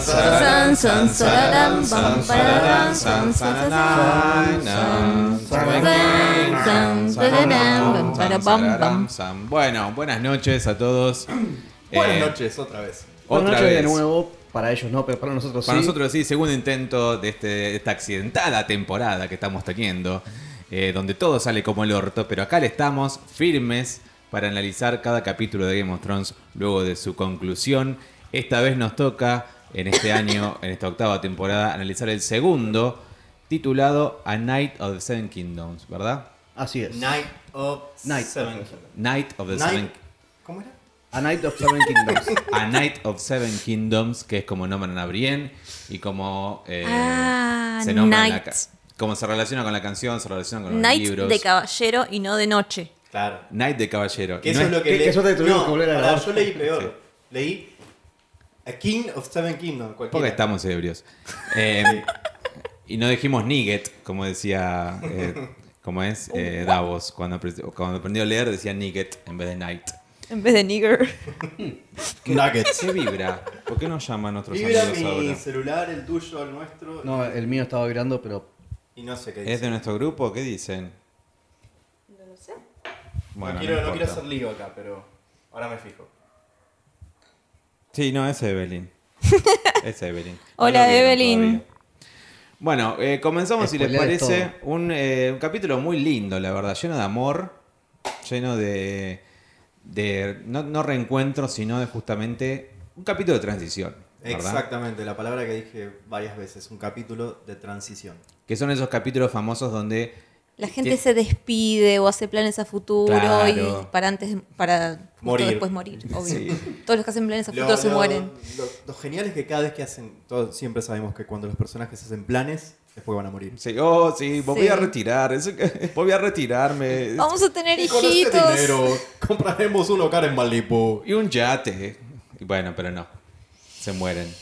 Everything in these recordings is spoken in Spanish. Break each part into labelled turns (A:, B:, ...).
A: San, san, sararán, bam, pararán, san, sararán, nan, sararán, san, sararán, bam, parabam, bam.
B: Sam. Bueno, buenas noches a todos.
C: Buenas
B: Eh,
C: noches, otra vez.
B: Otra
D: Otra noche de
B: vez.
D: nuevo, para ellos no, pero para nosotros
B: Para
D: sí.
B: nosotros sí, segundo intento de, este- de esta accidentada temporada que estamos teniendo, eh, donde todo sale como el orto, pero acá le estamos firmes para analizar cada capítulo de Game of Thrones luego de su conclusión. Esta vez nos toca, en este año, en esta octava temporada, analizar el segundo, titulado A Night of the Seven Kingdoms, ¿verdad?
D: Así es.
C: Night of
D: Night.
C: Seven.
B: Night of the Seven
C: Night. ¿Cómo era?
D: A Night of Seven Kingdoms.
B: A Night of Seven Kingdoms, que es como nombran a Brienne y como eh,
A: Ah,
B: se nombra en la
A: Knight.
B: ca- como se relaciona con la canción, se relaciona con los
A: Night
B: libros.
A: de caballero y no de noche.
C: Claro.
B: Knight de caballero.
C: Que
B: Y
C: eso
B: no
C: es lo que
D: que-
C: leí.
D: que suerte que tuvimos que volver a
C: pará,
D: grabar.
C: Yo leí peor.
B: Sí.
C: Leí A King of Seven Kingdoms. Cualquiera.
B: porque estamos ebrios. Eh, y no dijimos nigget, como decía, eh, como es
A: Uh.
B: eh, Davos cuando apre- cuando aprendió a leer decía nigget en vez de night.
A: En vez de nigger.
C: Nuggets.
B: ¿Qué vibra? ¿Por qué nos llaman nuestros
C: Vibra mi
B: amigos ahora?
C: celular, el tuyo, el nuestro.
D: No, el mío estaba vibrando, pero
C: Y no sé qué
B: ¿Es
C: dice.
B: de nuestro grupo? ¿Qué dicen? Bueno,
C: no, quiero, no quiero
B: importa.
C: hacer lío acá, pero ahora me fijo.
B: Sí, no, es Evelyn. Es Evelyn. No
A: Hola,
B: lo vieron
A: Evelyn.
B: todavía. Bueno, eh, comenzamos, si les
D: Spoileades
B: parece, un, eh, un capítulo muy lindo, la verdad, lleno de amor, lleno de, de no, no reencuentro, sino de justamente un capítulo de transición. ¿verdad?
C: Exactamente, la palabra que dije varias veces, un capítulo de transición.
B: Que son esos capítulos famosos donde...
A: La gente
B: Tien-
A: se despide o hace planes a futuro
B: Claro.
A: y para antes para justo
C: Morir.
A: después morir, obvio.
B: Sí.
A: Todos los que hacen planes a
C: Lo-
A: futuro se
C: lo-
A: mueren.
C: Lo, lo genial es que cada vez que hacen, todos siempre sabemos que cuando los personajes hacen planes, después van a morir.
B: Sí, oh, sí, vos voy a
A: Sí.
B: retirar, es- vos voy a retirarme.
A: Vamos a tener
C: Y con este
A: hijitos.
C: dinero compraremos un hogar en Malibu.
B: Y un yate. eh. Y Bueno, pero no. Se mueren.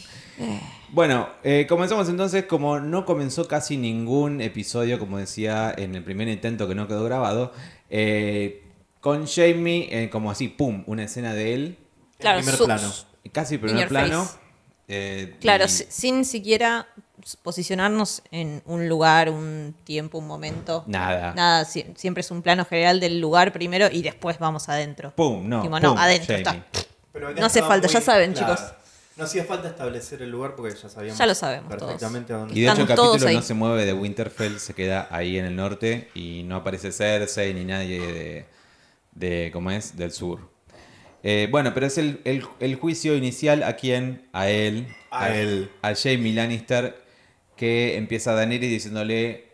B: Bueno, eh, comenzamos entonces como no comenzó casi ningún episodio, como decía en el primer intento que no quedó grabado, eh, con Jamie eh, como así, ¡pum!, una escena de él,
A: Claro,
C: primer
A: su-
C: plano.
B: casi
A: In
B: primer
A: your
B: plano.
A: face.
B: eh,
A: Claro,
B: y-
A: si- sin siquiera posicionarnos en un lugar, un tiempo, un momento.
B: Nada.
A: Nada, si- siempre es un plano general del lugar primero y después vamos adentro.
B: ¡Pum! No,
A: Tipo, no,
B: pum,
A: adentro
B: Jamie.
A: está.
C: Pero acá
A: No hace
C: estaba
A: falta, ya saben, chicos.
C: No hacía falta establecer el lugar porque ya sabíamos.
A: Ya lo sabemos todos.
C: perfectamente a dónde
B: Y de hecho el
A: Estamos todos
B: capítulo no
A: ahí.
B: se mueve de Winterfell, se queda ahí en el norte y no aparece Cersei ni nadie de, de ¿cómo es? Del sur. Eh, bueno, pero es el, el- el juicio inicial a quién? A él.
C: A él.
B: A Jamie Lannister, que empieza a Daenerys diciéndole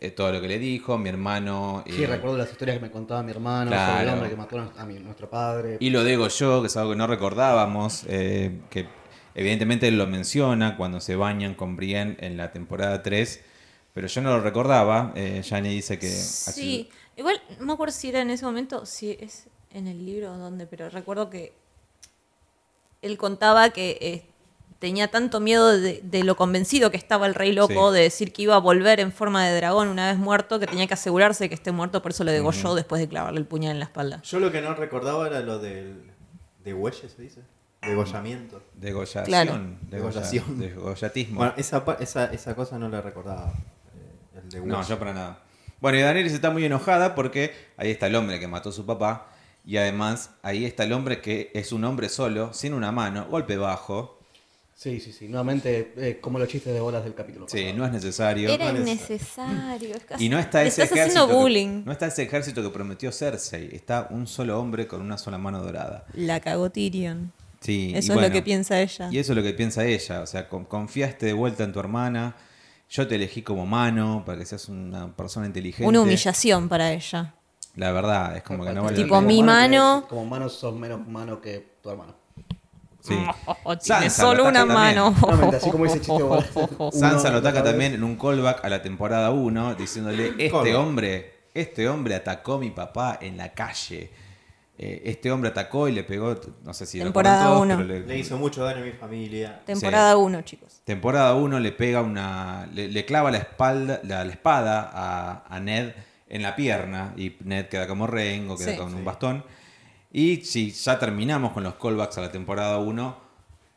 B: eh, todo lo que le dijo, mi hermano.
D: sí
B: eh,
D: recuerdo las historias que me contaba mi hermano sobre
B: Claro.
D: el hombre que mató a, mi- nuestro padre.
B: Y lo digo yo, que es algo que no recordábamos, eh, que evidentemente él lo menciona cuando se bañan con Brienne en la temporada 3, pero yo no lo recordaba. Eh, Gianni dice que...
A: Sí, igual no me acuerdo si era en ese momento, si es en el libro o dónde, pero recuerdo que él contaba que eh, tenía tanto miedo de, de lo convencido que estaba el rey loco
B: Sí.
A: de decir que iba a volver en forma de dragón una vez muerto, que tenía que asegurarse de que esté muerto, por eso lo degolló después de clavarle el puñal en la espalda.
C: Yo lo que no recordaba era lo del. de huelle, se dice. Degollamiento.
B: Degollación.
A: Claro.
B: Degollación.
C: Degollación.
B: Degollatismo.
C: Bueno, esa, pa- esa, esa cosa no la recordaba. eh, El de
B: no,
C: huelle.
B: yo para nada. Bueno, y Daenerys está muy enojada porque ahí está el hombre que mató a su papá. Y además, ahí está el hombre que es un hombre solo, sin una mano, golpe bajo.
D: Sí, sí, sí. Nuevamente, eh, como los chistes de bolas del capítulo.
B: Sí,
D: pasado.
B: no es necesario.
A: Era
C: parece.
A: innecesario. es casi-
B: Y no está
A: le
B: ese
A: estás
B: ejército.
A: haciendo
B: que-
A: bullying.
B: no está ese ejército que prometió Cersei. Está un solo hombre con una sola mano dorada.
A: La cagó Tyrion.
B: Sí, y
A: Eso es
B: bueno,
A: lo que piensa ella.
B: Y eso es lo que piensa ella. O sea, con- confiaste de vuelta en tu hermana. Yo te elegí como mano para que seas una persona inteligente.
A: Una humillación para ella.
B: La verdad, es como que no vale
A: Tipo,
B: la pena.
A: mi
D: Como
A: mano-
D: que- Como mano sos menos mano que tu hermano.
B: Sí.
A: Tiene
B: Sansa lo
A: solo
B: ataca también.
A: una mano.
D: Nuevamente, así como ese chiste de bolas.
B: Sansa
D: Uno,
B: lo ataca
D: otra vez.
B: también en un callback a la temporada 1, diciéndole, este
C: Callback.
B: hombre, este hombre atacó a mi papá en la calle. Eh, este hombre atacó y le pegó, no sé si
A: Temporada
B: recuerdan
A: uno.
B: pero
C: Le hizo mucho daño a mi familia.
A: Temporada 1, chicos.
B: Temporada 1 le pega una. le, le clava la espalda, la, la espada a, a Ned en la pierna. Y Ned queda como rengo, queda
A: Sí.
B: con un
C: Sí.
B: bastón. Y si ya terminamos con los callbacks a la temporada 1.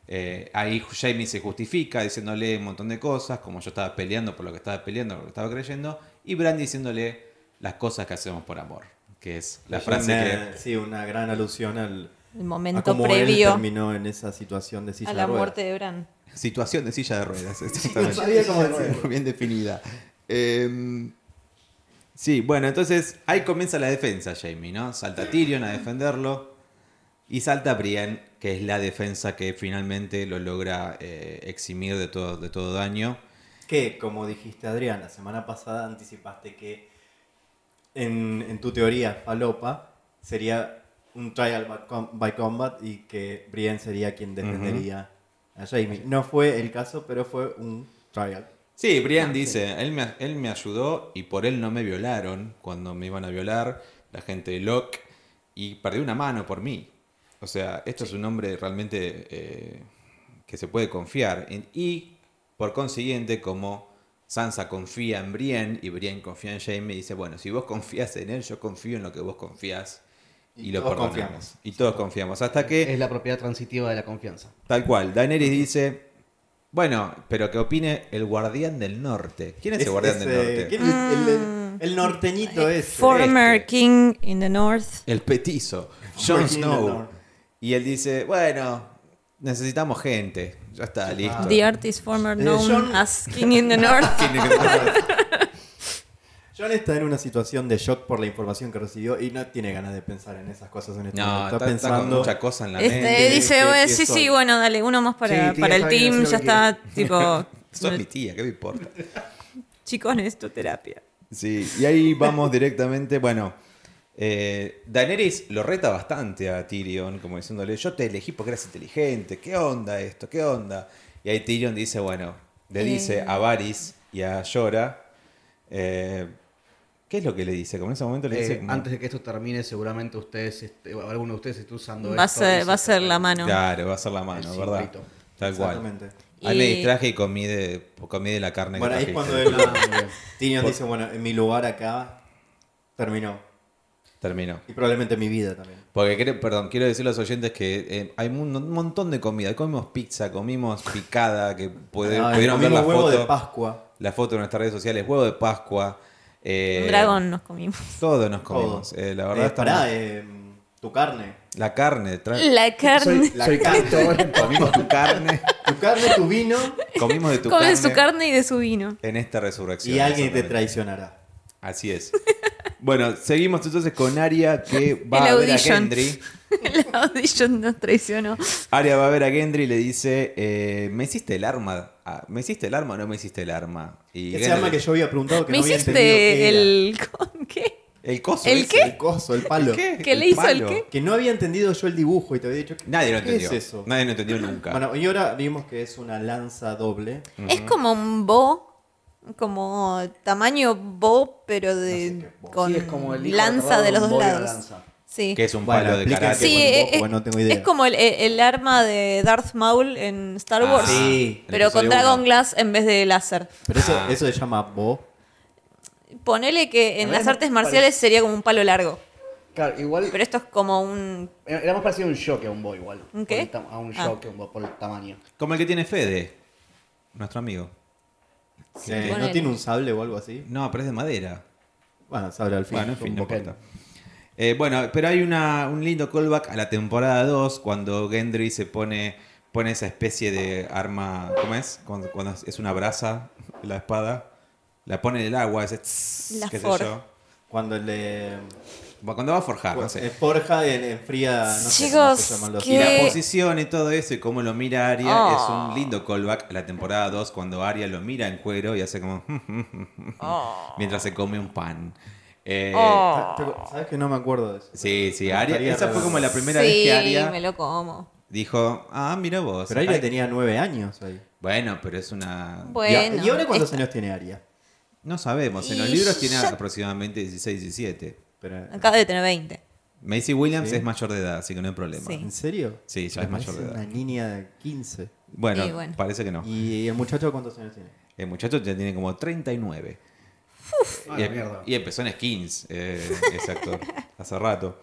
B: Eh, ahí Jamie se justifica diciéndole un montón de cosas, como yo estaba peleando por lo que estaba peleando, por lo que estaba creyendo, y Brandy diciéndole las cosas que hacemos por amor, que es la
C: Hay
B: frase
C: una-
B: que...
C: Sí, una gran alusión al.
E: El
C: a
B: Ah,
E: momento
C: cómo él
E: previo
C: terminó en esa situación de silla
E: a
C: de
E: la
C: ruedas.
E: muerte de Bran.
B: Situación de silla de ruedas.
D: No
B: exactamente.
D: sabía cómo decirlo.
B: bien definida. Eh, sí, bueno, entonces ahí comienza la defensa, Jamie, ¿no? Salta Tyrion a defenderlo y salta Brienne, que es la defensa que finalmente lo logra eh, eximir de todo, de todo daño.
C: Que, como dijiste, Adrián, la semana pasada anticipaste que en, en tu teoría, Falopa, sería un trial by, com- by combat y que Brienne sería quien defendería a Jamie. No fue el caso, pero fue un trial.
B: Sí,
C: Ah,
B: Brian dice, él me, él me ayudó y por él no me violaron cuando me iban a violar la gente de Locke y perdió una mano por mí. O sea, esto es un hombre realmente eh, que se puede confiar. en- y por consiguiente, como Sansa confía en Brian y Brian confía en Jaime, dice, bueno, si vos confías en él, yo confío en lo que vos confías. Y,
C: Y
B: lo
C: todos
B: perdonamos.
C: confiamos.
B: Y todos confiamos. Hasta que...
D: Es la propiedad transitiva de la confianza.
B: Tal cual. Daenerys dice, bueno, pero que opine el Guardián del Norte. ¿Quién es, el Guardián del
C: ese-
B: Norte?
C: ¿quién es el, el- el norteñito
E: Eh,
C: ese.
E: Former
B: este.
E: King in the North.
B: El petizo, Jon
C: Guardián del
B: Snow.
C: Norte.
B: Y él dice, bueno, necesitamos gente. Ya
E: Ah.
B: está, listo.
E: The artist former
C: Eh,
E: known
C: John-
E: as King in the North.
B: Tiene que-
C: John está en una situación de shock por la información que recibió y no tiene ganas de pensar en esas cosas en este
B: No, está,
C: momento. Está
B: está con
C: pensando.
B: mucha cosa en la
E: Este,
B: mente.
E: dice,
B: ¿Qué-
E: "Bueno,
B: qué
E: sí,
B: soy?
E: sí, bueno, dale, uno más para,
D: Sí, tía,
E: para el
D: está bien,
E: team,
D: no sé lo
E: ya
D: que
E: está, tipo,
B: Sos mi tía, ¿qué me importa?
E: chicos, necesito terapia.
B: Sí, y ahí vamos directamente, bueno, eh, Daenerys lo reta bastante a Tyrion, como diciéndole, yo te elegí porque eras inteligente, ¿qué onda esto? ¿Qué onda? Y ahí Tyrion dice, bueno, le
E: Eh.
B: dice a Varys y a Llora, eh, ¿qué es lo que le dice? Como en ese momento le
D: Eh,
B: dice... como-
D: antes de que esto termine, seguramente ustedes, este, o alguno de ustedes esté usando
E: Va a
D: esto
E: ser-
D: y
E: va a
D: se-
E: ser la mano.
B: Claro, va a ser la mano,
D: El
B: ¿verdad?
D: simplito.
B: Tal cual.
C: Exactamente.
B: Ahí me
E: Y-
B: distraje y comí de, comí de la carne
C: Bueno, ahí
B: que
C: es cuando
B: trajiste.
C: él,
D: Ah, muy bien.
C: Tyrion dice, bueno, en mi lugar acá terminó.
B: Terminó.
C: Y probablemente mi vida también.
B: Porque, creo- perdón, quiero decir a los oyentes que eh, hay un un montón de comida. Comimos pizza, comimos picada, que puede-
C: Ay,
B: pudieron ver
C: comimos
B: la
C: huevo
B: foto,
C: de Pascua.
B: la foto en nuestras redes sociales, huevo de Pascua. eh,
E: Un dragón nos comimos.
B: Todo nos
C: todo.
B: comimos. Eh, la verdad
C: Eh,
B: está
C: pará, eh, tu carne.
B: La carne, tra-
E: La carne.
D: Soy, soy cantor.
B: comimos tu carne,
C: Tu carne, tu vino
B: comimos de tu
E: Come
B: carne,
E: de su carne y de su vino.
B: en esta resurrección.
C: y alguien te
B: exactamente.
C: traicionará.
B: Así es. Bueno, seguimos entonces con Aria que va
E: El
B: a ver a
E: audition.
B: Gendry.
E: La audition nos traicionó.
B: Aria va a ver a Gendry y le dice, eh, ¿me hiciste el arma? Ah, ¿Me hiciste el arma o no me hiciste el arma? Y
C: Ese
B: Gendry-
C: arma que yo había preguntado que
E: ¿Me
C: no había entendido
E: hiciste
C: qué era.
E: el... ¿Con qué?
B: El coso.
E: ¿El
B: ese.
E: qué?
C: El coso, el palo.
B: ¿Qué?
E: ¿Qué le hizo el qué?
C: Que no había entendido yo el dibujo y te había dicho que
B: Nadie lo entendió.
C: ¿Qué es eso?
B: Nadie lo entendió nunca.
C: Bueno, y ahora vimos que es una lanza doble.
E: Es como un bo, como tamaño bo, pero de
C: No sé qué bo.
E: con
D: Sí, es como el hijo
E: lanza
D: atrapado
E: de
D: de
E: los
D: un
E: dos
D: bo y una
E: lados.
D: lanza.
E: Sí.
B: que es un
C: Bueno,
B: palo de
C: expliquen.
B: karate.
E: Sí,
C: Bueno,
E: eh,
C: vos,
E: eh,
C: vos no tengo idea.
E: es como el, el arma de Darth Maul en Star
B: Ah,
E: Wars,
C: sí.
B: En el
E: pero con
B: episodio
E: Dragon
B: uno.
E: Glass en vez de láser.
C: Pero eso,
B: Ah.
C: eso se llama Bo.
E: Ponele que en
D: A
E: las
D: ver,
E: artes
D: parece-
E: marciales sería como un palo largo,
D: Claro, igual
E: pero esto es como un...
D: era más parecido a un show que a un bo igual.
E: ¿Un
D: Por
E: qué?
D: el tam- A un
E: Ah.
D: show que a un bo por el tamaño.
B: Como el que tiene Fede, nuestro amigo.
C: Que
E: Sí,
C: ¿No
E: ponele.
C: tiene un sable o algo así?
B: No, pero es de madera.
C: Bueno, sable al fin.
B: Bueno, en fin,
D: un
B: no
D: boquel.
B: importa. Eh, bueno, pero hay una, un lindo callback a la temporada 2 cuando Gendry se pone, pone esa especie de arma. ¿Cómo es? Cuando, cuando es una brasa, la espada. La pone en el agua, ese tss,
E: La
B: qué sé
E: forja.
B: yo.
C: Cuando le
B: Cuando va a forjar, Ah, no sé.
C: eh, forja, en- enfría, no sé
E: Chicos,
C: cómo se llaman los-
B: Y la
E: ¿Qué?
B: posición y todo eso y cómo lo mira Aria
E: Oh.
B: es un lindo callback a la temporada 2 cuando Aria lo mira en cuero y hace como
E: Oh,
B: mientras se come un pan. Eh,
C: Ah,
E: oh.
C: pero, ¿Sabes que no me acuerdo de eso?
B: Sí, sí,
C: Me
B: Aria,
C: gustaría
B: esa fue
C: rever-
B: como la primera
E: sí,
B: vez que Aria
E: me lo como.
B: dijo, ah, mira vos.
C: Pero Aria
B: Ay,
C: tenía nueve años ahí.
B: Bueno, pero es una...
C: Y a-
E: Bueno.
C: ¿Y ahora cuántos
E: esta-
C: años tiene Aria?
B: No sabemos, en
E: Y
B: los libros tiene
E: ya-
B: aproximadamente 16, 17.
C: Pero,
E: Acaba de tener 20.
B: Macy Williams
C: Sí.
B: es mayor de edad, así que no hay problema.
E: Sí.
C: ¿En serio?
B: Sí, ya
C: Me
B: es mayor
C: parece
B: de edad.
C: Una niña de 15.
B: Bueno,
E: Y bueno.
B: parece que no.
C: ¿Y el muchacho cuántos años tiene?
B: El muchacho ya tiene como 39.
D: Ah,
B: y,
D: la mierda.
B: y empezó en skins, eh, ese actor, hace rato.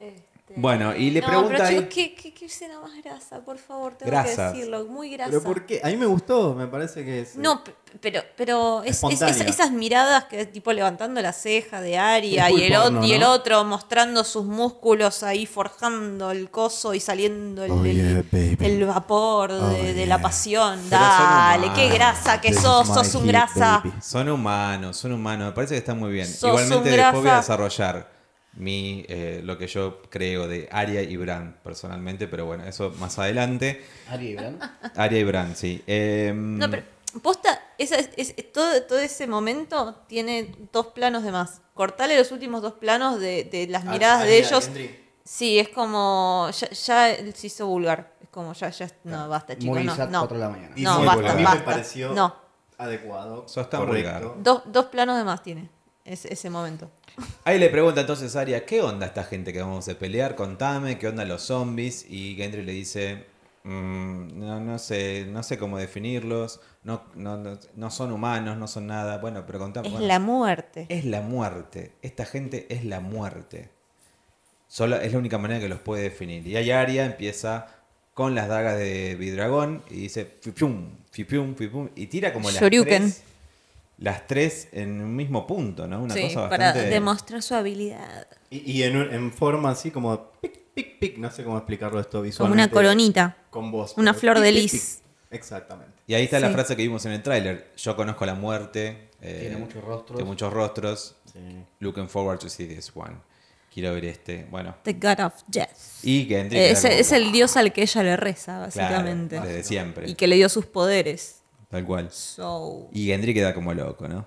A: Este.
B: Bueno, y le
A: no,
B: pregunta
A: pero
B: ahí-
A: chicos, ¿qué, qué, qué escena más grasa? Por favor, tengo
B: Grasa.
A: que decirlo. Muy grasa.
C: ¿Pero por qué? A mí me gustó, me parece que es. eh,
A: No, pe- pero, pero es- es-
C: Espontánea.
A: es- esas miradas que tipo levantando la ceja de Aria
C: Es muy
A: y el, o-
C: porno,
A: y el
C: ¿no?
A: otro mostrando sus músculos ahí forjando el coso y saliendo el,
C: Oh,
A: el-
C: yeah, baby.
A: el vapor de,
C: Oh,
A: de
C: yeah.
A: la pasión.
B: Pero son
A: Dale, qué
B: humanos.
A: grasa que
C: This is
A: sos,
C: my
A: sos un
C: heat,
A: grasa.
C: baby.
B: Son humanos, son humanos, me parece que está muy bien.
A: Sos un
B: Igualmente después voy a
A: grafa.
B: desarrollar mi, eh, lo que yo creo de Aria y Bran personalmente, pero bueno, eso más adelante.
D: Ari, ¿verdad?
B: Aria y Bran, sí. Em,
A: No, pero posta, esa es- es- es- todo, todo ese momento tiene dos planos de más. Cortale los últimos dos planos de, de las
C: Ah,
A: miradas
C: ah,
A: de
C: mira,
A: ellos.
C: Henry.
A: Sí, es como. Ya, ya se hizo vulgar. Es como ya, ya. No, basta, chicos.
D: Muy
A: No,
D: Isaac,
A: no.
D: 4 de la mañana.
C: Y
A: No,
C: sí,
A: basta,
C: porque a mí
A: basta.
C: me pareció
A: No.
C: adecuado.
B: Sos tan
C: correcto.
A: Dos, dos planos de más tiene ese, ese momento.
B: Ahí le pregunta entonces a Aria, ¿qué onda esta gente que vamos a pelear? Contame, ¿qué onda los zombies? Y Gendry le dice, "Mm, no, no sé, no sé cómo definirlos, no, no, no, no son humanos, no son nada. Bueno, pero contame.
A: Es
B: bueno.
A: la muerte.
B: Es la muerte. Esta gente es la muerte. Solo, es la única manera que los puede definir. Y ahí Aria empieza con las dagas de Vidragón y dice fipium, fipium, fipium. Y tira como las
A: Shoryuken.
B: tres, las tres en un mismo punto, ¿no? Una
A: Sí,
B: cosa
A: para
B: bastante.
A: demostrar su habilidad.
C: Y, y en, un- en forma así como pic, pic, pic, no sé cómo explicarlo esto
A: Como
C: visualmente.
A: una colonita.
C: Con voz.
A: una
C: pero
A: flor
C: pic,
A: de
C: pic,
A: lis.
C: pic. Exactamente.
B: y ahí está la
A: Sí.
B: frase que vimos en el tráiler. Yo conozco la muerte. eh,
D: Tiene muchos rostros.
B: Tiene muchos rostros.
C: Sí.
B: Looking forward to see this one. Quiero ver este. Bueno.
A: The God of Death.
B: Y Gendry.
A: Eh,
B: queda
A: es,
B: como,
A: es el dios al que ella le reza,
B: Claro,
A: básicamente.
B: desde siempre.
A: y que le dio sus poderes.
B: Tal cual.
A: So.
B: Y Gendry queda como loco, ¿no?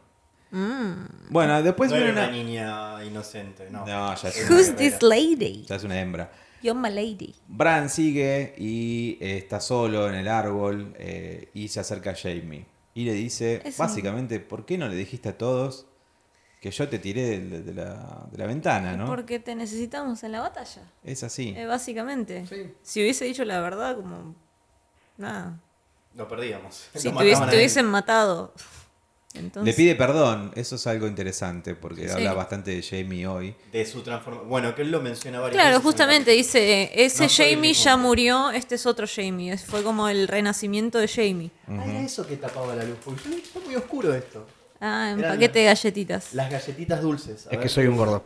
A: Mm.
B: Bueno, después
C: no
B: viene
C: era
B: una...
C: una niña inocente, Pues no.
B: No, ya es,
A: Who's
B: una,
A: this lady?
B: ya es una hembra.
A: You're my lady.
B: Bran sigue y eh, está solo en el árbol eh, y se acerca a Jamie. Y le dice,
A: Es un-
B: básicamente, ¿por qué no le dijiste a todos que yo te tiré del- de, la, de la ventana, no?
A: Porque te necesitamos en la batalla.
B: Es así.
A: Eh, básicamente.
D: Sí.
A: Si hubiese dicho la verdad, como. Nada.
C: Lo perdíamos.
A: Si
C: Lo
A: te hubies-
C: mataban a
A: te
C: él.
A: hubiesen matado.
B: Le
A: Entonces.
B: pide perdón, eso es algo interesante porque
A: Sí.
B: habla bastante de Jamie hoy.
C: De su transformación. Bueno, que él lo menciona varias
A: Claro,
C: veces en la
A: justamente dice: Ese
C: No soy el
A: Jamie
C: mismo.
A: ya murió, este es otro Jamie. Es- Fue como el renacimiento de Jamie.
C: Ah, era eso que tapaba la luz. porque yo- Está muy oscuro esto.
A: Ah, en
C: Eran
A: paquete de galletitas.
C: Las galletitas dulces. a
D: Es
C: ver.
D: que soy un gordo.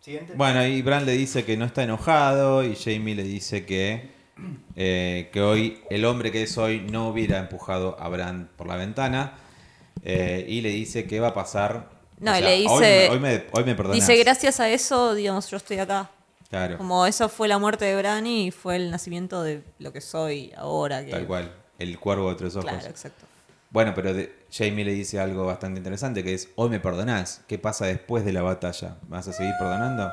C: Siguiente.
B: Bueno, y Bran le dice que no está enojado y Jamie le dice que, eh, que hoy el hombre que es hoy no hubiera empujado a Bran por la ventana eh, y le dice que va a pasar...
A: No,
B: o sea,
A: le dice-
B: Hoy me, hoy me, hoy me perdonás".
A: Dice: Gracias a eso, digamos, yo estoy acá.
B: Claro,
A: Como eso fue la muerte de Brani y fue el nacimiento de lo que soy ahora. Que...
B: tal cual. El cuervo de tres ojos.
A: Claro, exacto.
B: Bueno, pero de- Jamie le dice algo bastante interesante que es, hoy me perdonás. ¿Qué pasa después de la batalla? ¿Me vas a seguir perdonando?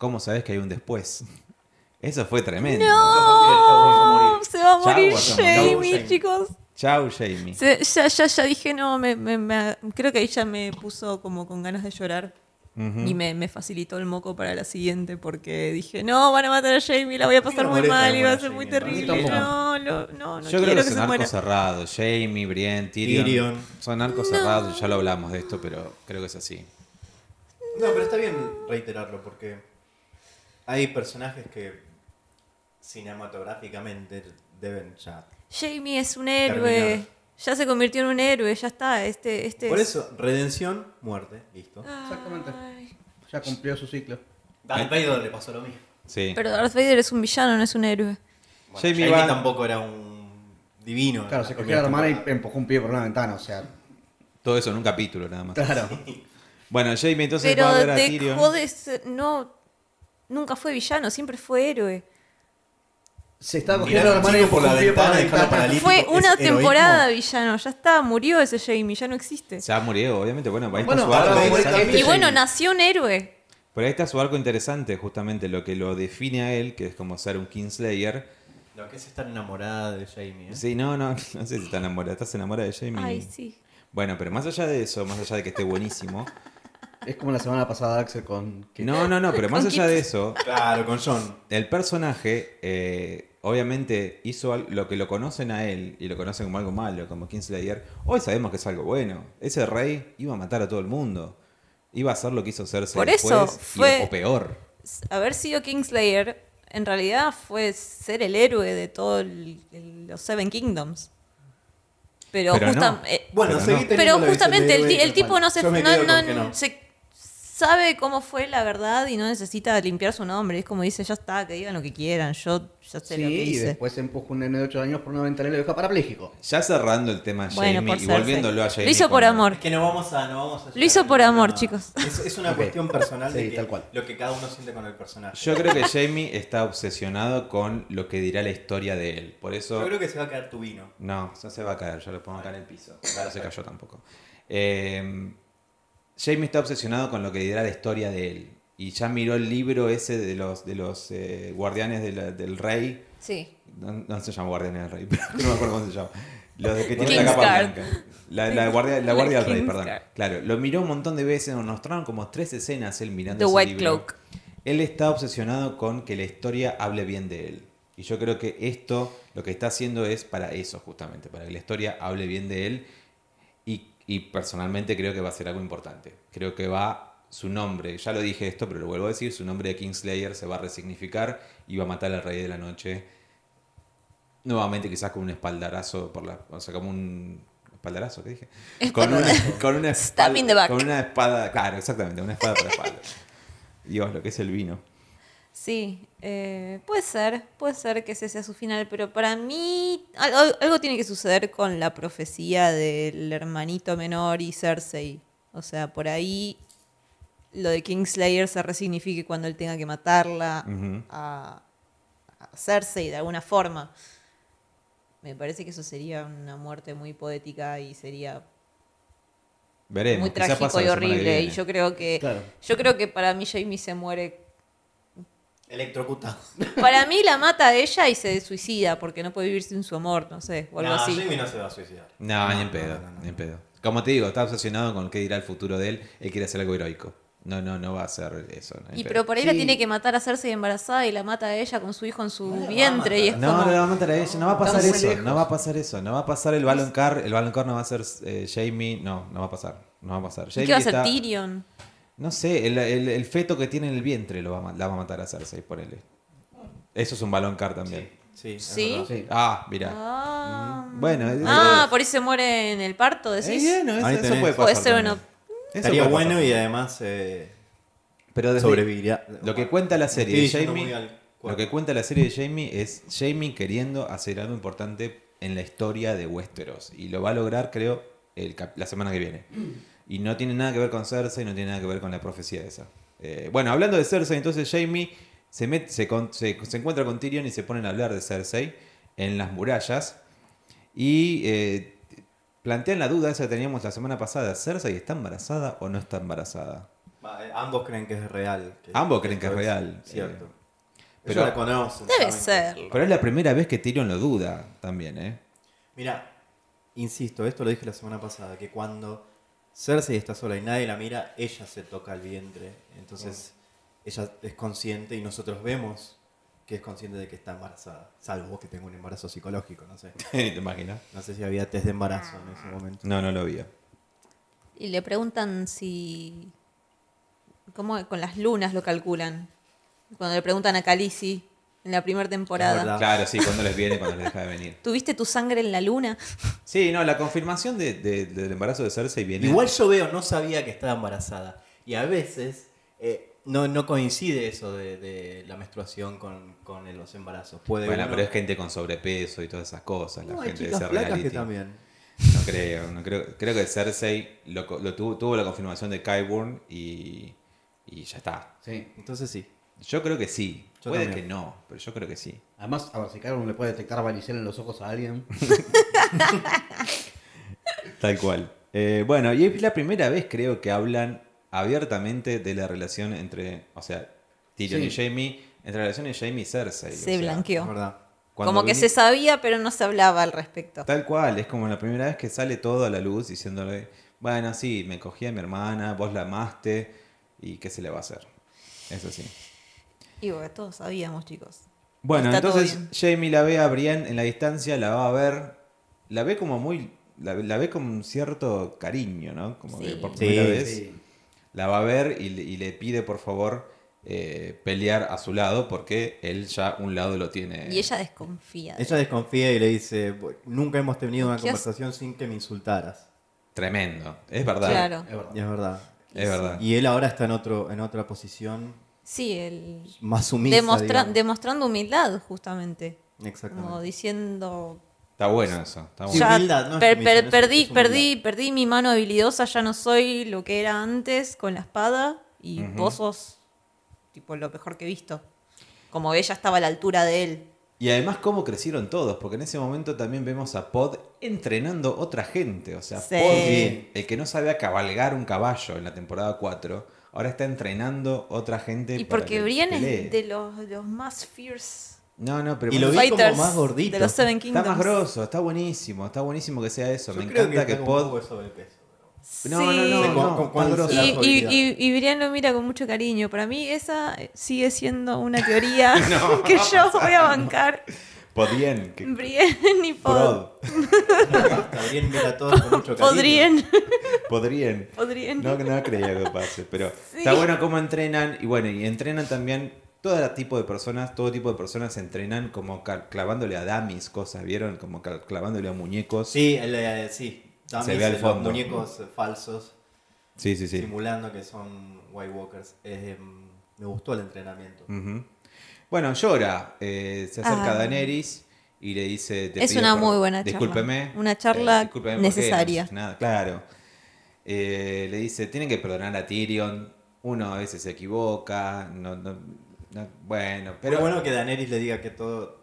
B: ¿Cómo sabes que hay un después? Eso fue tremendo.
A: ¡No! Se va a
B: Chau,
A: morir
B: se va a morir
A: Jamie,
C: Jamie.
A: chicos.
B: Chau, Jamie.
A: Se- ya, ya, ya dije, no, me, me- me- creo que ahí ya me puso como con ganas de llorar. Y me, me facilitó el moco para la siguiente porque dije, no, van a matar a Jamie, la voy a pasar
C: No
A: muy
C: molesta
A: mal y va a
C: igual
A: ser
C: a
A: muy
C: Jamie,
D: mí
A: terrible.
D: tampoco.
A: No, no, no, no
B: Yo creo
A: quiero
B: que
A: que
B: son
A: se muera.
B: arcos cerrados. Jamie, Brienne, Tyrion.
C: Tyrion.
B: Son arcos cerrados, ya lo hablamos de esto, pero creo que es así.
C: No, pero está bien reiterarlo porque hay personajes que cinematográficamente deben ya.
A: Jamie es un héroe.
C: Terminar.
A: Ya se convirtió en un héroe, ya está. Este, este
C: Por
A: es-
C: eso, redención, muerte, listo.
D: Exactamente.
A: Ay.
D: Ya cumplió su ciclo.
C: Darth Vader le pasó lo mismo.
B: Sí.
A: Pero Darth Vader es un villano, no es un héroe.
C: Bueno,
B: Jamie
C: Jamie,
B: va-
C: tampoco era un divino. en
D: Claro,
C: la
D: se cogió
C: primera
D: a la hermana y
B: em-
C: temporada.
D: empujó un pie por una ventana, o sea.
B: Todo eso en un capítulo nada más.
D: Claro.
B: Bueno, Jamie entonces
A: Pero
B: va a ver a
A: te
B: Tyrion.
A: jodes, no. Nunca fue villano, siempre fue héroe.
D: Se estaba
C: Mirá,
D: cogiendo a la hermana y
C: chico, por
D: empujó
C: la
D: un pie por
C: ventana
D: la
C: y
D: ventana.
C: está paralítico.
A: Fue
C: ¿Es
A: una
C: heroísmo?
A: temporada villano, ya está, murió ese Jamie, ya no existe.
B: Ya murió, obviamente. Bueno, ahí está
D: Bueno,
B: su
D: ahora
B: arco.
D: va a este morir
B: interesante.
D: también.
A: Y bueno,
D: Jamie.
A: nació un héroe.
B: Pero ahí está su arco interesante, justamente lo que lo define a él, que es como ser un Kingslayer.
C: Lo que es estar enamorada de Jamie. ¿eh?
B: Sí, no, no, no sé si está enamorada. ¿Estás enamorada de Jamie?
A: Ay, sí.
B: Bueno, pero más allá de eso, más allá de que esté buenísimo.
D: Es como la semana pasada Axel con. que-
B: No, no, no, pero más
A: Con
B: allá de eso,
C: Claro, con John.
B: El personaje, eh, obviamente, hizo al- lo que lo conocen a él y lo conocen como algo malo, como Kingslayer. Hoy sabemos que es algo bueno. Ese rey iba a matar a todo el mundo. Iba a ser lo que hizo Cersei
A: Por
B: después,
A: eso,
B: y-
A: fue-
B: o peor.
A: haber sido Kingslayer en realidad fue ser el héroe de todos los Seven Kingdoms. Pero,
B: Pero no.
A: justa- eh,
C: Bueno,
B: Pero
C: seguí
B: no.
C: teniendo
A: pero
C: la visión de
A: justamente el, ti-
C: héroe,
A: el tipo
C: igual.
A: no se
C: Yo me
A: no-
C: quedo
A: no-
C: con que no.
A: se- sabe cómo fue la verdad y no necesita limpiar su nombre. Es como dice, ya está, que digan lo que quieran, yo ya sé
D: Sí,
A: lo que
D: y
A: hice.
D: después empujó un nene de 8 años por una ventana y lo dejó parapléjico.
B: Ya cerrando el tema
A: Bueno, por
B: Jamie y
A: Cersei.
B: volviéndolo a Jamie.
A: Lo hizo por
B: cuando-
A: amor.
C: Es que no vamos a. No vamos a llegar
A: hizo
C: a
A: por
C: ningún
A: amor,
C: lado.
A: chicos.
C: Es, es una
D: Ok.
C: cuestión personal de
D: Sí,
C: que-
D: tal cual.
C: lo que cada uno siente con el personaje.
B: Yo creo que Jamie está obsesionado con lo que dirá la historia de él. Por eso.
C: Yo creo que se va a caer tu vino.
B: No, eso se va a caer, yo lo pongo acá en el piso. Claro, se cayó tampoco. Eh, Jamie está obsesionado con lo que dirá la historia de él. Y ya miró el libro ese de los, de los eh, guardianes de la- del rey.
A: Sí.
B: No, no se llama guardianes del rey, pero no me acuerdo cómo se llama. Los de que tienen la
A: Kingsguard.
B: capa blanca. La, la guardia, la guardia del rey,
A: Kingsguard.
B: perdón. Claro, lo miró un montón de veces, nos mostraron como tres escenas él mirando
A: The
B: ese
A: White
B: libro.
A: Cloak.
B: Él está obsesionado con que la historia hable bien de él. Y yo creo que esto lo que está haciendo es para eso, justamente, para que la historia hable bien de él. Y, y personalmente creo que va a ser algo importante. Creo que va su nombre, ya lo dije esto, pero lo vuelvo a decir, su nombre de Kingslayer se va a resignificar y va a matar al Rey de la Noche. Nuevamente quizás con un espaldarazo, por la, o sea, como un... ¿Espaldarazo? ¿Qué dije? Con una, con una
A: Stab in the
B: espal-
A: back.
B: Con una espada, claro, exactamente, una espada por la espalda. Dios, lo que es el vino.
A: Sí, eh, puede ser, puede ser que ese sea su final, pero para mí al- al- algo tiene que suceder con la profecía del hermanito menor y Cersei. O sea, por ahí lo de Kingslayer se resignifique cuando él tenga que matarla
B: Ujú.
A: a, a Cersei de alguna forma. Me parece que eso sería una muerte muy poética y sería
B: Veremos.
A: muy
B: quizás pasa
A: trágico
B: la
A: y
B: semana que
A: horrible. Y
B: viene.
A: yo creo que
D: Claro.
A: yo creo que para mí Jamie se muere
C: Electrocutado.
A: Para mí la mata a ella y se suicida porque no puede vivir sin su amor, no sé, o algo
C: No,
A: así.
C: Jimmy no se va a suicidar.
B: No, ni en pedo,
C: no, no,
B: ni en pedo. Como te digo, está obsesionado con qué dirá el futuro de él. Él quiere hacer algo heroico. No, no, no va a hacer eso. no, ni
A: Y
B: en
A: pero
B: pedo.
A: por ahí la
D: Sí.
A: tiene que matar a Cersei embarazada y la mata a ella con su hijo en su
C: No la va a
A: vientre y es
C: matar.
B: No,
A: como...
B: no, no va a matar a ella. No va a pasar
D: Estamos muy
B: eso.
D: lejos.
B: No va a pasar eso. No va a pasar el Balon Car. El Balon Car no va a ser eh, Jamie. No, no va a pasar. No va a pasar.
A: ¿Y
B: Jamie
A: qué va a ser
B: está-
A: Tyrion?
B: No sé, el, el- el feto que tiene en el vientre lo va a, ma- la va a matar a Cersei, ponele. Eso es un Balon Car también.
C: Sí. es
A: ¿Sí?
C: verdad.
D: Sí.
B: Ah, mirá.
A: Ah,
B: Mm, Bueno, es-
A: Ah,
B: es-
A: por eso se muere en el parto,
B: Eh,
A: decís.
B: bueno, eso,
C: Ahí
B: eso
C: tenés.
B: puede pasar.
A: Puede ser
B: también.
A: una-
B: Eso
C: Estaría
B: puede
C: bueno
B: pasar.
C: y además eh,
B: Pero desde-
C: sobreviviría.
B: Lo que cuenta la serie
C: Estoy
B: de
C: yendo
B: Jamie,
C: muy al
B: lo
C: cuerpo.
B: que cuenta la serie de Jamie es Jamie queriendo hacer algo importante en la historia de Westeros y lo va a lograr creo el cap- la semana que viene. Y no tiene nada que ver con Cersei, no tiene nada que ver con la profecía esa. Eh, bueno, hablando de Cersei, entonces Jamie se, met- se, con- se- se encuentra con Tyrion y se ponen a hablar de Cersei en las murallas y eh, plantean la duda esa que teníamos la semana pasada, ¿Cersei está embarazada o no está embarazada?
C: Va, eh, Ambos creen que es real.
B: Ambos creen que es
C: esto
B: real,
C: Cierto.
B: eh. Pero-
C: Pero la conocen.
A: Debe
C: saben.
A: serlo.
B: Pero es la primera vez que Tyrion lo duda también, ¿eh?
C: Mira, insisto, esto lo dije la semana pasada, que cuando Cersei está sola y nadie la mira, ella se toca el vientre. Entonces,
B: Mm.
C: ella es consciente y nosotros vemos que es consciente de que está embarazada. Salvo vos que tengo un embarazo psicológico, no sé.
B: ¿Te imaginas?
C: No sé si había test de embarazo en
A: Ah.
C: ese momento.
B: No, no lo vi.
A: Y le preguntan si... ¿Cómo con las lunas lo calculan? Cuando le preguntan a Khaleesi en la primera
C: Es
A: temporada.
C: verdad.
B: Claro, sí, cuando les viene, cuando les deja de venir.
A: ¿Tuviste tu sangre en la luna?
B: Sí, no, la confirmación de- de- del embarazo de Cersei viene.
C: Igual yo veo, no sabía que estaba embarazada. Y a veces eh, no, no coincide eso de, de la menstruación con, con el- los embarazos. Puede
B: Bueno,
C: uno-
B: pero es gente con sobrepeso y todas esas cosas, la
C: No, hay
B: gente de
C: chicas
B: ese
C: flacas que
B: reality. No
C: también.
B: creo, no creo. Creo que Cersei lo, co- lo tuvo, tuvo la confirmación de Kyburn y, y ya está.
D: Sí.
C: Entonces sí.
B: Yo creo que sí.
C: Yo
B: Puede
C: también.
B: que no, pero yo creo que sí.
D: Además, a ver si Carol le puede detectar varicela en los ojos a alguien.
B: Tal cual. Eh, bueno, y es la primera vez creo que hablan abiertamente de la relación entre, o sea, Tyrion
D: Sí.
B: y Jamie, entre la relación de Jamie y Cersei. o
A: Se
B: sea,
A: blanqueó.
C: Es verdad.
B: cuando
A: como que
B: vine-
A: se sabía, pero no se hablaba al respecto.
B: Tal cual, es como la primera vez que sale todo a la luz diciéndole, bueno, sí, me cogí a mi hermana, vos la amaste, y qué se le va a hacer. Eso sí.
A: Y bueno, todos sabíamos, chicos.
B: Bueno,
A: Está todo
B: entonces Jamie la ve a Brienne en la distancia, la va a ver, la ve como muy, la, la ve con cierto cariño, ¿no? Como que
A: Sí.
B: por primera
C: Sí.
B: vez.
D: Sí.
B: la va a ver y, le- y le pide por favor eh, pelear a su lado porque él ya un lado lo tiene.
A: Y ella desconfía. de-
C: Eh, Ella desconfía y le dice, "Bu- nunca hemos tenido una
A: ¿Qué has-
C: conversación sin que me insultaras.
B: Tremendo, es verdad.
A: Claro.
D: Es verdad.
C: Y es Eh, verdad.
B: Es verdad.
C: Y él ahora está en, otro, en otra posición
A: Sí, el...
C: más humilde.
A: demostra- demostrando humildad, justamente. Como
C: Exactamente.
A: diciendo.
B: Está bueno eso. Está bueno.
C: Sí,
A: ya
C: humildad, no es
A: per-
C: sumisión,
A: per-
C: es-
A: perdí,
C: es humildad.
A: perdí, perdí mi mano habilidosa, ya no soy lo que era antes con la espada. Y vos sos tipo lo mejor que he visto. Como ella estaba a la altura de él.
B: Y además cómo crecieron todos, porque en ese momento también vemos a Pod entrenando otra gente. O sea,
A: Sí.
B: Pod, el que no sabía cabalgar un caballo en la temporada 4, ahora está entrenando otra gente.
A: Y
B: para
A: porque
B: que
A: Brian
B: pelee.
A: es de los, los más fierce
B: No, no, pero
C: Y lo vi como
A: fighters
C: más gordito.
A: de los Seven
B: está
A: Kingdoms.
B: más grosso, está buenísimo, está buenísimo que sea eso.
C: Yo
B: Me
C: creo
B: encanta que,
C: está como un
B: Pod...
C: poco de sobrepeso.
B: No, no,
A: Sí.
B: no,
C: Se con-
B: no,
C: con-
B: está
C: con-
B: grosso.
C: la
A: Y, y,
C: jodida.
A: y, y Brian lo mira con mucho cariño. Para mí esa sigue siendo una teoría que yo voy a bancar.
B: Podien, que-
A: Brian y Pod.
B: Prod,
C: Basta, Brian mira a todos con mucho cariño.
A: Podrían.
B: Podrien.
A: Podrían.
B: No, no creía que pase, pero
A: Sí.
B: está bueno cómo entrenan y bueno, y entrenan también todo tipo de personas, todo tipo de personas entrenan como cal- clavándole a dummies cosas, ¿vieron? Como cal- clavándole a muñecos.
C: Sí, el, eh, sí. Dummies,
B: ve al
C: los
B: fondo.
C: muñecos eh, falsos
B: sí, sí. sí.
C: simulando que son White Walkers. Eh, em, me gustó el entrenamiento.
B: Ujú. Bueno, llora, eh, se acerca
A: Ah.
B: a Daenerys y le dice... te
A: Es
B: pido
A: una
B: perdón.
A: muy buena charla.
B: Discúlpeme. Eh,
A: Una charla
B: discúlpeme porque no hice
A: necesaria.
B: nada, claro. Eh, le dice, tienen que perdonar a Tyrion, uno a veces se equivoca, no- no- no- bueno,
C: Pero
B: pero
C: bueno que Daenerys le diga que todo,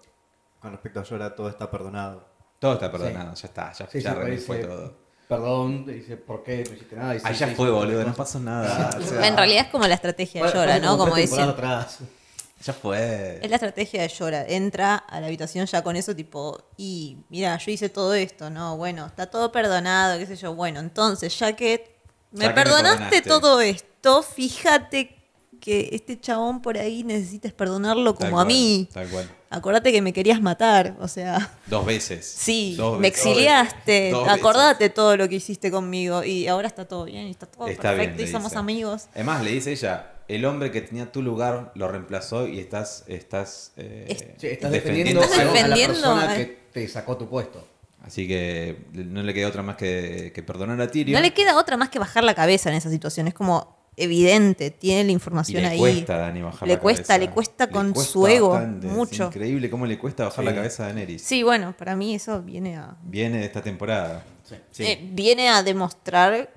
C: con respecto a Llora, todo está perdonado.
B: Todo está perdonado, ya está, ya,
D: Sí,
B: ya
D: sí,
B: re-
D: dice,
B: fue todo.
D: Perdón, dice, ¿por qué no hiciste nada? Dice,
B: Allá
D: sí,
B: fue,
D: sí,
B: boludo,
D: sí,
B: no pasó nada. o sea,
A: En realidad es como la estrategia de
D: fue-
A: Llora,
D: fue
A: ¿no? Como
D: tres temporadas
A: dicen.
D: atrás.
B: Ya fue.
A: Es la estrategia de Llora. Entra a la habitación ya con eso, tipo, y mira, yo hice todo esto, no, bueno, está todo perdonado, qué sé yo. Bueno, entonces, ya que me
B: Ya que me
A: perdonaste
B: perdonaste.
A: todo esto, fíjate que este chabón por ahí necesitas perdonarlo
B: Tal
A: como a
B: cual,
A: mí.
B: Tal cual.
A: Acordate que me querías matar, o sea,
B: Dos veces.
A: sí,
B: dos
A: me
B: veces, dos
A: exiliaste,
B: veces, dos veces.
A: acordate todo lo que hiciste conmigo y ahora está todo bien, y está todo
B: Está bien,
A: perfecto
B: le
A: y somos
B: dice.
A: amigos.
B: Además, le dice ella, el hombre que tenía tu lugar lo reemplazó y estás, estás, eh,
D: Sí, estás defendiendo,
A: Estás
D: a-
A: defendiendo,
D: a la persona
A: eh.
D: que te sacó tu puesto.
B: Así que no le queda otra más que, que perdonar a Tyrion.
A: No le queda otra más que bajar la cabeza en esa situación. Es como evidente, tiene la
B: y
A: información
B: le
A: ahí.
B: cuesta, Dani, bajar
A: Le
B: la
A: cuesta,
B: cabeza.
A: le cuesta con su ego
B: bastante, es
A: mucho.
B: increíble cómo le cuesta bajar
C: Sí.
B: la cabeza a Daenerys.
A: Sí, bueno, para mí eso viene a.
B: Viene de esta temporada.
D: Sí.
C: Sí.
A: eh, viene a demostrar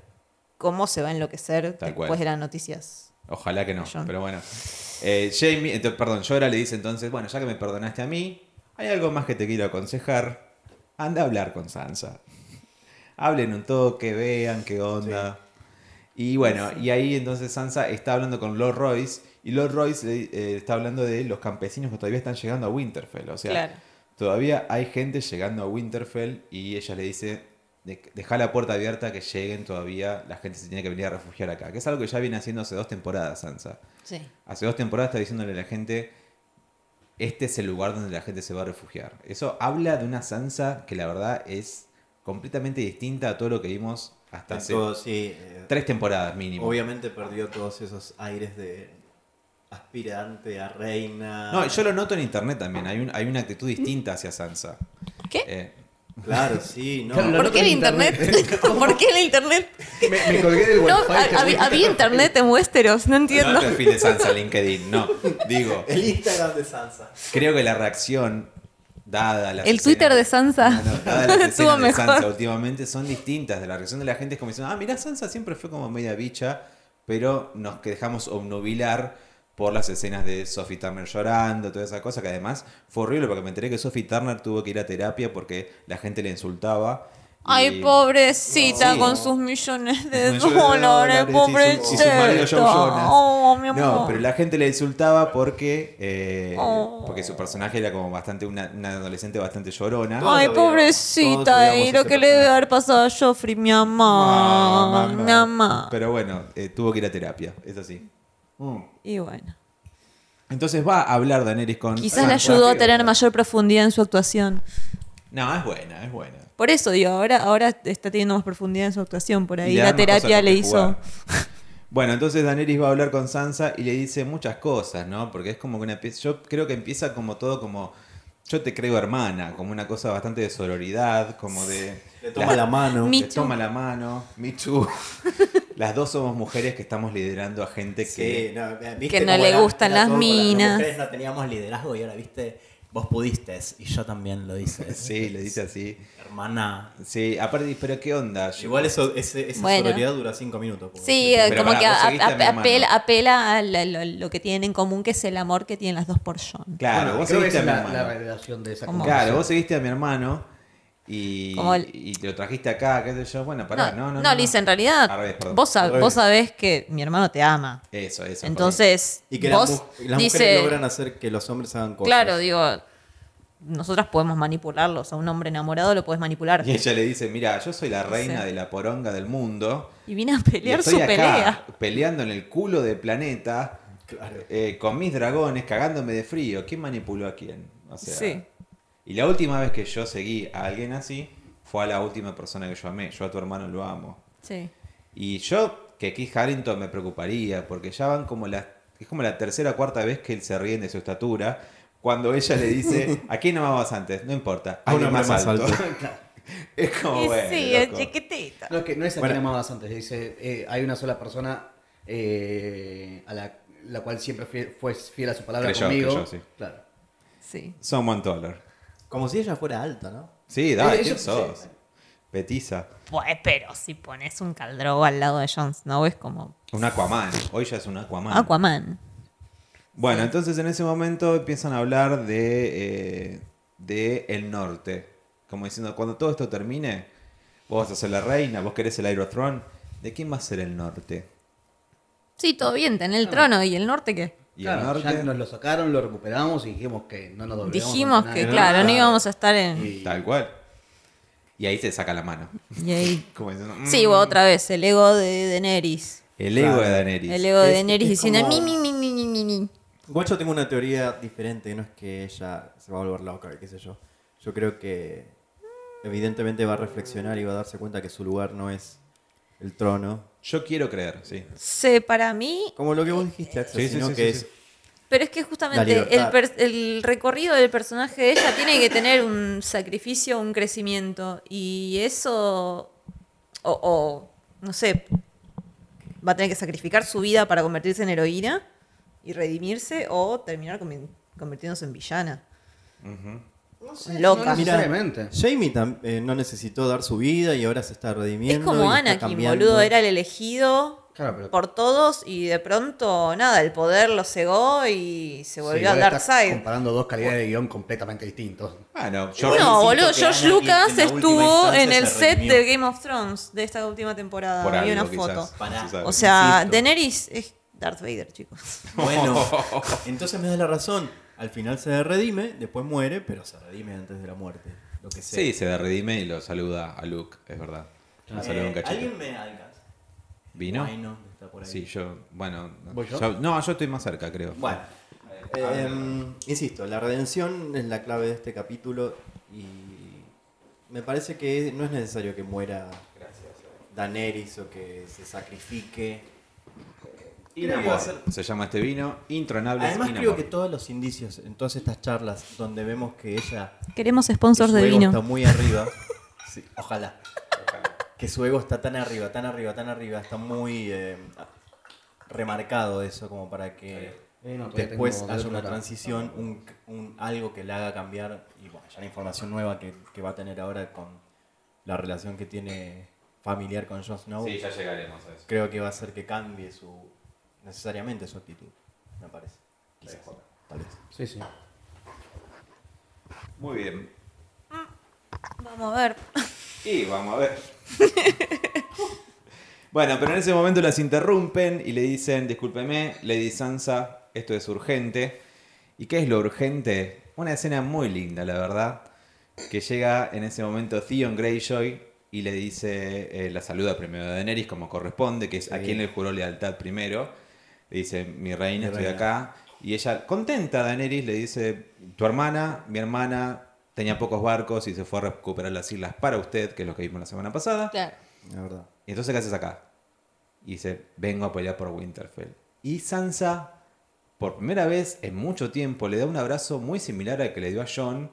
A: cómo se va a enloquecer
B: Tal
A: después
B: cual.
A: de las noticias.
B: Ojalá que no,
A: John.
B: pero bueno. Eh, Jamie, ento- perdón, Llora le dice entonces, bueno, ya que me perdonaste a mí, hay algo más que te quiero aconsejar. Anda a hablar con Sansa. Hablen un toque, vean qué onda. Y bueno, y ahí entonces Sansa está hablando con Lord Royce y Lord Royce le- eh, está hablando de los campesinos que todavía están llegando a Winterfell. O sea,
A: Claro.
B: todavía hay gente llegando a Winterfell y ella le dice, "De- deja la puerta abierta que lleguen todavía, la gente se tiene que venir a refugiar acá. Que es algo que ya viene haciendo hace dos temporadas Sansa.
A: Sí.
B: Hace dos temporadas está diciéndole a la gente, este es el lugar donde la gente se va a refugiar. Eso habla de una Sansa que la verdad es completamente distinta a todo lo que vimos hasta hace
C: Todo, sí, eh,
B: tres temporadas mínimo.
C: obviamente perdió todos esos aires de aspirante a reina.
B: No, yo lo noto en internet también, hay, un- hay una actitud distinta hacia Sansa.
A: ¿Qué?
B: Eh,
C: Claro, sí, no.
D: Claro, Lo
A: ¿Por
D: noto
A: qué
D: en
A: el internet? ¿Por qué el internet?
D: Me, me colgué del wifi.
A: No,
D: que
A: hab-
D: fue-
A: hab- había internet en Westeros, no
B: no
A: entiendo.
B: el perfil de Sansa en LinkedIn, no. Digo,
C: El Instagram de Sansa.
B: creo que la reacción dada a las
A: El
B: escenas-
A: Twitter de Sansa.
B: Ah, No, no, dada las
A: Estuvo
B: escenas de
A: mejor.
B: Sansa últimamente son distintas. De la reacción de la gente es como diciendo, ah, mirá, Sansa siempre fue como media bicha, pero nos dejamos obnubilar por las escenas de Sophie Turner llorando, toda esa cosa, que además fue horrible porque me enteré que Sophie Turner tuvo que ir a terapia porque la gente le insultaba. y-
A: Ay, pobrecita,
B: Sí.
A: con sus millones de
B: Millones de
A: dólares,
B: dólares, y su- y su marido
A: pobrecita.
B: Joe Jonas.
A: Oh, mi amor.
B: No, pero la gente le insultaba porque, eh,
A: Oh.
B: porque su personaje era como bastante una, una adolescente bastante llorona.
C: Todos
A: Ay,
C: lo veíamos, todos
A: pobrecita,
C: veíamos
A: y lo
C: ese
A: que le debe
C: personaje.
A: haber pasado a Joffrey, mi mamá,
B: Mamá.
A: mi mamá.
B: Pero bueno, eh, tuvo que ir a terapia, es así.
A: Y bueno,
B: Entonces va a hablar Daenerys con...
A: quizás
B: Ah,
A: le ayudó a
B: bueno,
A: tener mayor profundidad en su actuación.
B: No, es buena, es buena.
A: Por eso digo, ahora, ahora está teniendo más profundidad en su actuación, por ahí
B: Y le
A: la
B: dan más cosas
A: terapia
B: con
A: le
B: que
A: hizo.
B: jugar. Bueno, entonces Daenerys va a hablar con Sansa y le dice muchas cosas, ¿no? Porque es como que una pie- yo creo que empieza como todo como yo te creo hermana, como una cosa bastante de sororidad, como de
C: Le toma la mano.
B: le
A: Mi- Michu.
B: toma la mano, Michu. Las dos somos mujeres que estamos liderando a gente
F: Sí,
B: que
F: no, eh,
A: que
F: viste
A: no
F: cómo
A: le
F: era-
A: gustan
F: era
A: las
F: todo con
A: minas.
F: Las mujeres no teníamos liderazgo y ahora viste, vos pudiste y yo también lo hice.
B: sí, le dice así.
F: Hermana.
B: Sí, aparte, pero qué onda? Yo-
C: Igual eso, ese- esa
A: Bueno.
C: sororidad dura cinco minutos. porque-
A: Sí, eh,
B: Pero
A: como
B: pará,
A: que
B: vos
A: a-
B: seguiste a mi
A: a-
B: hermano.
A: apela, apela a la- lo, lo que tienen en común, que es el amor que tienen las dos por John.
B: Claro,
D: Bueno,
B: vos
D: creo que
B: seguiste
D: esa
B: a
D: es
B: mi
D: la, la
B: hermano.
D: revelación de esa
A: ¿Cómo?
D: conversación.
B: Claro, vos seguiste a mi hermano y,
A: Como el-
B: y lo trajiste acá, qué sé yo. Bueno, pará, no, no.
A: no, Liz, en realidad,
B: Al revés, perdón.
A: vos, sab-
C: Al revés.
A: vos sabés que mi hermano te ama.
B: Eso, eso.
A: Entonces,
C: Y que
A: vos
C: las, mu- las mujeres
A: dice,
C: logran hacer que los hombres hagan cosas.
A: claro, digo, nosotras podemos manipularlos. A un hombre enamorado lo podés manipular.
B: Y ella le dice, mira, yo soy la reina
A: Sí.
B: de la poronga del mundo.
A: Y vine a
B: y
A: pelear
B: estoy
A: su
B: acá,
A: pelea.
B: peleando en el culo del planeta, eh, con mis dragones, cagándome de frío. ¿Quién manipuló a quién? O sea,
A: Sí.
B: Y la última vez que yo seguí a alguien así, fue a la última persona que yo amé. Yo a tu hermano lo amo.
A: Sí.
B: Y yo, que Keith Harrington me preocuparía, porque ya van como la, es como la tercera o cuarta vez que él se ríen de su estatura, cuando ella le dice, ¿a quién amabas antes? No importa,
C: A un
B: alguien más,
C: hombre más
B: alto. es como, bueno,
A: sí, es
B: loco.
A: chiquitita.
D: No, es que no es a
C: Bueno.
D: quien amabas antes, dice, eh, hay una sola persona eh, a la, la cual siempre fie- fue fiel a su palabra
B: Creyó,
D: conmigo.
B: creyó, sí.
D: Claro.
A: Sí.
B: Someone taller.
C: Como si ella fuera alta, ¿no?
B: Sí, dale,
D: Eh,
B: ¿quién
D: yo-
B: sos?
D: sí.
B: Petiza.
A: Pues, pero si pones un caldrogo al lado de Jon Snow es como
B: Un Aquaman. Hoy ya es un Aquaman.
A: Aquaman.
B: Bueno, entonces en ese momento empiezan a hablar de, eh, de el norte. Como diciendo, cuando todo esto termine, vos vas a ser la reina, vos querés el Aerothrone. ¿De quién va a ser el norte?
A: Sí, todo bien, tenés el trono y el norte que
B: Y
D: Claro,
B: el
D: ya
B: norte,
D: nos lo sacaron, lo recuperamos y dijimos que no nos doblegamos.
A: dijimos
D: ante
A: que,
D: nadie.
A: claro, no íbamos a estar en...
D: Y-
B: tal cual. Y ahí se saca la mano.
A: Y ahí...
B: Como diciendo, mm.
A: Sí, bueno, otra vez, el ego de Daenerys.
B: El ego
C: Claro.
B: de Daenerys.
A: El ego de
C: Es-
A: Daenerys
C: es
A: diciendo...
C: como-
A: "Mi, mi, mi, mi, mi, mi, mi".
C: Igual yo tengo una teoría diferente, no es que ella se va a volver loca, qué sé yo. Yo creo que evidentemente va a reflexionar y va a darse cuenta que su lugar no es el trono.
B: Yo quiero creer, sí.
A: Sí, para mí...
C: Como lo que vos dijiste, Axel,
B: Sí, sí,
C: sino
B: sí,
C: que
B: sí,
C: es...
B: sí.
A: Pero es que justamente
C: libertad.
A: el, per- el recorrido del personaje de ella tiene que tener un sacrificio, un crecimiento. Y eso... O, o, no sé... Va a tener que sacrificar su vida para convertirse en heroína y redimirse o terminar convi- convirtiéndose en villana.
D: No
A: Loca.
D: necesariamente.
C: Jamie eh, no necesitó dar su vida y ahora se está redimiendo.
A: Es como
C: y está
A: Anakin,
C: cambiando.
A: boludo, era el elegido
D: Claro, pero-
A: por todos y de pronto, nada, el poder lo cegó y se
D: Sí,
A: volvió
D: igual
A: a
D: estás
A: Darkseid.
D: Comparando dos calidades de guión completamente distintos.
B: Bueno,
A: No,
B: yo
C: Igual insisto
A: boludo,
C: que
A: George
C: Anakin
A: Lucas
C: en la última
A: estuvo
C: instancia
A: en el
C: se
A: set
C: redimió.
A: de Game of Thrones de esta última temporada.
B: por
A: Vi
B: algo,
A: una
B: quizás.
A: foto.
F: Pará.
B: No se sabe.
A: O sea,
C: Insisto.
A: Daenerys es Darth Vader, chicos.
C: Bueno, entonces me da la razón. Al final se redime, después muere, pero se redime antes de la muerte. Lo que sea.
B: sí, se da redime y lo saluda a Luke, es verdad. Le
C: Eh,
B: saluda un cachito.
F: ¿Alguien me alcanza?
B: ¿Vino?
F: Ay, no, está por ahí.
B: Sí, yo, bueno. no.
D: ¿Voy yo?
B: no, yo estoy más cerca, creo.
C: Bueno, eh, insisto, la redención es la clave de este capítulo y me parece que no es necesario que muera Daenerys o que se sacrifique.
B: Inamor. Se llama este vino, intronables
C: Además creo
B: Inamor.
C: que todos los indicios en todas estas charlas donde vemos que ella
A: Queremos
C: que
A: sponsors
C: su
A: de
C: ego
A: vino.
C: está muy arriba, sí, ojalá, que su ego está tan arriba, tan arriba, tan arriba, está muy eh, remarcado eso como para que
D: Eh, no, todavía
C: después
D: tengo
C: haya
D: otro
C: una
D: acá.
C: transición, un, un- algo que le haga cambiar y bueno, ya la información nueva que, que va a tener ahora con la relación que tiene familiar con Jon Snow,
B: Sí, ya llegaremos a eso.
C: creo que va a hacer que cambie su necesariamente su actitud, me parece. Quizás, tal vez.
D: Sí, sí.
B: Muy bien.
A: Vamos a ver.
B: Y vamos a ver. bueno, pero en ese momento las interrumpen y le dicen, discúlpeme, Lady Sansa, esto es urgente. ¿Y qué es lo urgente? Una escena muy linda, la verdad, que llega en ese momento Theon Greyjoy y le dice, eh, la saluda primero a Daenerys como corresponde, que es a
C: Sí.
B: quien le juró lealtad primero. Le dice, mi reina,
C: Mi
B: estoy
C: reina.
B: acá. Y ella, contenta, Daenerys, le dice, tu hermana, mi hermana, tenía pocos barcos y se fue a recuperar las islas para usted, que es lo que vimos la semana pasada.
A: Claro.
C: La verdad.
B: Y entonces, ¿qué haces acá? y dice, vengo a pelear por Winterfell. Y Sansa, por primera vez en mucho tiempo, le da un abrazo muy similar al que le dio a Jon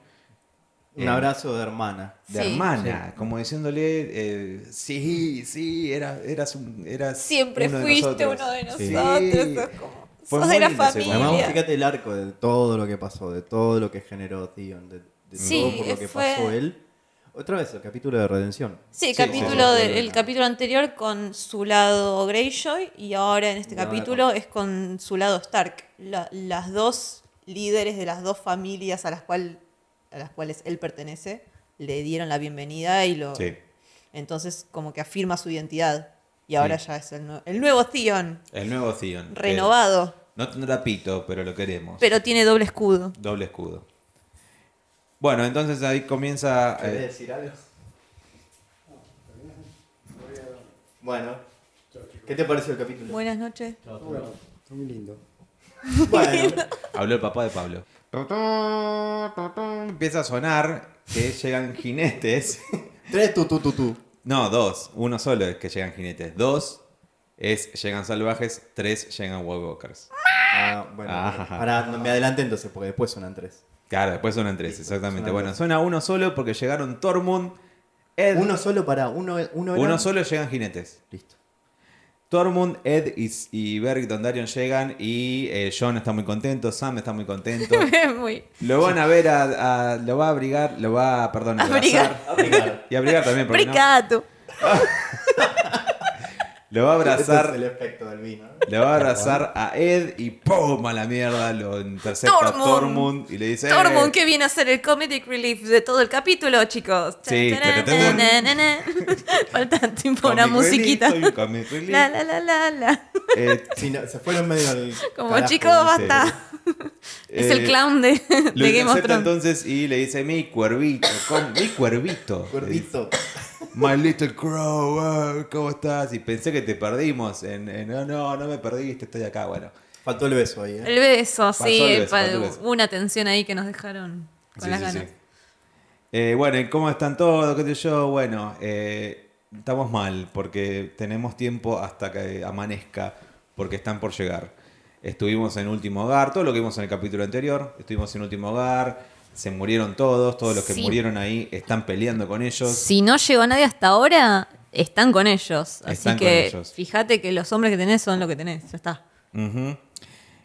C: Un abrazo de hermana.
B: de
E: Sí.
B: hermana, como diciéndole, eh, sí, sí, era, eras un, eras
E: Siempre
B: uno de
E: fuiste
B: nosotros".
E: uno de
B: Sí.
E: nosotros.
D: Sí.
E: Sos, como,
B: Fue
E: sos
B: muy
E: de la
B: lindo ese
C: Además, vos
B: momento.
E: familia.
C: fíjate el arco de todo lo que pasó, de todo lo que generó Theon, de, de
E: Sí,
C: todo por lo que
E: fue-
C: pasó él. Otra vez, el capítulo de redención.
E: Sí, el
B: Sí, sí, sí,
E: capítulo
B: sí,
E: de-
B: sí, sí.
E: el capítulo anterior con su lado Greyjoy y ahora en este
C: Y ahora
E: capítulo es con su lado Stark. La- las dos líderes de las dos familias a las, cual, a las cuales él pertenece le dieron la bienvenida y lo...
B: Sí.
E: Entonces como que afirma su identidad y ahora
B: Sí.
E: ya es el, nue- el nuevo Theon,
B: El nuevo Theon. que
E: renovado,
B: No tendrá pito, pero lo queremos.
E: pero tiene doble escudo.
B: Doble escudo. Bueno, entonces ahí comienza.
C: ¿Querés
B: eh,
C: decir algo? Bueno, ¿qué te pareció el capítulo?
E: Buenas noches.
D: Bueno, muy lindo.
C: Bueno,
B: habló el papá de Pablo. Empieza a sonar que llegan jinetes.
C: tres tu tu tu tu.
B: No, dos. Uno solo es que llegan jinetes. Dos es llegan salvajes. Tres llegan White Walkers.
C: Ah, bueno,
B: Ajá.
C: ahora no me adelanté entonces porque después sonan tres.
B: Claro, después suenan tres, exactamente.
C: suenan
B: Bueno,
C: dos.
B: suena uno solo porque llegaron Tormund. Ed.
C: Uno solo para uno uno era-
B: uno solo llegan jinetes.
C: Listo.
B: Tormund, Ed y, y Beric Dondarrion llegan y eh, John está muy contento, Sam está muy contento.
E: Muy-
B: Lo van a ver a, a- lo va a abrigar, lo va, perdón, abrazar.
E: Abrigar.
D: Ah,
C: Aplicar.
B: y abrigar también, porque no.
E: Precato.
B: lo va a
C: Ese Este es
B: abrazar,
C: el efecto del vino. ¿eh?
B: le va a abrazar a Ed y ¡pum! a la mierda lo intercepta
E: Tormund.
B: Tormund, y le dice
E: Tormund,
B: "Eh".
E: que viene a ser el comedic relief de todo el capítulo, chicos.
B: Sí,
E: Tararán,
B: tatatán.
E: na, na, na. Falta tipo
B: "Eh, Con
E: una
B: mi
E: musiquita.
B: relito y con mi relito.
E: La, la, la, la, la.
B: Eh,
C: Si no, se fueron medio al
E: Como
C: carajo,
E: chicos,
C: dice.
E: basta. es el
B: eh,
E: clown de,
B: Lo
E: de Game of
B: intercepta
E: Thrones.
B: entonces y le dice mi cuervito, con- mi cuervito. le
C: Cuervito.
B: My little crow, ah, ¿cómo estás? Y pensé que te perdimos. En, en- no, no, no me perdiste, estoy acá. Bueno,
C: Faltó el beso ahí, ¿eh?
E: El beso, sí.
B: el beso,
E: pa-
B: pasó el beso.
E: Hubo una tensión ahí que nos dejaron con
B: Sí,
E: las
B: sí, sí.
E: ganas.
B: Eh, bueno, ¿y cómo están todos? ¿Qué sé yo? Bueno, eh, estamos mal porque tenemos tiempo hasta que amanezca porque están por llegar. Estuvimos en último hogar, todo lo que vimos en el capítulo anterior, estuvimos en último hogar, se murieron todos, todos los que
E: Sí.
B: murieron ahí están peleando con ellos.
E: Si no llegó nadie hasta ahora, están con ellos. Así
B: Están con
E: que
B: ellos.
E: fíjate que los hombres que tenés son lo que tenés. Ya está.
B: Ujú.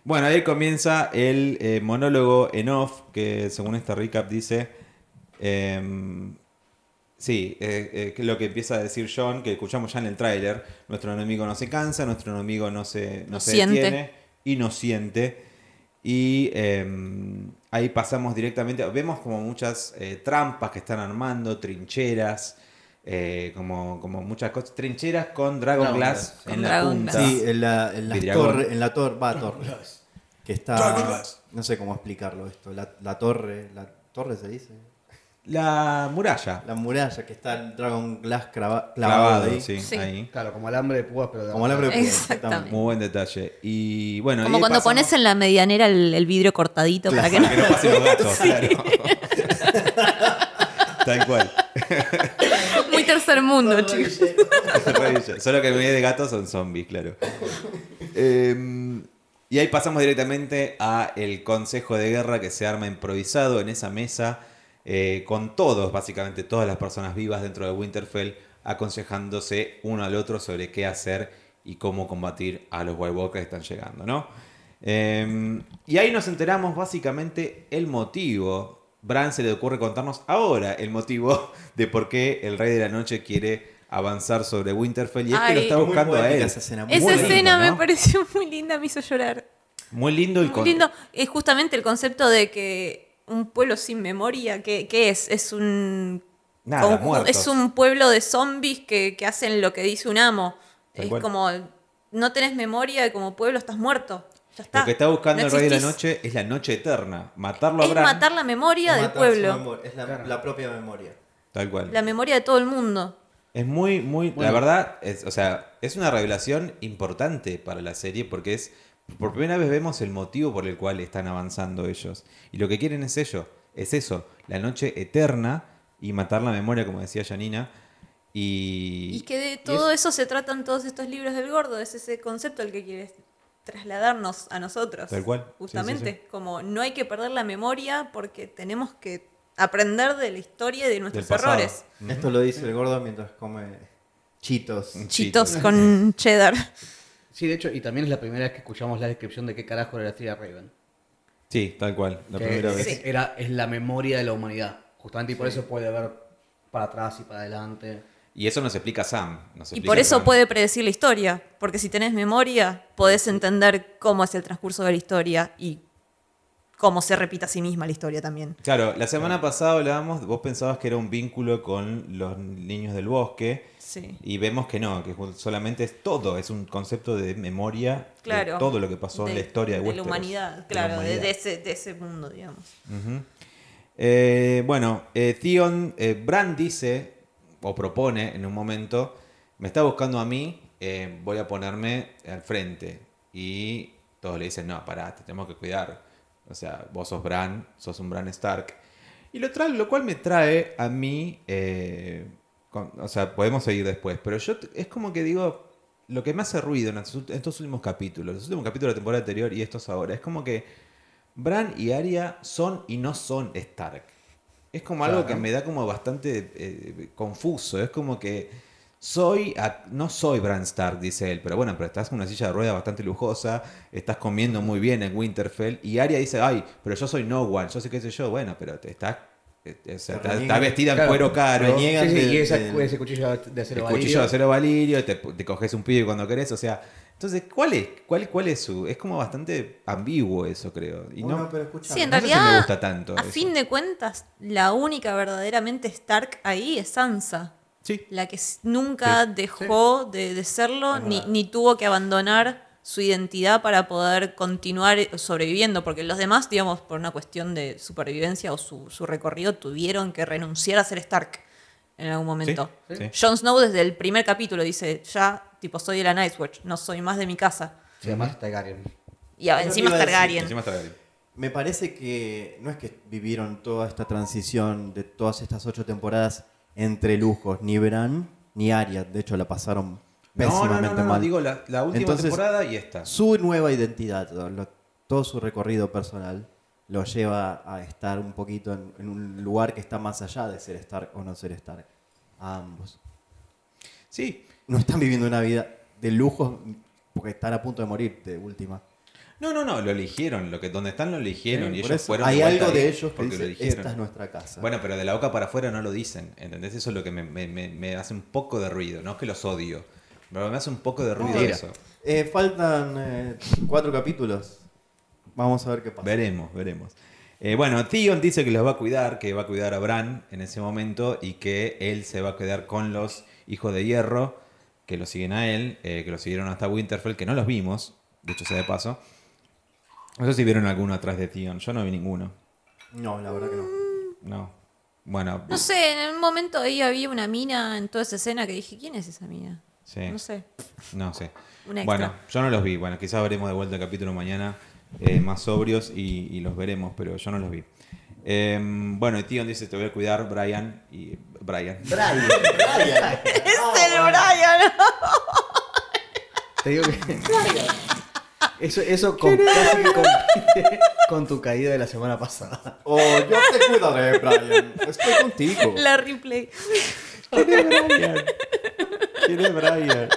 B: Bueno, ahí comienza el eh, monólogo en off, que según este recap dice. em, sí, eh, eh, que es lo que empieza a decir John, que escuchamos ya en el tráiler. Nuestro enemigo no se cansa, nuestro enemigo no se, no
E: No
B: se
E: siente.
B: detiene y no siente. Y em, ahí pasamos directamente. Vemos como muchas eh, trampas que están armando, trincheras. eh, como, como muchas cosas. Trincheras con Dragon
D: Dragon
B: Glass
D: Glass.
E: Con
B: en la
E: Dragon
B: punta.
E: Glass.
C: Sí, en la, en las
B: Vidriagón.
C: torre- en la torre, va, torre. Que está, no sé cómo explicarlo esto, la, la torre, la torre se dice,
B: La muralla.
C: la muralla que está el Dragon Glass crava- clavado,
B: clavado,
C: ahí.
B: sí,
E: Sí.
B: ahí.
D: Claro, como alambre de púas, pero de
C: Como alambre de púas,
E: Exactamente.
B: Muy buen detalle. Y bueno,
E: Como
B: y
E: cuando
B: pasamos-
E: pones en la medianera el, el vidrio cortadito para que no.
B: Para que no pasen los gatos, claro. Tal cual.
E: Muy tercer mundo, chicos.
B: Maravilla. Solo que en vez de gatos son zombies, claro. Em, y ahí pasamos directamente a el consejo de guerra que se arma improvisado en esa mesa eh, con todos, básicamente todas las personas vivas dentro de Winterfell aconsejándose uno al otro sobre qué hacer y cómo combatir a los White Walkers que están llegando, ¿no? Em, y ahí nos enteramos básicamente el motivo. Bran se le ocurre contarnos ahora el motivo de por qué el Rey de la Noche quiere avanzar sobre Winterfell y es que
E: Ay.
B: lo está
C: Muy
B: buscando a
C: poética
B: él.
C: esa escena, muy
E: Esa
B: Muy lindo,
E: escena
B: ¿no?
E: me pareció muy linda, me hizo llorar.
B: Muy lindo el
E: Muy
B: con-
E: lindo. Es justamente el concepto de que un pueblo sin memoria, ¿qué, qué es? Es un.
B: Nada,
E: conju-
B: muertos.
E: es un pueblo de zombies que, que hacen lo que dice un amo.
B: Tal
E: es
B: cual.
E: como. No tenés memoria y como pueblo estás muerto. Ya está.
B: Lo que está buscando
E: No
B: el Rey de la
E: existís.
B: Noche es la noche eterna. Matarlo a
E: Es
B: Bran.
E: matar la memoria del
C: Mata su
E: pueblo.
C: memoria, Es la, la propia memoria.
B: Tal cual.
E: La memoria de todo el mundo.
B: Es muy, muy. La
D: Bueno.
B: verdad, es, o sea, es una revelación importante para la serie porque es. Por primera vez vemos el motivo por el cual están avanzando ellos. Y lo que quieren es ello. Es eso. La noche eterna y matar la memoria, como decía Janina. Y,
E: Y que de
B: eso-
E: todo eso se tratan todos estos libros del gordo, es ese concepto al que quieres trasladarnos a nosotros.
B: Tal cual, sí,
E: Justamente,
B: sí,
E: como no hay que perder la memoria porque tenemos que aprender de la historia y de nuestros
B: Del pasado.
E: errores.
C: Esto lo dice el gordo mientras come chitos.
E: Chitos con cheddar.
D: Sí, de hecho, y también es la primera vez que escuchamos la descripción de qué carajo era la estrella Raven.
B: Sí, tal cual. La
D: que
B: primera
D: es,
B: vez.
E: Sí.
D: Era, es la memoria de la humanidad. Justamente y por eso puede haber para atrás y para adelante.
B: Y eso nos explica Sam. nos
E: Y
B: explica
E: por eso
B: Sam.
E: puede predecir la historia, porque si tenés memoria, podés entender cómo es el transcurso de la historia y cómo se repite a sí misma la historia también.
B: Claro, la semana pasada hablábamos, vos pensabas que era un vínculo con los niños del bosque.
E: Sí.
B: Y vemos que no, que solamente es todo, es un concepto de memoria
E: Claro.
B: de todo lo que pasó en
E: De-
B: la historia de,
E: de la
B: Westeros,
E: humanidad,
B: de la
E: claro, de-
B: humanidad.
E: de ese- de ese mundo, digamos.
B: Ujú. Eh, bueno, eh, Theon, eh, Bran dice, o propone en un momento, me está buscando a mí, eh, voy a ponerme al frente. Y todos le dicen, no, pará, te tenemos que cuidar. O sea, vos sos Bran, sos un Bran Stark. Y lo, tra- lo cual me trae a mí, eh, con- o sea, podemos seguir después, pero yo t- es como que digo, lo que me hace ruido en las ult- estos últimos capítulos, los últimos capítulos de la temporada anterior y estos ahora, es como que... Bran y Arya son y no son Stark. Es como algo que
D: Claro.
B: me da como bastante eh, confuso. Es como que soy, a- no soy Bran Stark, dice él, pero bueno, pero estás en una silla de ruedas bastante lujosa, estás comiendo muy bien en Winterfell y Arya dice, ay, pero yo soy no one, yo sé qué sé yo, bueno, pero te estás, eh, eh, o sea,
C: Se
B: estás-
C: reniega.
B: estás vestida en
D: Claro,
B: cuero caro.
C: reniega. Llegan
D: Sí, sí,
C: de-
D: y esa-
C: de-
D: ese cuchillo de
B: El
D: acero
B: cuchillo de acero valirio, te, te coges un pibe cuando querés, o sea. Entonces, ¿cuál es? ¿Cuál, cuál es su? Es como bastante ambiguo eso, creo. Y
C: Bueno,
B: no,
C: pero escucha,
E: Sí, en
B: No sé si me
E: realidad,
B: gusta tanto
E: a
B: eso.
E: fin de cuentas, la única verdaderamente Stark ahí es Sansa.
B: Sí.
E: La que s- nunca dejó de, de serlo,
C: Es
E: ni,
C: verdad.
E: ni tuvo que abandonar su identidad para poder continuar eh, sobreviviendo, porque los demás, digamos, por una cuestión de supervivencia o su, su recorrido, tuvieron que renunciar a ser Stark en algún momento.
B: Sí, sí.
E: Jon Snow desde el primer capítulo dice, ya, tipo, soy de la Nightwatch, no soy más de mi casa.
D: Sí, además está Targaryen.
E: Y a-
C: Eso
E: encima
C: te iba
E: es
C: a decir,
E: Targaryen.
B: Encima está Gabriel.
C: Me parece que no es que vivieron toda esta transición de todas estas ocho temporadas entre lujos, ni Bran ni Arya, de hecho la pasaron
B: No, no,
C: pésimamente
B: no, no, no,
C: mal.
B: digo la, la última
C: Entonces-
B: temporada y esta.
C: Su nueva identidad, todo, lo- todo su recorrido personal lo lleva a estar un poquito en, en un lugar que está más allá de ser Stark o no ser Stark. A ambos.
B: Sí.
C: No están viviendo una vida de lujos porque están a punto de morir de última.
B: No, no, no, lo eligieron. Lo que, donde están lo eligieron.
C: Sí,
B: y
C: por
B: ellos
C: eso
B: fueron
C: Hay
B: vuelta
C: algo de
B: ahí
C: ellos que
B: porque lo
C: dice,
B: eligieron.
C: esta es nuestra casa.
B: Bueno, pero de la boca para afuera no lo dicen, ¿entendés? Eso es lo que me, me- me- me hace un poco de ruido. No es que los odio, pero me hace un poco de ruido
D: Mira.
B: eso.
C: Eh, faltan eh, cuatro capítulos. Vamos a ver qué pasa.
B: Veremos, veremos. Eh, bueno, Theon dice que los va a cuidar, que va a cuidar a Bran en ese momento y que él se va a quedar con los hijos de hierro que lo siguen a él, eh, que lo siguieron hasta Winterfell, que no los vimos, dicho sea de paso. No sé si vieron alguno atrás de Theon, yo no vi ninguno.
C: No, la verdad que no.
B: No. Bueno,
E: No sé, en un momento ahí había una mina en toda esa escena que dije, ¿quién es esa mina?
B: Sí.
E: No sé.
B: No sé.
E: Un extra.
B: Bueno, yo no los vi. Bueno, quizás veremos de vuelta el capítulo mañana eh, más sobrios y, y los veremos, pero yo no los vi. Eh, bueno, y Tion dice, te voy a cuidar, Brian. Y Brian.
D: Brian, Brian.
E: ¡Es el Brian!
D: Te digo que. Eso, eso con, casi que compite con tu caída de la semana pasada.
C: Oh, yo te cuidaré, Brian. Estoy contigo.
E: La replay.
B: ¿Quién es Brian? ¿Quién es Brian?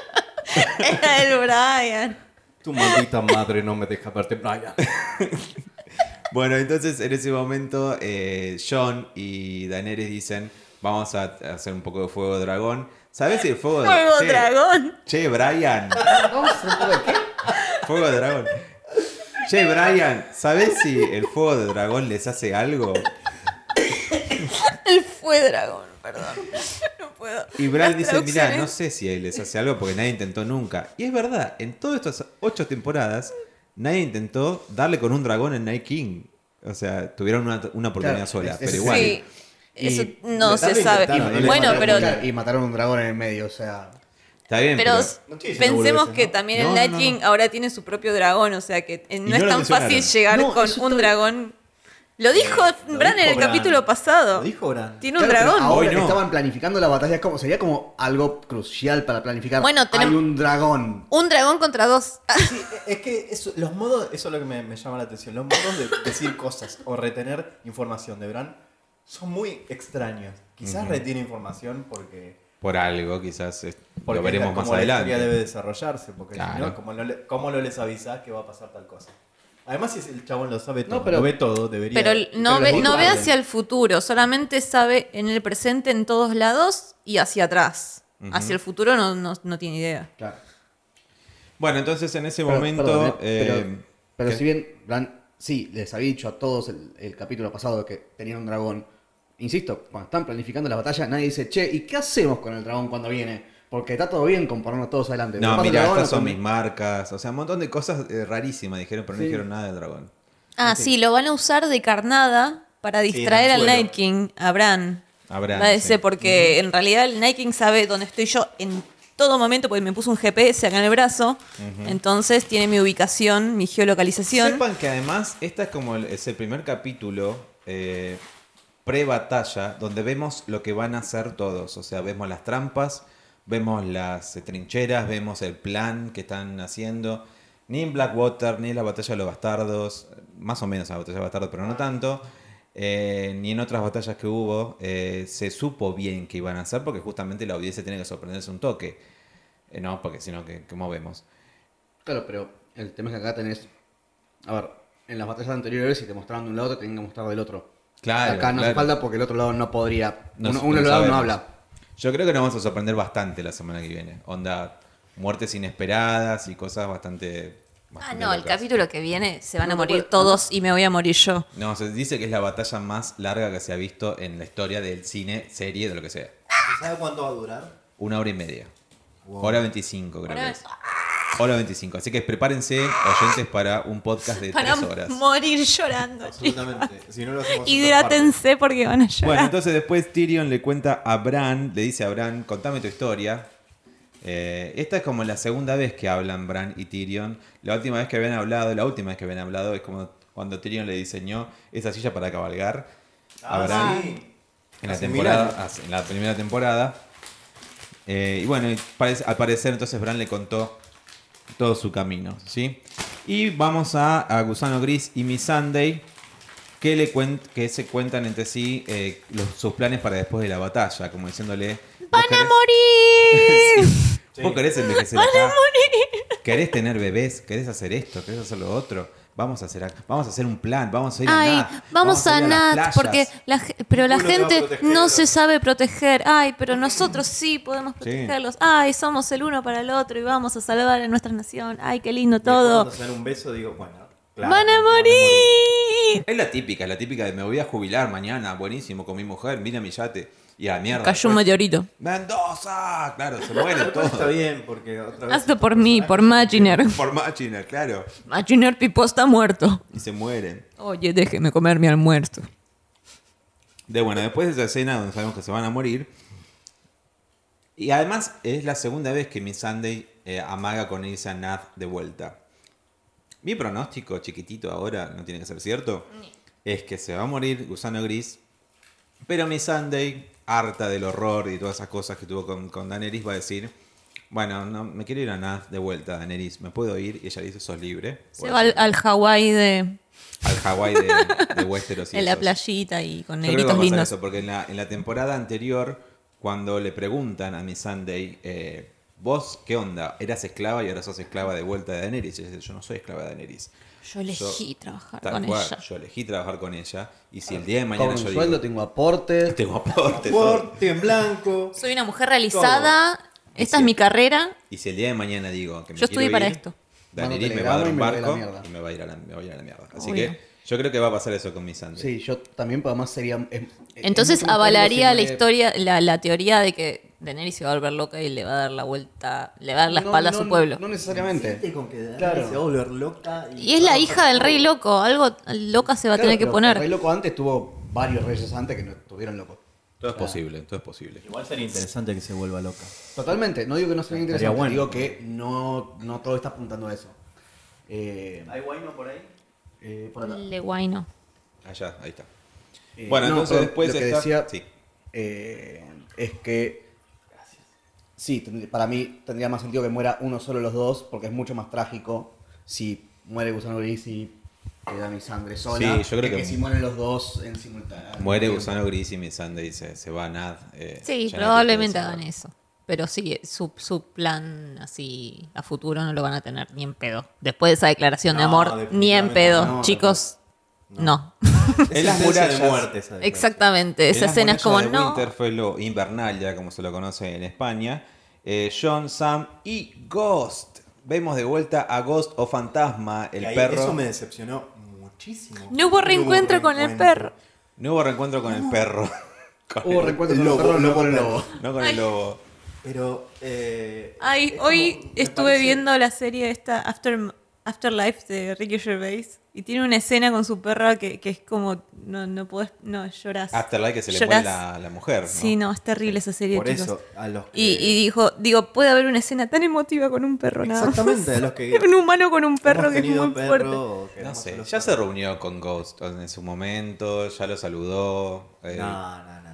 E: Era el Brian.
C: Tu maldita madre no me deja verte, Brian.
B: Bueno, entonces en ese momento eh, John y Daenerys dicen, vamos a hacer un poco de fuego de dragón. ¿Sabes si el fuego de
E: Nuevo
B: Che,
E: dragón.
B: Che, Brian.
D: Vamos a hacer un poco de qué?
B: Fuego de dragón. Che, Brian, ¿sabés si el fuego de dragón les hace algo?
E: Él fue dragón, perdón. No puedo.
B: Y Bran
E: Las
B: dice, mirá,
E: traducciones".
B: no sé si les hace algo porque nadie intentó nunca. Y es verdad, en todas estas ocho temporadas, nadie intentó darle con un dragón en Night King. O sea, tuvieron una, una oportunidad
D: Claro,
B: sola,
D: es-
B: pero
D: es-
B: igual.
E: Sí.
D: Y
E: Eso no
C: lo
E: se
C: tarde
E: sabe.
C: intentaron, no le
E: bueno,
C: mataron
E: pero,
D: Claro, Y mataron a un dragón en el medio, o sea.
B: Está bien,
E: pero
B: pero...
C: No estoy diciendo
E: pensemos
C: boludeces,
E: que
C: ¿no?
E: también
B: No, no,
E: el Night
B: no.
E: King ahora tiene su propio dragón, o sea que eh,
B: Y
E: no
B: no
E: es
B: lo
E: tan
B: mencionaron.
E: fácil llegar
D: No,
E: con
D: eso
E: un
D: está-
E: dragón Lo dijo
C: Lo
E: Bran en
C: dijo
E: el capítulo pasado.
C: Lo dijo Bran.
E: Tiene un
D: Claro, pero
E: dragón.
D: Ahora
B: Hoy
D: que
B: no.
D: estaban planificando la batalla, es como, sería como algo crucial para planificar.
E: Bueno,
D: Hay
E: tenemos-
D: un dragón.
E: Un dragón contra dos. ah,
C: Sí, es que eso- los modos, eso es lo que me, me llama la atención, los modos de decir cosas o retener información de Bran son muy extraños. Quizás retiene información porque,
B: Por algo, quizás eh,
C: porque
B: lo veremos
C: es como
B: más
C: la
B: adelante.
C: historia debe desarrollarse, porque si
B: Claro.
C: no, ¿cómo no, le- cómo no les avisás que va a pasar tal cosa? Además, si es- el chabón lo sabe todo,
D: pero-
C: lo ve todo, debería...
E: Pero no,
C: eh, pero
E: ve,
C: los
E: no ve
C: guarden.
E: hacia el futuro, solamente sabe en el presente en todos lados y hacia atrás. Hacia el futuro no, no- no tiene idea.
D: Claro.
B: Bueno, entonces en ese
D: Pero,
B: este momento.
D: perdón, ¿eh?
B: eh,
D: pero, pero
B: ¿qué?
D: si bien Bran, sí, les había dicho a todos el, el capítulo pasado que tenían un dragón, insisto, cuando están planificando la batalla, nadie dice, che, ¿y qué hacemos con el dragón cuando viene? Porque está todo bien con ponernos todos adelante.
B: No,
D: Pero pasa el
B: mira,
D: dragón,
B: estas son
D: cuando-
B: mis marcas. O sea, un montón de cosas eh, rarísimas dijeron, pero no dijeron nada del dragón.
E: Ah, sí, lo van a usar de carnada para distraer al
C: anzuelo.
E: Night King, a Bran.
B: A Bran,
E: Va a decir,
B: sí.
E: Porque en realidad el Night King sabe dónde estoy yo en todo momento, porque me puso un GPS acá en el brazo. Entonces tiene mi ubicación, mi geolocalización.
B: Sepan que además, esta es como el, es el primer capítulo eh, pre-batalla, donde vemos lo que van a hacer todos. O sea, vemos las trampas, vemos las eh, trincheras, vemos el plan que están haciendo. Ni en Blackwater, ni en la batalla de los bastardos, más o menos en la batalla de los bastardos, pero no tanto. eh, ni en otras batallas que hubo, eh, se supo bien qué iban a hacer, porque justamente la audiencia tiene que sorprenderse un toque. Eh, no, porque sino que, como vemos.
D: Claro, pero el tema es que acá tenés. A ver, en las batallas anteriores, si te mostraban de un lado, te tenían que mostrar del otro.
B: Claro,
D: acá no hace
B: claro.
D: falta porque el otro lado no podría.
B: No
D: uno
B: sé,
D: uno
B: no
D: del lado no
B: sabemos.
D: habla.
B: Yo creo que nos vamos a sorprender bastante la semana que viene. Onda, muertes inesperadas y cosas bastante.
E: Ah,
B: bastante
E: no, el
B: locas.
E: capítulo que viene se van
D: No,
E: a
D: no
E: morir
D: puede-
E: todos y me voy a morir yo.
B: No, se dice que es la batalla más larga que se ha visto en la historia del cine, serie, de lo que sea.
C: ¿Sabe cuánto va a durar?
B: Una hora y media.
C: Wow.
B: Hora 25, creo
E: Hora
B: que es. Hora 25. Así que prepárense, oyentes, para un podcast de
E: Para
B: tres horas.
E: morir llorando. chicos.
C: Absolutamente. si no lo hacemos en otras partes.
E: Hidrátense porque van a llorar.
B: Bueno, entonces después Tyrion le cuenta a Bran, le dice a Bran, contame tu historia. Eh, esta es como la segunda vez que hablan Bran y Tyrion. La última vez que habían hablado, la última vez que habían hablado es como cuando Tyrion le diseñó esa silla para cabalgar a
C: Ah,
B: Bran
C: sí.
B: en, la
C: Hace mil
B: temporada,
C: años.
B: hace- en la primera temporada. Eh, y bueno, y parece- al parecer entonces Bran le contó todo su camino, ¿sí? Y vamos a, a Gusano Gris y Miss Sunday, que, le cuen- que se cuentan entre sí eh, los, sus planes para después de la batalla, como diciéndole...
E: ¡Van
B: "Vos
E: a
B: querés-
E: morir!
B: Vos querés envejecer acá. ¿Querés tener bebés? ¿Querés hacer esto? ¿Querés hacer lo otro? Vamos a hacer, ac- vamos a hacer un plan, vamos a ir a
E: Ay,
B: Nat,
E: vamos,
B: ir
E: a,
B: las
E: Nat,
B: playas".
E: porque la, ge- pero la
C: Ninguno te va a
E: gente
C: proteger.
E: no se sabe proteger. Ay, pero nosotros sí podemos
B: Sí.
E: protegerlos. Ay, somos el uno para el otro y vamos a salvar a nuestra nación. Ay, qué lindo
C: Y después
E: todo.
C: Cuando se dan un beso, digo, bueno. claro,
E: ¡Van a morir!
B: Es la típica, la típica de me voy a jubilar mañana, buenísimo, con mi mujer, mira mi yate. Y a la mierda. pues.
E: Cayó un meteorito.
B: ¡Mendoza! Claro, se mueren
C: Pero está
B: todos.
C: bien, porque otra vez.
E: Hazlo por mí, por Maginer.
B: Por máquina, claro.
E: Maginer Pipo está muerto.
B: Y se mueren.
E: Oye, déjeme comer mi almuerzo.
B: De bueno, después de esa escena donde sabemos que se van a morir. Y además es la segunda vez que Miss Sunday eh, amaga con irse a Nath de vuelta. Mi pronóstico chiquitito ahora, no tiene que ser cierto, es que se va a morir Gusano Gris. Pero Miss Sunday, harta del horror y todas esas cosas que tuvo con, con Daenerys, va a decir, bueno, no, me quiero ir a Nath de vuelta, Daenerys, me puedo ir. Y ella dice, sos libre.
E: Se
B: Puedo
E: va al,
B: ir
E: al Hawái de,
B: al Hawái de, de Westeros. y
E: en la
B: esos-
E: playita y con
B: yo creo que va a
E: negritos
B: pasar
E: lindos.
B: eso, porque en la, en la temporada anterior, cuando le preguntan a Miss Sunday, eh, vos, ¿qué onda? Eras esclava y ahora sos esclava de vuelta de Daenerys. Ella dice, yo no soy esclava de Daenerys.
E: Yo elegí
B: Yo-
E: trabajar
B: Tal
E: con
B: cual,
E: ella.
B: Yo elegí trabajar con ella y si el día de
D: Ah, Con
B: mañana
D: un
B: yo
D: sueldo,
B: digo,
D: tengo aportes.
B: tengo aporte, todo".
C: Porte en blanco.
E: Soy una mujer realizada. Esta es mi carrera.
B: Y si el día de mañana digo que me
E: Yo
B: quiero
E: estudié para
B: ir,
E: esto.
B: Daenerys
D: Mando
B: me va a dar un
D: telegrama
B: barco
D: y me voy a la mierda.
B: y me va a ir a la, me va a ir a la mierda. Así
E: Obvio.
B: que yo creo que va a pasar eso con Miss Sunday.
D: Sí, yo también, pero además sería. es- es
E: Entonces
D: mucho más cómodo
E: avalaría
D: si
E: la
D: me-
E: historia, la, la teoría de que Daenerys se va a volver loca y le va a dar la vuelta, le va a dar la
D: No,
E: espalda
D: no,
E: a su pueblo.
D: No necesariamente.
C: Insiste con que Daenerys
D: Claro.
C: se va a volver loca.
E: y es la hija del rey loco. Algo loca se va a
D: Claro,
E: tener que
D: pero
E: poner.
D: El rey loco antes tuvo varios reyes antes que no estuvieron locos.
B: Todo es posible, todo es posible.
A: Igual sería
C: Interesante que se vuelva loca.
D: Totalmente. No digo que no sea interesante.
C: bueno.
D: Digo que no, no todo está apuntando a eso. Eh,
C: ¿Hay guayno por ahí?
D: eh, por acá.
E: Le guay no.
B: Allá, ahí está.
D: Eh,
B: bueno,
D: no,
B: entonces
D: pero
B: después
D: lo que
B: está-
D: decía
B: sí.
D: eh, es que sí, tend- para mí tendría más sentido que muera uno solo de los dos, porque es mucho más trágico si muere Gusano Gris y queda mi sangre sola.
B: Sí, yo creo que-
D: si mueren los dos en simultáneo.
B: Muere Gusano Gris y Missandei se, se va a Nad. eh,
E: Sí,
B: ya no
E: probablemente
B: tiene que
E: hagan eso. Pero sí, su, su plan así a futuro no lo van a tener ni en pedo. Después de esa declaración de
C: No,
E: amor, ni en
C: definitivamente
E: pedo.
C: no,
E: Chicos, no.
B: En
C: Es
B: las
C: la sentencia de
B: murallas.
C: muerte esa. de-
E: Exactamente.
B: En
E: Esa
B: las
E: escena es como,
B: murallas de
E: no.
B: Winter fue lo invernal, ya como se lo conoce en España. Eh, John, Sam y Ghost. Vemos de vuelta a Ghost o Fantasma, el
C: Y ahí
B: perro.
C: Eso me decepcionó muchísimo.
E: No hubo reencuentro con el perro.
B: No hubo reencuentro con
E: Ah.
B: el perro. Con
D: Hubo
B: el-
D: recuerdo con
C: Lobo,
D: el perro, no
C: lobo,
D: con el
C: perro.
D: lobo.
B: No con
E: Ay.
B: el lobo.
C: Pero. eh,
E: Ay,
C: es como-
E: hoy
C: me
E: estuve
C: parece-
E: viendo la serie esta After, Afterlife de Ricky Gervais y tiene una escena con su perra que, que es como no no podés no llorás.
B: Afterlife que se le
E: Llorás.
B: muere la, la mujer. ¿no?
E: Sí, no, es terrible esa serie,
C: Por
E: chicos.
C: eso, eh, a los que.
E: Y, y dijo, digo, puede haber una escena tan emotiva con un perro nada más.
C: Exactamente, a los que.
E: Un humano con un perro
C: hemos
E: que es
C: tenido
E: muy
C: perro,
E: fuerte.
C: o que
B: No
C: éramos
B: sé,
C: solo
B: ya se
C: perros.
B: reunió con Ghost en su momento, ya lo saludó. eh,
C: No, no, no, no. no.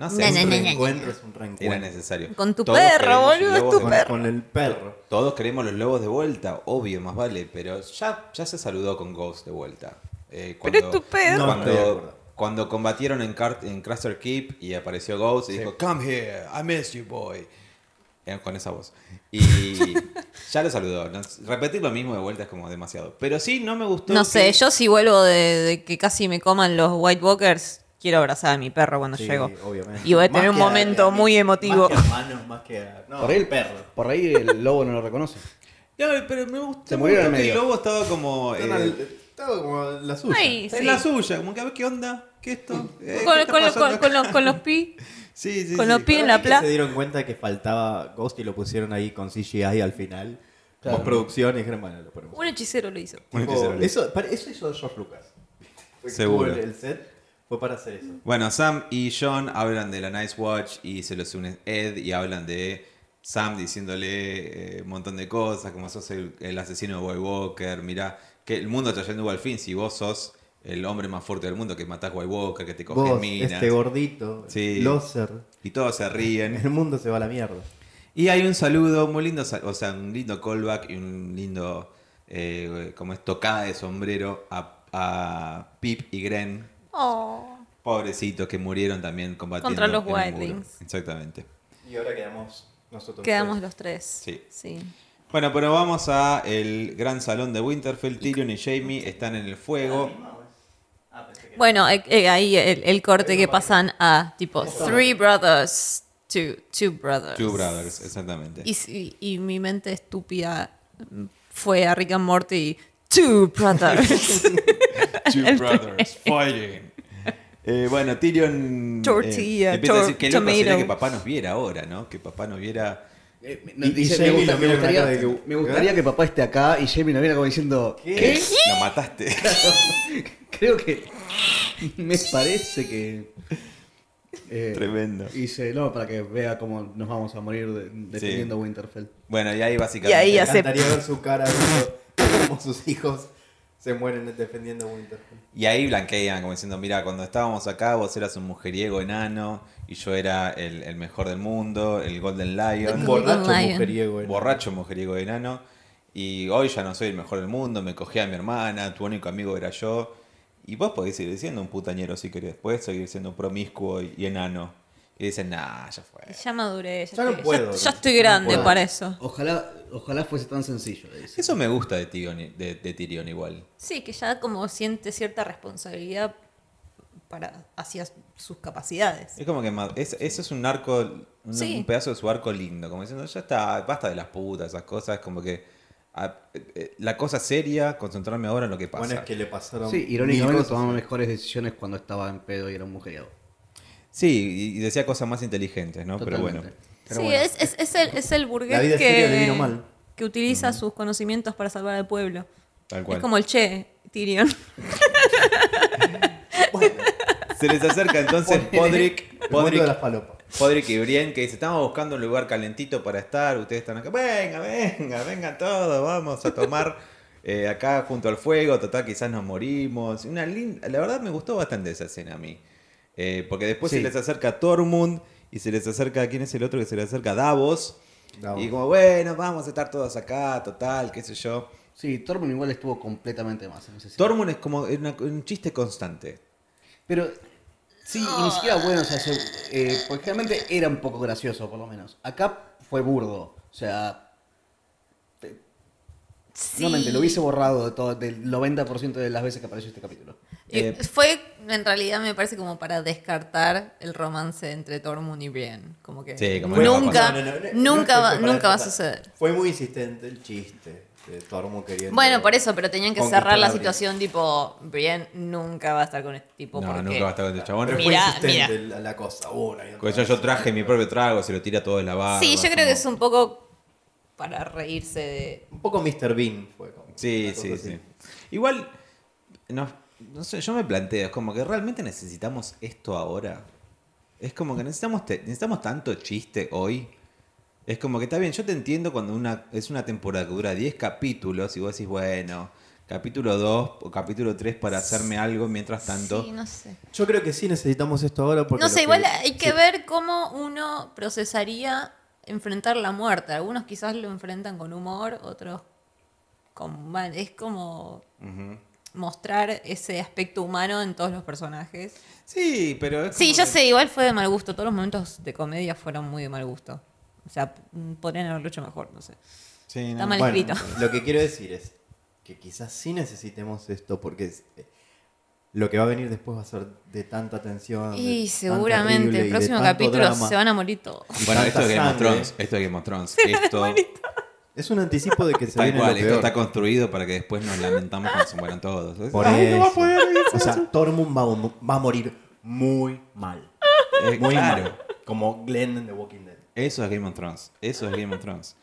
B: No sé,
E: No, no,
B: es
E: no,
B: un
E: no,
B: re-
C: reencuentro es un
B: era
C: reencuentro.
B: necesario.
E: Con tu
B: Todos
E: perro,
B: queremos
E: boludo, es
B: lobos
E: tu
B: de-
E: perro.
C: Con, con el perro.
B: Todos queremos los lobos de vuelta, obvio, más vale, pero ya, ya se saludó con Ghost de vuelta. Eh,
E: Pero es tu perro.
C: No,
B: Cuando,
C: no estoy de acuerdo.
B: cuando combatieron en, Car- en Craster Keep y apareció Ghost y dijo, Come here, I miss you, boy. Eh, con esa voz. Y ya lo saludó. No- repetir lo mismo de vuelta es como demasiado. Pero sí, no me gustó.
E: No
B: que-
E: sé, yo si vuelvo de, de que casi me coman los White Walkers, quiero abrazar a mi perro cuando
C: Sí,
E: llego.
C: obviamente.
E: Y voy a
C: Más
E: tener un
C: que a-
E: momento
C: a-
E: muy emotivo.
C: Más que a manos, más que a. No,
D: Por ahí el
C: perro.
D: Por ahí el lobo no lo reconoce.
B: Ya, pero me gustó.
D: Se murió en el
B: que el
D: medio.
B: lobo estaba como. eh,
C: Estaba estaba como la suya.
E: Ay,
B: en
E: sí. Mm.
B: la suya, como que a ver qué onda, qué esto. Eh, ¿qué
E: Con,
B: está
E: con los-
B: pasando
E: con- con
B: acá?
E: los, con los pi.
B: Sí, sí,
E: con
B: sí.
E: los pi- en
C: Para
E: la
C: mí que
E: pla-
C: Se dieron cuenta que faltaba Ghost y lo pusieron ahí con CGI al final.
D: Claro.
C: Postproducción y dijeron, bueno, lo ponemos.
E: Un hechicero lo hizo.
B: Un
C: Tipo,
B: hechicero.
C: eso, para- eso hizo George Lucas. Fue que
B: Seguro.
C: tuvo El, el set fue para hacer eso.
B: Bueno, Sam y John hablan de la Nice Watch y se los une Ed y hablan de Sam diciéndole eh, un montón de cosas, como sos el, el asesino de Boy Walker, mirá, que el mundo te está yendo al fin si vos sos el hombre más fuerte del mundo que matás White Walker, que te coges
C: Vos,
B: minas.
C: este gordito,
B: Sí.
C: loser,
B: y todos se ríen.
C: el mundo se va a la mierda.
B: Y hay un saludo muy lindo, sal- o sea, un lindo callback y un lindo, eh, como es tocada de sombrero a, a Pip y Gren,
E: Oh.
B: pobrecitos que murieron también combatiendo
E: Contra los
B: en un muro.
E: Wildlings.
B: Exactamente.
C: Y ahora quedamos nosotros.
E: Quedamos
C: tres.
E: los tres.
B: Sí.
E: sí.
B: Bueno, pero vamos a el gran salón de Winterfell. Tyrion y Jamie están en el fuego.
C: Ah,
E: Bueno, eh, eh, ahí el, el corte que pasan a tipo Three Brothers, Two, two Brothers.
B: Two Brothers, exactamente.
E: Y, si- y mi mente estúpida mm, fue a Rick and Morty y Two Brothers.
B: Two Brothers fighting. Eh, bueno, Tyrion eh,
E: Tortilla,
B: empieza a
E: tor-
B: decir que loco sería
E: tomatoes.
B: que papá nos viera ahora, ¿no? Que papá nos viera.
D: Eh, me-
C: Y- y
D: dice, me,
C: Jamie
D: gusta-
C: lo
D: me
C: mira con la
D: gustaría,
C: cara de que-
D: me gustaría que papá esté acá y Jamie lo viene como diciendo,
C: ¿Qué?
D: ¿qué?
B: Lo mataste.
D: Creo que. Me parece que. eh,
B: Tremendo.
D: Hice, no, para que vea cómo nos vamos a morir de- defendiendo Winterfell.
B: Bueno, y ahí básicamente.
E: Y ahí
C: Me
E: hace-
C: encantaría ver su cara viendo cómo sus hijos se mueren defendiendo Winterfell.
B: Y ahí blanquean, como diciendo, mira, cuando estábamos acá vos eras un mujeriego enano y yo era el, el mejor del mundo, el Golden Lion.
E: Golden
C: Un borracho
E: Lion.
C: mujeriego. ¿eh?
B: borracho mujeriego enano y hoy ya no soy el mejor del mundo, me cogí a mi hermana, tu único amigo era yo y vos podés seguir siendo un putañero si querés, podés seguir siendo promiscuo y, y enano. Y dicen, nah, ya fue.
E: ya maduré, ya,
C: Ya no
E: estoy, ya-
C: puedo,
E: ya
C: no.
E: estoy
C: No
E: grande
C: puedo.
E: para eso.
D: Ojalá, ojalá fuese tan sencillo. le dice.
B: Eso me gusta de Tyrion, de, de Tyrion igual.
E: Sí, que ya como siente cierta responsabilidad para, hacia sus capacidades.
B: Es como que ma- es- eso es un arco, un,
E: Sí.
B: un pedazo de su arco lindo, como diciendo, ya está, basta de las putas, esas cosas, como que ah, eh, eh, la cosa seria, concentrarme ahora en lo que pasa.
C: Bueno, es que le pasaron.
D: Sí,
C: mil
D: irónicamente
C: cosas. eh.
D: tomamos mejores decisiones cuando estaba en pedo y era un mujeriego.
B: Sí, y- y decía cosas más inteligentes, ¿no? Pero
D: Totalmente.
B: bueno.
D: Pero
E: sí,
D: bueno.
E: es, es- es el, es el burgués
C: vida seria le
E: que,
C: vino mal.
E: que utiliza sus conocimientos para salvar al pueblo.
B: Tal cual.
E: Es como el Che, Tyrion.
C: Bueno,
B: Se les acerca entonces Podrick,
C: el mundo de las
B: Podrick,
C: palopas.
B: Podrick y Brienne que dice, estamos buscando un lugar calentito para estar, ustedes están acá, venga, venga, venga todo, vamos a tomar. eh, acá junto al fuego, total, quizás nos morimos. Una linda, la verdad me gustó bastante esa escena a mí. Eh, porque después
D: Sí.
B: se les acerca Tormund y se les acerca, ¿quién es el otro que se les acerca? Davos.
C: Davos.
B: Y como, bueno, vamos a estar todos acá, total, qué sé yo.
D: Sí, Tormund igual estuvo completamente más. en ese sentido.
B: Tormund es como una- un chiste constante.
D: Pero sí, y ni siquiera bueno, o sea, se- eh, porque realmente era un poco gracioso, por lo menos. Acá fue burdo, o sea, realmente lo hubiese borrado de todo, del 90% de las veces que apareció este capítulo.
E: Y
B: Eh,
E: fue, en realidad, me parece como para descartar el romance entre Tormund y Brienne. Como que
B: Sí, como que no va a
E: nunca,
B: pasar.
C: No, no, no, no,
E: nunca,
C: no
E: va,
C: estoy preparado
E: nunca va a
C: para-
E: suceder.
C: Fue muy insistente el chiste de Tormo queriendo.
E: Bueno, por eso, pero tenían que
C: conquistar
E: cerrar la
C: a Brienne.
E: situación tipo, Brienne nunca va a estar con este tipo.
B: No,
E: porque
B: nunca va a estar con este chabón.
C: Pero
E: Mirá,
C: fue insistente La, la cosa. Una y otra
B: Pues yo, yo
C: vez.
B: traje mi propio trago, se lo tira todo de la barba.
E: Sí, yo creo que
B: como-
E: es un poco para reírse de...
C: Un poco Mr. Bean fue. Como
B: Sí,
C: una cosa
B: sí,
C: así.
B: sí. Igual, no, no sé, yo me planteo, es como que realmente necesitamos esto ahora. Es como que necesitamos, te- necesitamos tanto chiste hoy. Es como que está bien, yo te entiendo cuando una, es una temporada que dura 10 capítulos y vos decís, bueno, capítulo 2 o capítulo 3 para hacerme algo mientras tanto.
E: Sí, no sé.
C: Yo creo que sí necesitamos esto ahora porque.
E: No
C: lo
E: sé,
C: que-
E: igual hay que
C: sí.
E: ver cómo uno procesaría enfrentar la muerte. Algunos quizás lo enfrentan con humor, otros con mal. Es como mostrar ese aspecto humano en todos los personajes.
B: Sí, pero es
E: Sí,
B: como
E: yo
B: que-
E: sé, igual fue de mal gusto. Todos los momentos de comedia fueron muy de mal gusto. O sea, p- podrían haberlo hecho mejor, no sé.
B: Sí,
E: Está
B: no.
E: mal
C: Bueno,
E: escrito.
C: Lo que quiero decir es que quizás sí necesitemos esto porque es- eh, lo que va a venir después va a ser de tanta tensión. Ah, de
E: Y
C: tanta
E: seguramente
C: horrible
E: el
C: y de
E: próximo
C: tanto
E: capítulo
C: drama.
E: se van a morir todos.
B: Bueno, esto es
C: Tanta
B: Game of
C: sangre.
B: Thrones. Esto es Game of Thrones. Esto,
C: Es un anticipo de que se
B: tal
C: viene
B: cual,
C: lo
B: esto
C: peor.
B: está construido para que después nos lamentamos cuando se mueran todos. Es-
C: Por
A: Ay, no va a
C: eso.
A: poder
C: o sea, Tormund va, a mo- va a morir muy mal.
B: es-
C: Muy
B: Eh, claro.
C: mal. Como Glenn en The Walking Dead.
B: Eso es Game of Thrones. Eso es Game of Thrones.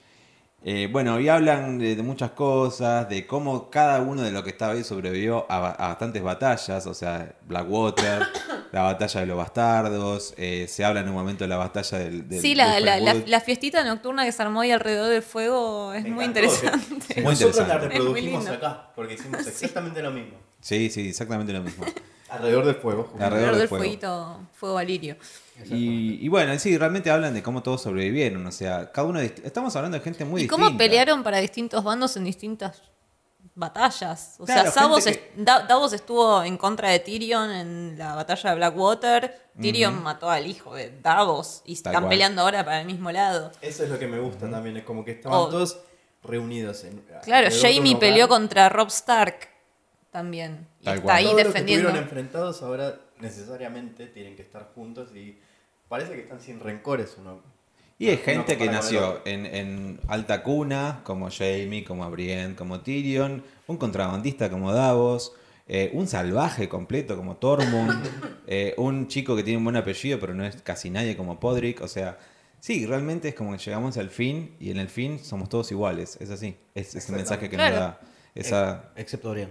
B: Eh, bueno, y hablan de, de muchas cosas, de cómo cada uno de los que estaba ahí sobrevivió a, ba- a bastantes batallas, o sea, Blackwater, la batalla de los bastardos, eh, se habla en un momento de la batalla del... del-
E: sí, la,
B: del
E: la- la-
B: Firewood.
E: la fiestita nocturna que se armó ahí alrededor del fuego es
C: Me
E: muy
C: encantó,
E: interesante.
C: que
B: Muy
C: Nosotros la
B: interesante.
E: Es muy
C: reproducimos
E: lindo.
C: acá porque hicimos exactamente lo mismo.
B: Sí, sí, exactamente lo mismo.
C: Alrededor del fuego. justo.
B: Alrededor
E: Alrededor
B: del
E: del
B: fuego.
E: fueguito, fuego valirio.
B: Y, y bueno, sí, realmente hablan de cómo todos sobrevivieron, o sea, cada uno... dist- Estamos hablando de gente muy
E: ¿Y
B: distinta.
E: cómo pelearon para distintos bandos en distintas batallas? O
B: Claro,
E: sea, Davos,
B: gente
E: est- Da- Davos estuvo en contra de Tyrion en la batalla de Blackwater. Tyrion mató al hijo de Davos
B: Tal
E: y están
B: cual.
E: peleando ahora para el mismo lado.
C: Eso es lo que me gusta también. Es como que estaban
E: Oh.
C: todos reunidos. En,
E: Claro,
C: alrededor de un
E: Jamie
C: hogar.
E: peleó contra Rob Stark también. Y
B: Tal
E: está
B: cual.
E: ahí
C: Todos los que
E: defendiendo.
C: estuvieron enfrentados ahora necesariamente tienen que estar juntos y parece que están sin rencores uno.
B: Y hay
C: uno
B: gente que
C: para con el
B: nació
C: otro.
B: en, en alta cuna, como Jamie, como Brienne, como Tyrion, un contrabandista como Davos, eh, un salvaje completo como Tormund, eh, un chico que tiene un buen apellido pero no es casi nadie como Podrick, o sea, sí, realmente es como que llegamos al fin y en el fin somos todos iguales, es así, es, es el mensaje que nos
E: Claro.
B: da esa,
D: Excepto Orión.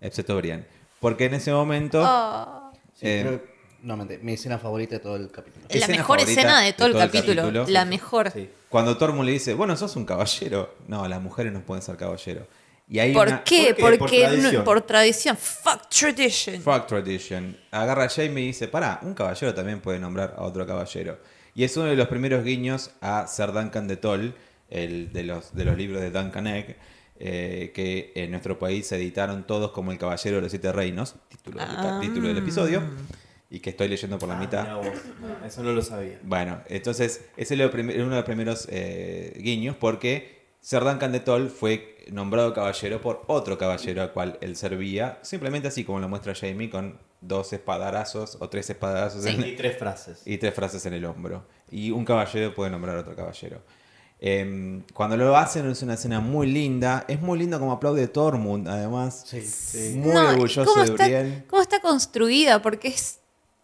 B: excepto Brienne. Porque en ese momento...
E: Ah.
D: Sí,
B: Eh.
D: creo que- no, mentira, mi escena favorita de todo el capítulo.
E: la
B: escena
E: mejor
B: favorita
E: escena de todo, el capítulo.
B: capítulo.
E: La
B: Sí, sí.
E: mejor.
C: Sí.
B: Cuando Tormund le dice, bueno, sos un caballero. No, las mujeres no pueden ser caballeros. Y hay
E: ¿Por,
B: una-
C: ¿Por
E: qué?
C: qué? Por
E: Porque no-
C: tradición.
E: por tradición. Fuck tradition.
B: Fuck tradition. Agarra a Jamie y dice, pará, un caballero también puede nombrar a otro caballero. Y es uno de los primeros guiños a Sir Duncan de Toll, el de los, de los libros de Duncan Egg, eh, que en nuestro país se editaron todos como El Caballero de los Siete Reinos, título, del, ca-
E: Ah.
B: título del episodio, y que estoy leyendo por la
C: Ah,
B: mitad.
C: mirá vos. No, eso no lo sabía.
B: Bueno, entonces ese es lo prim- uno de los primeros eh, guiños porque Ser Duncan de Toll fue nombrado caballero por otro caballero al cual él servía, simplemente así como lo muestra Jamie con dos espadarazos o tres espadarazos en-
C: Y tres frases.
B: y tres frases en el hombro. Y un caballero puede nombrar a otro caballero. Em, cuando lo hacen es una escena muy linda, es muy lindo como aplaude Tormund además,
C: Sí.
B: muy
E: No,
B: orgulloso
E: ¿cómo
B: de
E: está,
B: Brienne.
E: ¿Cómo está construida? Porque es,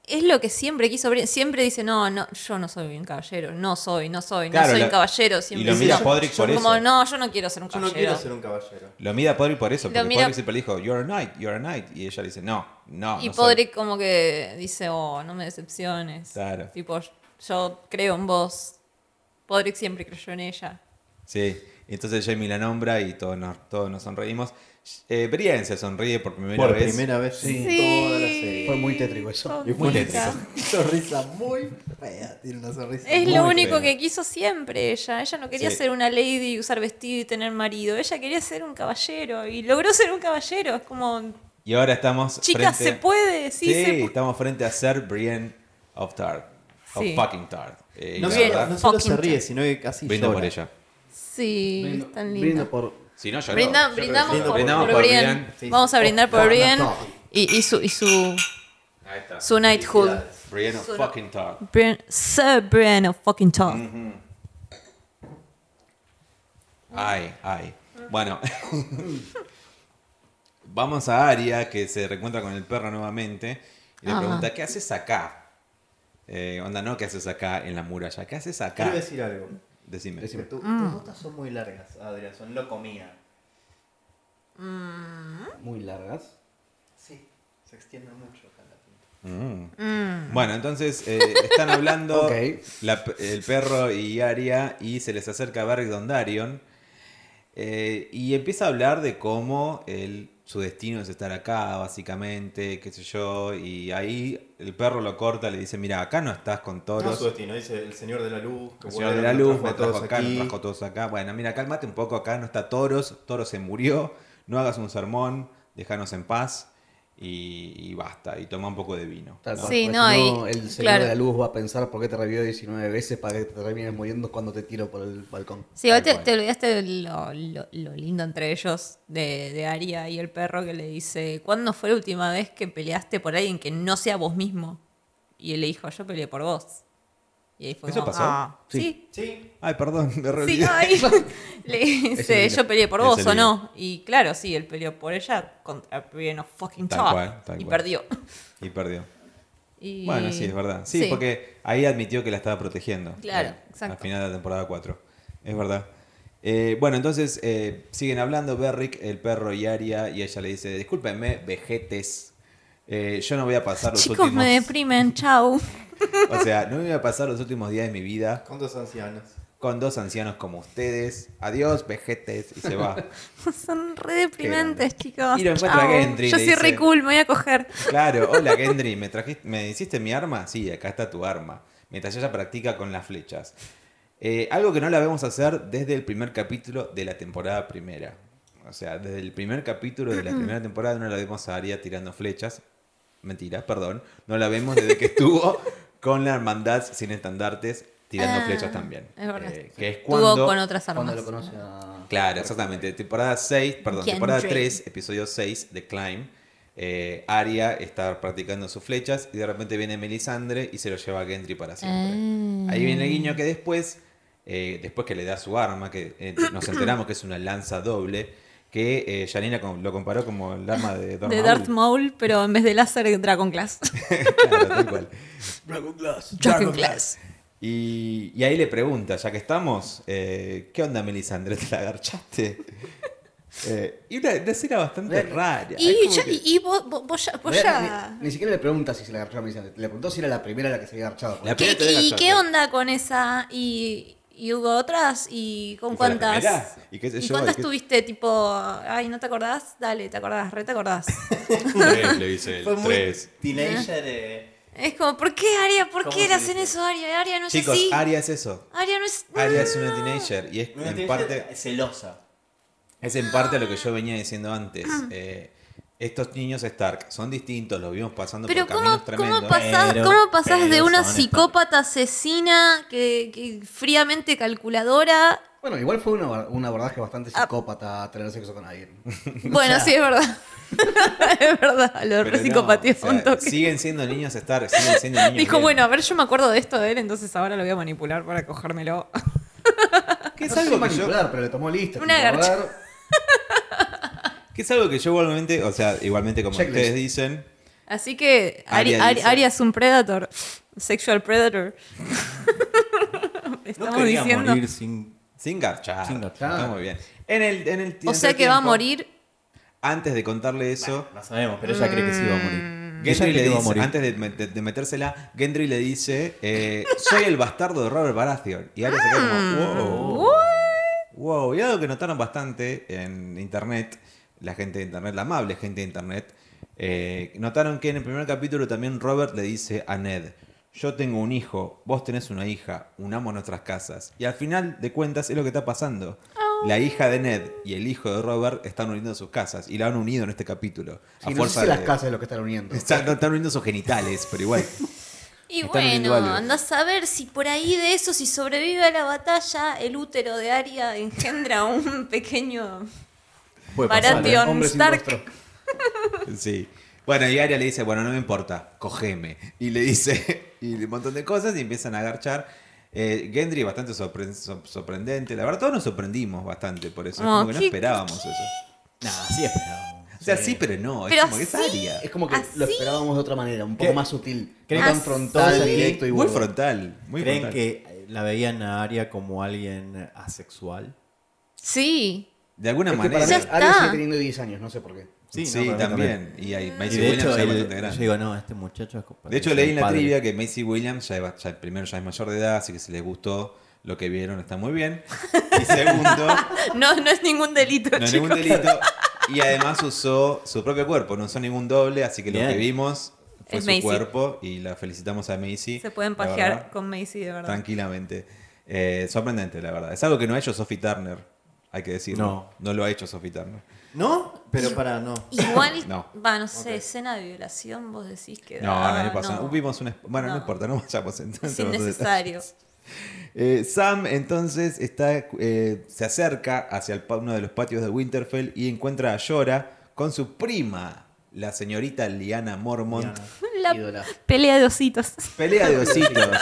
E: es lo que siempre quiso Brienne. Siempre dice, no, no, yo no soy un caballero, no soy, no soy,
B: Claro,
E: no soy
B: la-
E: un caballero.
B: Y
E: Siempre
B: lo
E: dice,
B: mira
E: no,
B: Podrick por eso.
E: como, no, yo no quiero ser un
C: Yo no
E: caballero.
C: quiero ser un caballero.
B: Lo mira a Podrick por eso,
E: Lo
B: porque
E: mira-
B: Podrick siempre le dijo, You're a knight, you're a knight. Y ella le dice, no, no.
E: y
B: no soy".
E: Podrick como que dice, oh, no me decepciones.
B: Claro.
E: Tipo, yo creo en vos. Podrick siempre creyó en ella.
B: Sí. Y entonces Jamie la nombra y todos nos, todos nos sonreímos. Eh, Brienne se sonríe por primera
C: Por
B: vez.
C: primera vez en
E: Sí.
C: toda la serie.
D: Fue muy tétrico eso.
C: Y
B: Muy
C: fue una
B: tétrico.
C: sonrisa muy fea. Tiene una sonrisa
E: Es
C: muy
E: lo único
C: fea.
E: que quiso siempre ella. Ella no quería
B: Sí.
E: ser una lady y usar vestido y tener marido. Ella quería ser un caballero y logró ser un caballero. Es como,
B: Y ahora estamos.
E: chicas,
B: frente-
E: se puede, sí,
B: Sí,
E: se puede.
B: estamos frente a ser Brienne of Tard. Of
E: Sí.
B: fucking Tard. Eh, y
C: No,
B: la
E: Bien.
B: verdad,
C: no solo se
E: Fucking
C: ríe, sino que casi
B: brindo
C: llora.
B: por ella.
E: Sí,
D: Brindo-
E: es tan
D: brindo
E: lindo.
D: por
B: Si no, yo
E: Brinda-
B: no.
E: brindamos
C: brindo
E: por,
B: Brindamos
E: por
B: por
E: Brienne.
B: Brienne.
C: Sí, sí.
E: Vamos a brindar por
D: No, no,
E: Brienne
D: no.
E: Y, y su, y su,
B: Ahí está.
E: su knighthood.
B: Brienne of
E: Su-
B: fucking Tard.
E: Brienne- Sir Brienne of fucking Todd.
B: Ay, ay. Bueno. Vamos a Aria, que se reencuentra con el perro nuevamente. Y le
E: Ajá.
B: pregunta, ¿qué haces acá? Eh, onda, no, ¿qué haces acá en la muralla? ¿Qué haces acá?
C: Quiero decir algo.
B: Decime.
C: Que tu-
E: Mm.
C: Tus notas son muy largas, Adrián. Son lo comía.
D: muy largas.
C: Sí, se extiende mucho acá la punta.
B: Mm. Bueno, entonces eh, están hablando
D: Ok.
B: la p- el perro y Aria y se les acerca Barry Dondarion eh, y empieza a hablar de cómo el- su destino es estar acá, básicamente, qué sé yo, y ahí el perro lo corta, le dice, mira, acá no estás con
C: No su
B: toros.
C: destino, dice el señor de la luz. que
B: El señor de
C: bueno,
B: la
C: nos
B: luz
C: trajo
B: me
C: a
B: trajo
C: todos
B: acá,
C: aquí.
B: nos trajo a todos acá. Bueno, mira, cálmate un poco, acá no está toros, toros se murió, no hagas un sermón, déjanos en paz y, y basta, y toma un poco de vino.
D: Tal cual,
E: Sí,
D: porque
E: no,
D: si
E: y-
D: el señor
E: claro.
D: de la luz va a pensar por qué te revivió 19 veces para que te termines muriendo cuando te tiro por el balcón.
E: Sí, igual
B: Tal
E: te,
B: cual.
E: te olvidaste de lo, lo- lo lindo entre ellos de, de Aria y el perro que le dice, ¿cuándo fue la última vez que peleaste por alguien que no sea vos mismo? Y él le dijo, yo peleé por vos. Y ahí fue
B: ¿Eso
E: como,
B: pasó?
E: "Ah, sí.
C: Sí,
B: Ay, perdón, me re
E: Sí,
B: olvidé.
E: ay. le dice,
D: lindo.
E: yo peleé por
B: Ese
E: vos o
B: lindo.
E: no. Y claro, sí, él peleó por ella contra Brienne of fucking
B: Tal
E: Todd.
B: cual, tal
E: y
B: cual.
E: perdió.
B: Y perdió.
E: Y-
B: Bueno, sí, es verdad. Sí, porque ahí admitió que la estaba protegiendo.
E: Claro,
B: Eh,
E: exacto.
B: Al final de la temporada 4. Es verdad. Eh, bueno, entonces eh, siguen hablando Berrick, el perro y Aria, y ella le dice, discúlpenme, vejetes. eh, yo no voy a pasar los
E: Chicos,
B: últimos...
E: me deprimen, chau.
B: O sea, no voy a pasar los últimos días de mi vida
C: con dos ancianos.
B: con dos ancianos como ustedes. Adiós, vejetes. Y se va.
E: Son re deprimentes, chicos.
B: Y lo encuentra
E: Chau.
B: Gendry y
E: Yo
B: le
E: soy re
B: dice-
E: cool, me voy a coger.
B: Claro, hola Gendry, ¿me, trajiste, ¿me hiciste mi arma? Sí, acá está tu arma. Mientras ella practica con las flechas. Eh, algo que no la vemos hacer desde el primer capítulo de la temporada primera. O sea, desde el primer capítulo
E: Mm.
B: de la primera temporada no la vemos a Aria tirando flechas. Mentira, perdón. No la vemos desde que estuvo con la hermandad sin estandartes tirando
E: Ah,
B: flechas también.
E: es verdad.
B: Eh, que es
E: Tuvo
B: cuando...
E: con otras
D: Cuando
E: armas.
D: lo conoce a...
B: Claro, exactamente. Temporada 6, perdón,
E: Gendry.
B: temporada 3, episodio 6 de Climb. Eh, Aria está practicando sus flechas y de repente viene Melisandre y se lo lleva a Gendry para siempre.
E: Ah.
B: Ahí viene el guiño que después, eh, después que le da su arma, que eh, nos enteramos que es una lanza doble, que eh, Janina com- lo comparó como el arma de Darth
E: De Darth Maul, pero en vez de láser, Dragon Glass.
B: Claro, tal cual.
D: Dragon Glass.
E: Dragon Glass.
B: Y, y ahí le pregunta, ya que estamos, eh, ¿qué onda Melisandre? ¿Te la agarchaste? Eh, y una, una escena bastante rara. Es
E: Y,
B: como
E: yo-
B: que-
E: y- y vos, vos- vos ya... vos Pues ya-
D: Ni, ni siquiera le pregunta si se la agarró a Melisandre. Le preguntó si era la primera a la que se había agarrado.
B: La-
E: ¿Qué,
B: primera te deja
E: ¿Y
B: sordo.
E: qué onda con esa? ¿Y, y hubo otras? ¿Y con
B: ¿Y fue la
E: cuántas?
B: primera? ¿Y qué sé yo?
E: cuántas
B: ¿Y qué-
E: tuviste? Tipo, ay, ¿no te acordás? Dale, te acordás, re te acordás.
B: Tres, le dice él.
C: Fue muy
B: Tres.
C: teenager. eh.
E: es como, ¿por qué Aria? ¿Por
C: ¿Cómo
E: qué
C: se
E: le hacen
C: dice?
E: eso a Aria? Aria no es
B: Chicos,
E: así.
B: Aria es eso.
E: Aria no es... Mm.
B: Aria es una teenager y es
C: Una
B: en
C: teenager
B: parte,
C: celosa.
B: es en parte lo que yo venía diciendo antes. Eh, estos niños Stark son distintos, los vimos pasando
E: Pero
B: por
E: ¿cómo,
B: caminos
E: cómo
B: tremendos.
E: pasás,
A: Pero-
E: cómo pasás de
A: pero
E: una
A: son
E: psicópata asesina que, que fríamente calculadora?
D: Bueno, igual fue una- un abordaje bastante
E: Ah.
D: psicópata tener sexo con alguien.
E: Bueno, sí, es verdad. es verdad, lo
B: Pero
E: re
B: no,
E: psicopatía
B: o
E: fue
B: sea,
E: un toque.
B: Siguen siendo niños Stark, siguen siendo niños.
E: Dijo,
B: bien.
E: bueno, a ver, yo me acuerdo de esto de él, entonces ahora lo voy a manipular para cogérmelo. Ah,
B: Que es
D: no
B: algo
D: sé
B: que yo-
D: manipular, pero le tomó lista.
E: Una
D: tipo, a
E: garcha.
D: ver,
B: que es algo que yo igualmente, o sea, igualmente como
D: Checklist.
B: ustedes dicen,
E: Así que Ari,
B: Aria
E: Ari-
B: dice-
E: Aria es un predator, sexual predator.
A: No
E: Estamos
A: quería
E: diciendo.
A: morir sin...
B: sin garchar.
A: Sin garchar.
B: Está muy bien. En el, en el
E: O sea que va a
B: tiempo,
E: morir.
B: Antes de contarle eso,
A: No sabemos, pero ella cree que sí va a
E: Mm.
A: morir. Ella
B: Gendry
A: cree
B: le
A: que va a
B: dice,
A: morir.
B: antes de, met- de metérsela, Gendry le "Oh".
E: Mm.
C: Oh.
E: Uh.
B: dice, eh, soy el bastardo de Robert Baratheon. Y Arya se queda como, wow. wow. Y algo que notaron bastante en internet, la gente de internet, la amable gente de internet, eh, notaron que en el primer capítulo también Robert le dice a Ned, yo tengo un hijo, vos tenés una hija, unamos nuestras casas. Y al final de cuentas es lo que está pasando. La hija de Ned y el hijo de Robert están uniendo sus casas y la han unido en este capítulo.
D: Sí, no sé si
B: de-
D: las casas es lo que están uniendo.
B: Están, no, están uniendo sus genitales, pero igual.
E: Y
B: Están
E: bueno,
B: individuales.
E: andás a ver si por ahí de eso, si sobrevive a la batalla, el útero de Aria engendra un pequeño
A: Puede pasar,
E: Para
A: ¿eh?
E: ti, Baratheon
D: Hombre sin
E: Stark.
D: rostro.
B: Sí. Bueno, y Arya le dice, bueno, no me importa, cogeme. Y le dice y un montón de cosas y empiezan a agarchar. Eh, Gendry bastante sorpre- sor- sorprendente. La verdad, todos nos sorprendimos bastante por eso. Es
E: Oh,
B: como que no
E: ¿qué-
B: esperábamos eso.
A: Nah, sí esperábamos.
B: O sea, sí, pero no. Es
E: Pero
B: como que es
E: así,
B: Arya.
D: Es como que
E: ¿Así?
D: lo esperábamos de otra manera, un poco
C: ¿Qué?
D: más sutil.
C: ¿Creen
D: No
E: que-
D: tan frontal,
C: ¿Así?
D: directo y
B: Muy
D: burdo.
B: frontal. Muy
C: ¿Creen
B: frontal.
C: que eh, la veían a Aria como alguien asexual?
E: Sí.
B: De alguna
D: Es que
B: manera.
D: para mí,
E: Ya
B: Sí,
E: está.
D: Aria sigue teniendo 10 años, no sé por qué.
B: también.
C: no, para mí
B: Y ahí
C: Y
B: Macy
C: de
B: Williams
C: hecho,
B: ya es
C: él-
B: bastante
C: yo
B: grande.
C: digo, no, este muchacho es
B: De hecho, leí en la trivia que Macy Williams ya, iba- ya primero ya es mayor de edad, así que si les gustó lo que vieron está muy bien. Y segundo,
E: No, no es ningún delito,
B: No,
E: chicos.
B: ningún delito. Y además usó su propio cuerpo, no usó ningún doble, así que lo
A: Bien.
B: que vimos fue
E: Es
B: su
E: Macy.
B: cuerpo y la felicitamos a Macy.
E: Se pueden
B: la
E: pajear
B: verdad,
E: con Macy, de verdad.
B: Tranquilamente. Eh, sorprendente, la verdad. Es algo que no ha hecho Sophie Turner, hay que decirlo. No.
C: No.
B: lo ha hecho Sophie Turner.
C: ¿No? Pero para, no.
E: Igual,
B: No.
E: va, no sé, escena de violación, vos decís que...
B: No,
E: da,
B: no, no pasa. Vimos una. Bueno, no,
E: Eh, ah, No.
B: importa, no vayamos entonces.
E: Es
B: a los
E: innecesario.
B: Eh, Sam entonces está, eh, se acerca hacia el pa- uno de los patios de Winterfell y encuentra a Yora con su prima, la señorita Liana Mormont.
C: Liana.
E: La
D: Ídola.
E: pelea de ositos.
B: Pelea de ositos.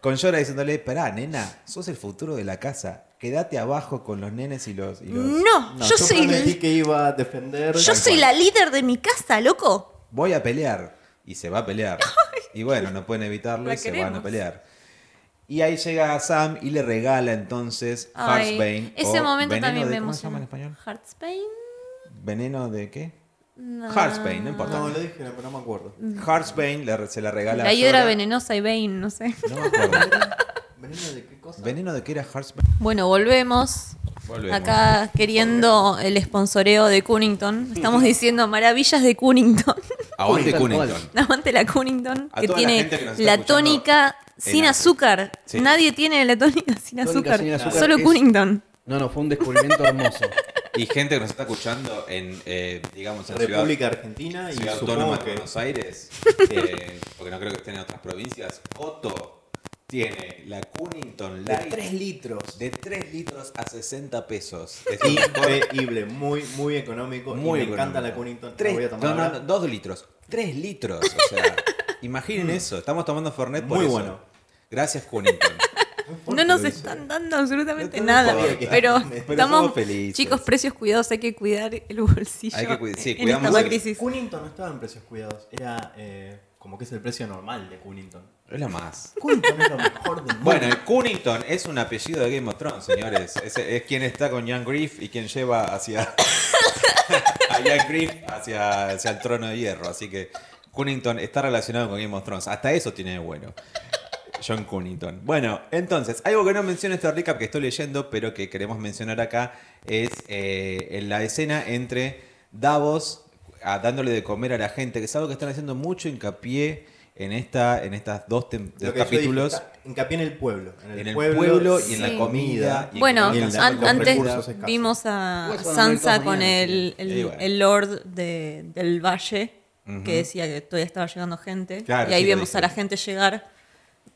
B: con Yora diciéndole, pará, nena, sos el futuro de la casa. Quédate abajo con los nenes y los... y los-".
E: No,
C: No,
E: yo, soy,
C: prometí
E: yo
C: que iba a defender.
E: soy la líder de mi casa, loco.
B: Voy a pelear. Y se va a pelear. y bueno, no pueden evitarlo
E: La
B: y se van a
E: queremos.
B: pelear. Y ahí llega Sam y le regala entonces
E: Ay,
B: Farsbane.
E: ese
B: o
E: momento
B: veneno
E: también
B: de-
E: me
B: ¿Cómo se llama
E: emociona.
B: en español?
E: Heartspain.
B: ¿Veneno de qué?
E: No.
B: Heartspain, no importa.
C: No, lo dije, pero no me acuerdo.
B: Heartsbane le- se la regala.
E: La
B: a
E: hiedra
B: Jorah.
E: venenosa y Bane, no sé.
B: No me acuerdo.
C: ¿Veneno de qué cosa?
B: ¿Veneno de qué era Heartsbane?
E: Bueno, volvemos.
B: Volvemos.
E: Acá queriendo el esponsoreo de Cunnington. Estamos diciendo maravillas de Cunnington.
B: Aguante
D: Uy, tal cual.
B: Cunnington.
E: Aguante la Cunnington,
B: A
E: que
B: toda la
E: tiene
B: gente que nos está
E: la
B: escuchando
E: tónica sin
B: en Asia.
E: azúcar.
B: Sí.
E: Nadie tiene la tónica sin
D: Tónica
E: azúcar.
D: sin azúcar
E: Solo
D: es-
E: Cunnington.
D: No, no, fue un descubrimiento hermoso.
B: Y gente que nos está escuchando en, eh, digamos, en Ciudad,
C: República Argentina y
B: Ciudad
C: supongo
B: Autónoma de
C: que
B: Buenos Aires, eh, porque no creo que estén en otras provincias, Otto tiene la Cunnington
D: De
B: Light
D: 3 litros.
B: de 3 litros a 60 pesos. Es lo mejor.
C: increíble, muy, muy económico. y
B: Muy
C: me encanta
B: económico.
C: la Cunnington.
B: Tres-
C: la voy a tomar
B: no, no,
C: ahora.
B: no, dos litros. Tres litros. O sea, imaginen eso. Estamos tomando Fernet por
C: Mm. Muy
B: eso.
C: bueno.
B: Gracias, Cunnington.
E: No nos
B: Lo hice.
E: están dando absolutamente
B: No te
E: nada.
B: importa.
E: Pero,
B: Pero somos
E: estamos,
B: felices.
E: chicos, precios cuidados. Hay que cuidar el bolsillo.
B: Hay que cuid- sí,
E: en
B: cuidamos
E: esta
B: el-
E: crisis.
C: Cunnington no estaba en precios cuidados, era eh, como que es el precio normal de Cunnington.
B: Es la más.
C: Cunnington es lo mejor del mundo.
B: Bueno, el Cunnington es un apellido de Game of Thrones, señores. Es, es quien está con Jan Griff y quien lleva hacia. a Jan Griff hacia, hacia el trono de hierro. Así que Cunnington está relacionado con Game of Thrones. Hasta eso tiene de bueno. John Cunnington. Bueno, entonces, algo que no menciono en este recap que estoy leyendo, pero que queremos mencionar acá, es eh, en la escena entre Davos a- dándole de comer a la gente, que es algo que están haciendo mucho hincapié en, esta, en estas dos tem-
C: Lo que yo
B: capítulos
C: dije, está- hincapié en el pueblo. En el,
B: en el pueblo,
C: pueblo,
B: y en
E: sí.
B: la comida. y en
E: Bueno,
B: que no
C: en la-
B: alcanzan
E: an-
B: los recursos.
E: antes
C: escasos.
E: vimos a
D: Pues, bueno,
E: Sansa
D: no hay todas
E: con
D: mañanas,
E: el, el,
B: Y bueno.
E: el Lord de- del Valle,
B: Ujú.
E: que decía que todavía estaba llegando gente.
B: Claro,
E: y ahí
B: sí, lo
E: vemos
B: dice.
E: a la gente llegar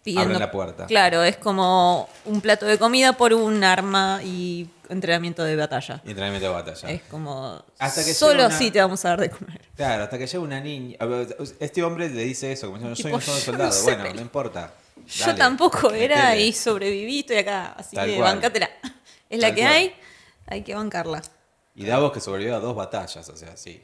E: pidiendo...
B: Abren la puerta.
E: Claro, es como un plato de comida por un arma y entrenamiento de batalla.
B: Y entrenamiento de batalla.
D: ¿eh?
E: Es como...
B: Hasta que
E: solo
B: llega una-
E: así te vamos a dar de comer.
B: Claro, hasta que llega una niña. a ver, Este hombre le dice eso, como diciendo, yo soy
E: Tipo,
B: un solo
E: yo
B: soldado.
E: no sé
B: bueno,
E: pelear.
B: no importa.
E: Yo
B: Dale,
E: tampoco era
B: metele.
E: y sobreviví, estoy acá. Así
B: Tal
E: que
B: cual.
E: bancátela. Es la
B: Tal
E: que
B: cual.
E: hay, hay que bancarla.
B: Y Davos que sobrevivió a dos batallas, o sea, sí.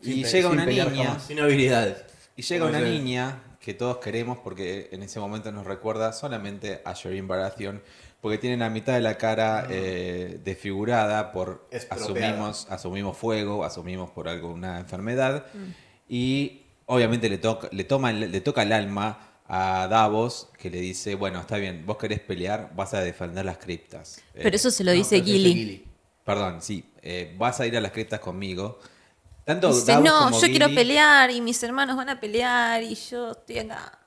D: Sin
B: Y
D: pe-
B: llega
D: sin
B: una
D: pelear
B: niña.
D: jamás.
C: Sin habilidades.
B: Y llega
C: Como
B: una
C: dice-
B: niña que todos queremos porque en ese momento nos recuerda solamente a Jorin Baratheon, porque tiene la mitad de la cara eh, desfigurada por
C: Estropeada.
B: asumimos, asumimos fuego, asumimos por alguna enfermedad. Y obviamente le, toca le, toma, el- le toca el alma a Davos que le dice, bueno, está bien, vos querés pelear, vas a defender las criptas.
E: Pero
B: Eh,
E: eso se lo dice Gilly.
B: Perdón, sí, eh, vas a ir a las criptas conmigo. Tanto
E: Dice,
B: Davos
E: no,
B: como
E: yo quiero
B: Gilly-
E: pelear y mis hermanos van a pelear y yo estoy acá.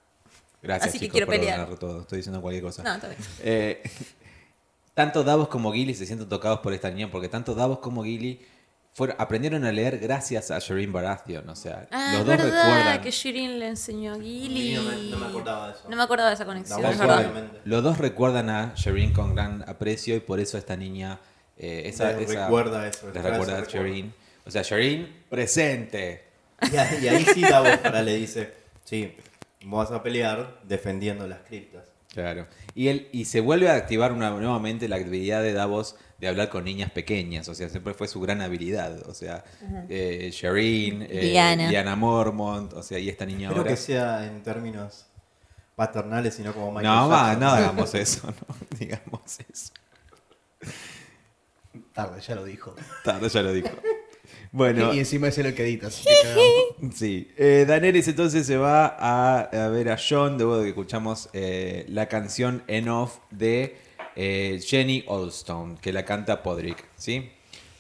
B: Gracias,
E: Así que
B: chicos,
E: quiero
B: perdón,
E: pelear.
B: Naruto, todo, estoy diciendo cualquier cosa.
E: No, está bien.
B: Eh, tanto Davos como Gilly se sienten tocados por esta niña, porque tanto Davos como Gilly fueron, aprendieron a leer gracias a Shireen Baratheon. O sea,
E: Ah,
B: los
E: es
B: dos
E: verdad
B: recuerdan.
E: que Shirin le enseñó a Gilly.
C: No me- no me acordaba de eso.
E: No me acordaba de esa conexión,
C: No,
E: es
B: Tal
C: me acuerdo.
E: verdad.
B: cual.
C: obviamente.
B: Los dos recuerdan a Shireen con gran aprecio y por eso esta niña eh, esa,
C: Les
B: esa-
C: recuerda eso,
B: les
C: les trae
B: recuerda a
C: ese recuerdo.
B: Shireen. O sea, Shireen, presente.
C: Y a- y ahí sí Davos Fara le dice, sí, vos vas a pelear defendiendo las criptas.
B: Claro. Y, él, y se vuelve a activar una- nuevamente la actividad de Davos de hablar con niñas pequeñas. O sea, siempre fue su gran habilidad. O sea, eh, Shireen, eh,
E: Diana.
B: Diana Mormont, o sea, y esta niña
C: Espero
B: ahora.
C: que sea en términos paternales y no como Michael
B: No, va,
C: Jackson.
B: no hagamos eso, no digamos eso.
D: Tarde, ya lo dijo.
B: Tarde, ya lo dijo. Bueno,
D: Y encima es él el que edita. así que cagamos.
B: sí. Eh, Daenerys entonces se va a, a ver a John luego de que escuchamos eh, la canción En Off de eh, Jenny Oldstone, que la canta Podrick, ¿sí?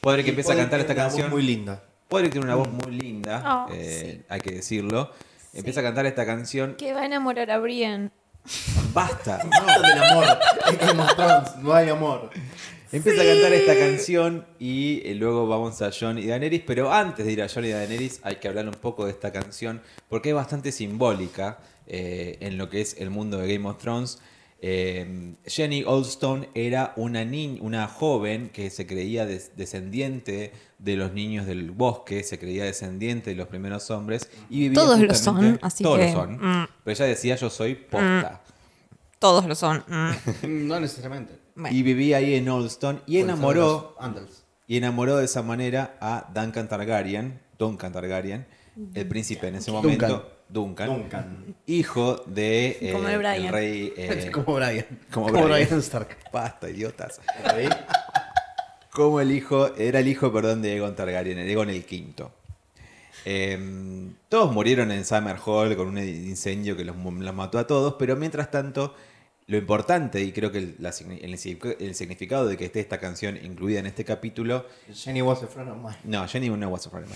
B: Podrick
C: Y
B: empieza a
C: Paul
B: cantar esta
C: tiene una voz
B: canción.
C: muy linda.
B: Podrick tiene una voz muy linda,
E: Oh,
B: eh,
E: sí.
B: hay que decirlo. Empieza a cantar esta canción.
E: Que va a enamorar a Brian.
B: Basta.
C: No, del amor. Es como Trunks, no hay amor.
B: Empieza a cantar esta canción y eh, luego vamos a John y Daenerys. Pero antes de ir a John y Daenerys hay que hablar un poco de esta canción porque es bastante simbólica eh, en lo que es el mundo de Game of Thrones. Eh, Jenny Oldstone era una, ni- una joven que se creía des- descendiente de los niños del bosque, se creía descendiente de los primeros hombres y vivía
E: Todos lo
B: justamente-
E: son, así
B: todos
E: que,
B: lo son.
E: mm.
B: Pero ella decía yo soy posta.
E: Todos lo son. mm.
D: No necesariamente.
E: Bueno.
B: Y vivía ahí en Oldstone y enamoró
D: Con los Andals.
B: y enamoró de esa manera a Duncan Targaryen, Duncan Targaryen, el príncipe en ese momento, Duncan,
C: Nunca.
B: hijo de eh,
E: Como el
B: el,
E: Brian.
B: rey eh,
D: como Brian.
B: como Brian.
D: Brian. Stark.
B: pasta idiotas,
C: ¿Ahí?
B: como el hijo era el hijo, perdón, de Egon Targaryen, Egon el quinto. Eh, todos murieron en Summer Hall con un incendio que los, mu- los mató a todos, pero mientras tanto, lo importante, y creo que el, la signi- el signific- el significado de que esté esta canción incluida en este capítulo,
C: Jenny was a friend of mine.
B: No, Jenny no was a Friend.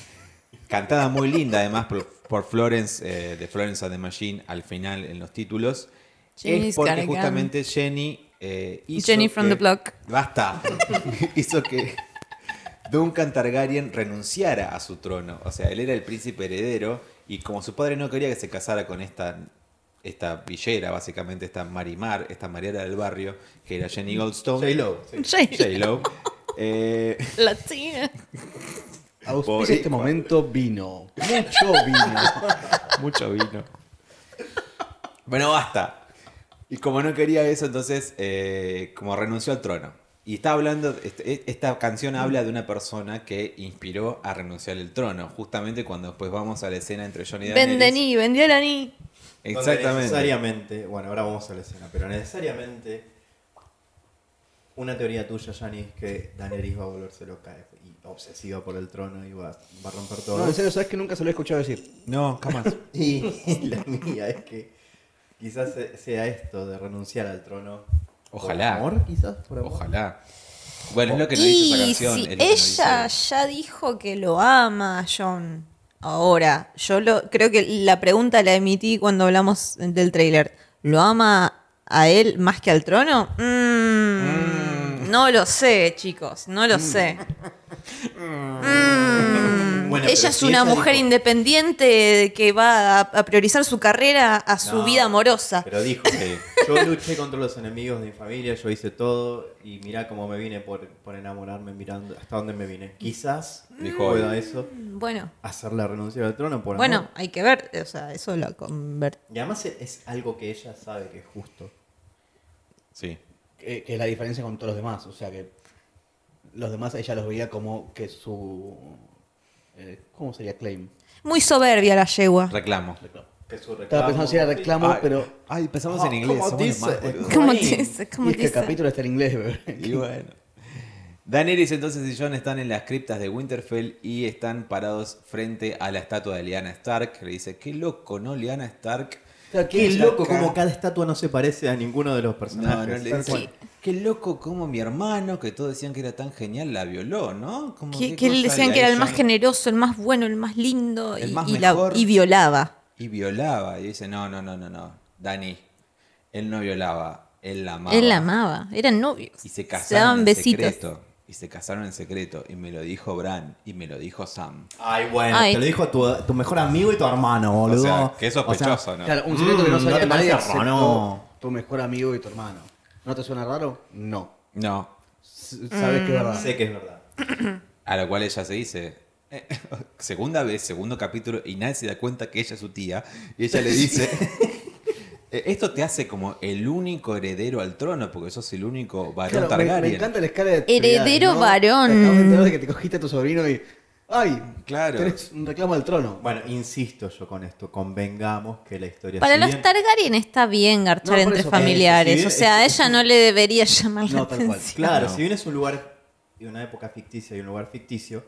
B: Cantada muy linda, además, por, por Florence, eh, de Florence and the Machine, al final en los títulos.
E: Jenny's
B: es porque
E: gotta go.
B: justamente Jenny eh, hizo
E: Jenny from
B: que-
E: the block.
B: Basta. hizo que Duncan Targaryen renunciara a su trono. O sea, él era el príncipe heredero y como su padre no quería que se casara con esta, esta villera, básicamente, esta marimar, esta mariera del barrio, que era Jenny Goldstone.
C: J-Lo. sí.
B: J-Lo. Eh,
E: Latina.
B: Por-
D: Auspicia este momento vino. Mucho vino.
B: Mucho vino. Bueno, basta. Y como no quería eso, entonces, eh, como renunció al trono. Y está hablando, este- esta canción habla de una persona que inspiró a renunciar al trono, justamente cuando después vamos a la escena entre John y Daenerys.
E: Vendení, vendí a la ni.
C: Donde
B: Exactamente.
C: Necesariamente, bueno, ahora vamos a la escena, pero necesariamente una teoría tuya, Gianni, es que Daenerys va a volverse loca y obsesiva por el trono y va, va a romper todo.
D: No, en serio, sabes que nunca se lo he escuchado decir.
B: No, jamás.
C: Y la mía es que quizás se- sea esto de renunciar al trono.
B: Ojalá.
C: Por amor, quizás, por amor.
B: Ojalá. Bueno, es lo que nos dice esa
E: Y
B: canción. es
E: si
B: lo que nos dice-
E: ella ya dijo que lo ama a John, ahora, yo lo, creo que la pregunta la emití cuando hablamos del tráiler. ¿Lo ama a él más que al trono? Mm, No lo sé, chicos, no lo sé. Mm,
C: Bueno,
E: ella
C: pero
E: es
C: si
E: una
C: ella
E: mujer
C: dijo-
E: independiente que va a, a priorizar su carrera a su
C: No,
E: vida amorosa.
C: Pero dijo, yo luché contra los enemigos de mi familia, yo hice todo y mirá cómo me vine por, por enamorarme mirando hasta dónde me vine. Quizás
B: Dijo,
C: pueda eso
E: Bueno,
C: hacer la renuncia al trono por
E: bueno,
C: amor.
E: hay que ver, o sea, eso lo convert
C: Y además es, es algo que ella sabe que es justo.
B: Sí.
D: Que, que es la diferencia con todos los demás. O sea que los demás ella los veía como que su. eh, ¿Cómo sería claim?
E: Muy soberbia la yegua.
B: Reclamo.
C: Que su
D: Estaba pensando si era reclamo,
B: Ay,
D: pero.
B: Ay, empezamos
C: Ah,
B: en inglés.
C: ¿cómo
B: somos los más
C: dice?
B: boludos.
E: ¿Cómo
C: Ahí.
E: dice? ¿Cómo
D: Y es que el
E: dice?
D: capítulo está en inglés, bebé.
B: Y bueno. Daenerys entonces y John están en las criptas de Winterfell y están parados frente a la estatua de Lyanna Stark. Que le dice, qué loco, ¿no? Lyanna Stark
D: sea,
C: Qué loco
D: chaca-
C: como cada estatua no se parece a ninguno de los
B: No,
C: personajes.
B: no le
C: Tal
B: dicen.
C: cual.
B: Qué loco como mi hermano, que todos decían que era tan genial, la violó, ¿no? Como
E: Que,
B: qué
E: que le
B: cosa
E: decían
B: le
E: que era el
B: hizo.
E: más generoso, el más bueno, el más lindo
B: El
E: y,
B: más
E: y la-
B: Ah, mejor.
E: y violaba.
B: Y violaba. Y dice, no, no, no, no, no. Dani, él no violaba, él la amaba.
E: Él la amaba, eran novios.
B: Y se
E: Se
B: casaron
E: daban
B: en
E: besitos.
B: secreto. Y se casaron en secreto. Y me lo dijo Bran. Y me lo dijo Sam.
C: Ay, bueno,
E: Ay.
C: te lo dijo a tu, tu mejor amigo y tu hermano, boludo.
B: O sea, que es
C: O sea,
B: sospechoso, ¿no?
D: Claro, un secreto que no
C: Mm,
D: sabía
C: no te
D: nadie
C: parece
D: excepto
C: raro.
D: tu mejor amigo y tu hermano. ¿No te suena raro? No.
B: No.
E: Mm.
D: S- Sabes que es verdad.
C: sé que es verdad.
B: A lo cual ella se dice. eh, segunda vez, segundo capítulo, y nadie se da cuenta que ella es su tía. Y ella le dice. "Eh, Esto te hace como el único heredero al trono, porque sos el único varón
D: Claro, me- me,
B: Targaryen.
D: encanta la escala de
E: Heredero
D: prioridades, ¿no?
E: varón.
D: Te acabas de enterar de que te cogiste a tu sobrino y. ¡Ay!
B: Claro.
D: Tenés un reclamo al trono.
C: Bueno, insisto yo con esto, convengamos que la historia
E: Para
C: si
E: los
C: bien-
E: Targaryen está bien garchar
D: No, por
E: entre
D: eso, eh,
E: familiares.
C: si bien
E: o sea, a
C: es-
E: ella no le debería llamar la
D: No, tal cual.
E: atención.
C: Claro,
B: No.
C: si bien es un lugar y una época ficticia y un lugar ficticio,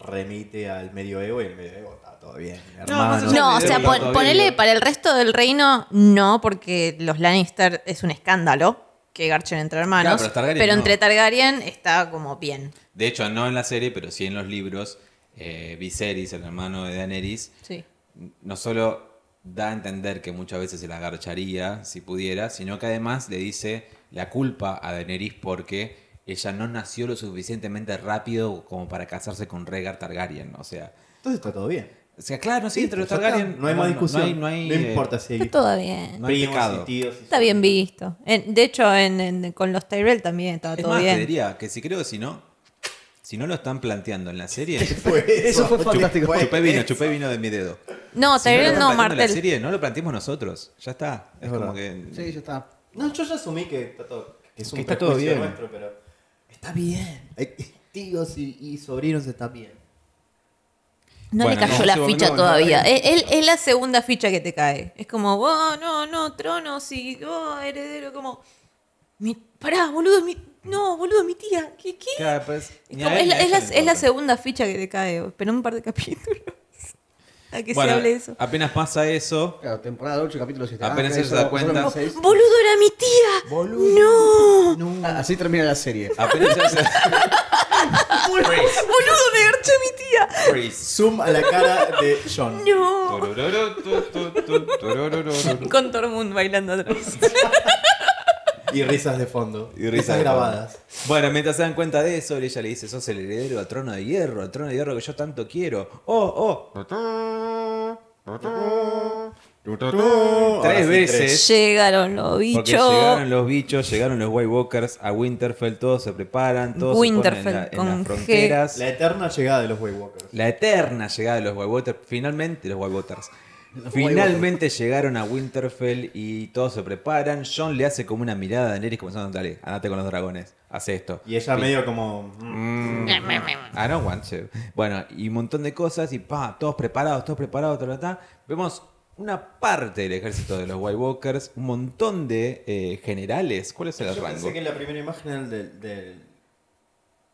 C: remite al medioevo y el medioevo está todo bien. hermano.
B: más allá
E: No, o sea, pues-
B: Pero
E: pon-
B: todavía-
E: ponele para el resto del reino, no, porque los Lannister es un escándalo que garchen entre hermanos.
B: Claro, pero los Targaryen no.
E: entre Targaryen está como bien.
B: De hecho, no en la serie, pero sí en los libros. eh, Viserys, el hermano de Daenerys,
E: Sí.
B: no solo da a entender que muchas veces se la agarcharía si pudiera, sino que además le dice la culpa a Daenerys porque ella no nació lo suficientemente rápido como para casarse con Rhaegar Targaryen. O sea,
C: Entonces está todo bien.
B: o sea claro, sí, entre los
C: Ya está,
B: Targaryen
C: No hay más discusión.
B: No, hay- no hay, eh,
C: importa si hay
E: Está todo bien.
B: no hay
C: primos y
B: pecado.
C: tíos y
E: Está bien
C: sobrinos.
E: visto. En- de hecho, en- en- con los Tyrell también estaba
B: Es
E: todo
B: más, te
E: bien.
B: diría que si creo que si no, si no lo están planteando en la serie,
D: Eso fue fantástico.
C: fue-
B: chupé vino, chupé vino de mi dedo.
E: No,
B: Si lo
E: Tyrell
B: están
E: no,
B: planteando en la
E: Martel.
B: serie, no lo planteamos nosotros. Ya está. Es, como que.
D: Sí, ya está.
C: No, yo ya asumí que está todo, que es un
B: Que está todo
C: prejuicio
B: bien.
C: nuestro, pero está bien. Hay Tíos y, y sobrinos está bien.
E: No
B: Bueno,
E: le cayó
B: no,
E: la
B: sí,
E: ficha
B: no, no,
E: todavía.
B: no.
E: es, es- es la segunda ficha que te cae. Es como, oh, no, no, trono, sí, oh, heredero, como. Mi, pará, boludo, mi, no, boludo, mi tía. ¿Qué? qué?
B: Claro, pues,
E: Es,
B: ni a
E: como-
B: él
E: es
B: ni
E: la,
B: a ella
E: es la-
B: le
E: es la
B: importa.
E: segunda ficha que te cae. Pero un par de capítulos. A que
B: Bueno,
E: se hable de eso.
B: Apenas pasa eso.
D: Claro, temporada este 8, capítulo 7.
B: Apenas se da cuenta.
E: ¡Boludo era mi tía! ¡No!
D: Ah, Así termina la serie.
B: Apenas se hace-
E: ¡Boludo, me garché a mi tía!
B: Freeze.
C: Zoom a la cara de John.
E: ¡No!
B: Turururu, tu, tu, tu, turururu.
E: Con Tormund bailando atrás.
C: Y risas de fondo.
B: Y
C: risas
B: risas
C: grabadas.
B: Bueno, mientras se dan cuenta de eso, ella le dice, sos el heredero al trono de hierro, al trono de hierro que yo tanto quiero. Oh, oh.
C: Ahora sí,
B: Tres veces.
E: Llegaron los
B: Porque
E: bichos.
B: llegaron los bichos, llegaron los White Walkers a Winterfell, todos se preparan, todos se ponen en
E: Winterfell
B: la- en,
E: con
B: las
E: G.
B: fronteras.
C: La eterna llegada de los Waywalkers.
B: La eterna llegada de los White Walkers, finalmente los White Walkers. Finalmente llegaron a Winterfell y todos se preparan. John le hace como una mirada a Daenerys como diciendo, dale, andate con los dragones, hace esto. Ah,
C: Y ella
B: Fin.
C: medio como... mm,
B: I don't want to. Bueno, y un montón de cosas y pa, todos preparados, todos preparados, ta, ta, ta. Vemos una parte del ejército de los White Walkers, un montón de eh, generales. ¿Cuál es el
C: Yo
B: rango?
C: pensé que la primera imagen era el del... del-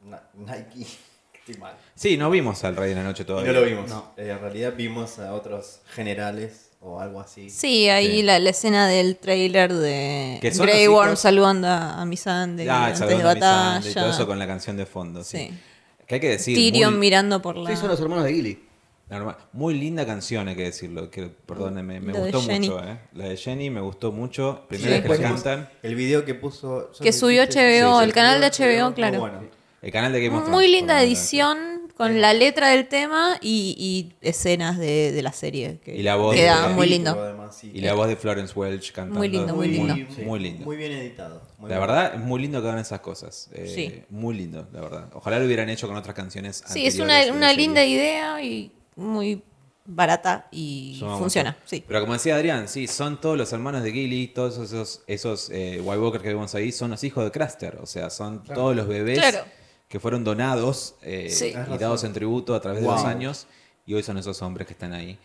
C: Na- Nike. Estoy mal.
B: Sí, no vimos al Rey de la Noche
C: Y
B: todavía.
C: no lo vimos.
D: No.
C: Eh, en realidad vimos a otros generales o algo así.
E: Sí, ahí
B: Sí.
E: La, la escena del trailer de
B: Que son
E: Grey
B: los
E: Worm
B: chicos-
E: saludando a, a Missandei
B: Ah,
E: antes de
B: saludando a
E: batalla.
B: Missandei y todo eso con la canción de fondo. Sí.
E: Sí.
B: Que hay que decir.
E: Tyrion
B: muy,
E: mirando por la.
D: Sí, son los hermanos de Gilly.
B: normal- muy linda canción, hay que decirlo. Que, perdónenme, me
E: La de
B: gustó
E: Jenny.
B: mucho. eh. La de Jenny me gustó mucho.
C: Sí,
B: Primera vez que
C: después
B: la
C: vimos
B: cantan.
C: El video que puso...
E: Que subió HBO, el canal de HBO,
C: muy
E: claro.
C: bueno.
B: El canal de Game of Thrones,
E: Muy linda
B: por lo menos.
E: edición con la letra del tema y, y escenas de, de la serie. Que
B: Y la voz de
E: Queda
B: la-
E: muy
C: Capítulo,
E: lindo.
C: además, sí.
B: Y la voz de Florence Welch cantando.
E: Muy lindo, muy lindo.
B: Muy, muy lindo.
C: Muy bien editado. muy
B: la
C: bien.
B: verdad, es muy lindo que hagan esas cosas. Eh,
E: Sí.
B: Muy lindo, la verdad. Ojalá lo hubieran hecho con otras canciones.
E: Sí,
B: anteriores
E: es una,
B: de la
E: una
B: serie.
E: linda idea y muy barata y
B: Suma mucho.
E: funciona. Sí.
B: Pero como decía Adrián, sí, son todos los hermanos de Gilly, todos esos, esos eh, White Walkers que vemos ahí, son los hijos de Craster. O sea, son todos los bebés
E: Claro.
B: que fueron donados eh,
E: Sí.
B: y
E: Tenés
C: razón.
B: dados en tributo a través
C: Wow.
B: de los años. Y hoy son esos hombres que están ahí.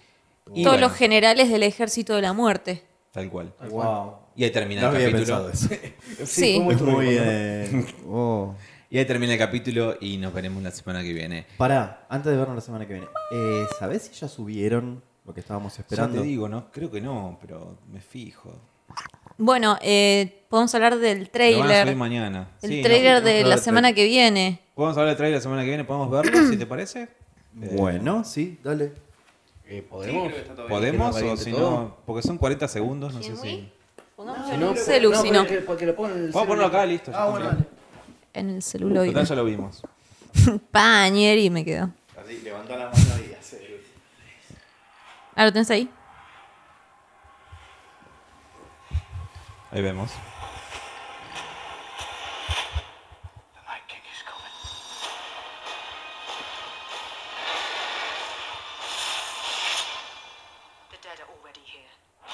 B: Y
E: Todos
B: bueno,
E: los generales del ejército de la muerte.
B: Tal cual.
C: Wow.
B: Y ahí termina
C: No
B: el
C: había
B: capítulo.
C: pensado eso.
E: Sí.
C: Es
D: turbio,
C: muy...
D: ¿no?
C: eh, oh.
B: Y ahí termina el capítulo y nos veremos la semana que viene.
C: Pará, antes de vernos la semana que viene, eh, ¿sabés si ya subieron lo que estábamos
B: Ya
C: esperando.
B: te digo, ¿no? Creo que no, pero me fijo.
E: Bueno, eh, podemos hablar del
B: Lo van a
E: trailer.
B: subir mañana.
E: el
B: Sí, ¿no?
E: trailer de
C: no,
E: la
C: no,
E: semana que viene.
B: Podemos hablar del trailer la semana que viene, podemos verlo, si te parece. Eh,
C: Bueno, sí, dale.
D: Eh, ¿Podemos?
B: ¿Podemos?
D: Que no
B: O si
D: todo.
B: no, porque son 40 segundos, no sé si.
E: Pongamos en el celu, si no.
D: porque, porque lo ponen en el
B: Vamos a ponerlo acá, listo. ya
D: Ah, bueno,
B: está.
D: dale.
E: En el
B: Total,
E: celuloide.
B: ya lo vimos.
E: Pañer y me quedo.
C: Así, levanta la mano y hace.
E: Ah, ¿lo tenés ahí?
B: Ahí vemos.
G: The dead are already here.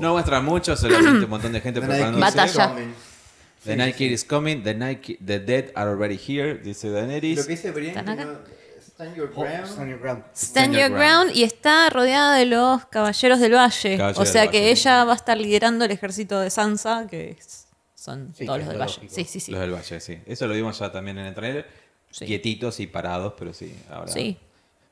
B: No muestra mucho, solo viste un montón de gente preparándose.
E: Batalla.
B: The Night Kid is coming, the, night ki- the dead are already here, dice
C: Lo que
B: Daenerys.
C: dice Brienne
E: ¿Están
C: que
E: acá?
C: no- Stand Your
D: Oh,
C: Ground.
D: Stand Your Ground.
E: Stand Your Ground y está rodeada de los caballeros del valle.
B: Caballeros
E: o sea
B: del
E: que
B: Valle.
E: ella va a estar liderando el ejército de Sansa, que es- son
D: Sí, que
E: todos los
D: es
E: del
D: lo
E: valle.
D: lógico.
E: Sí, sí, sí.
B: Los del Valle, sí. Eso lo vimos ya también en el trailer.
E: Sí.
B: Quietitos y parados, pero sí, ahora
E: Sí.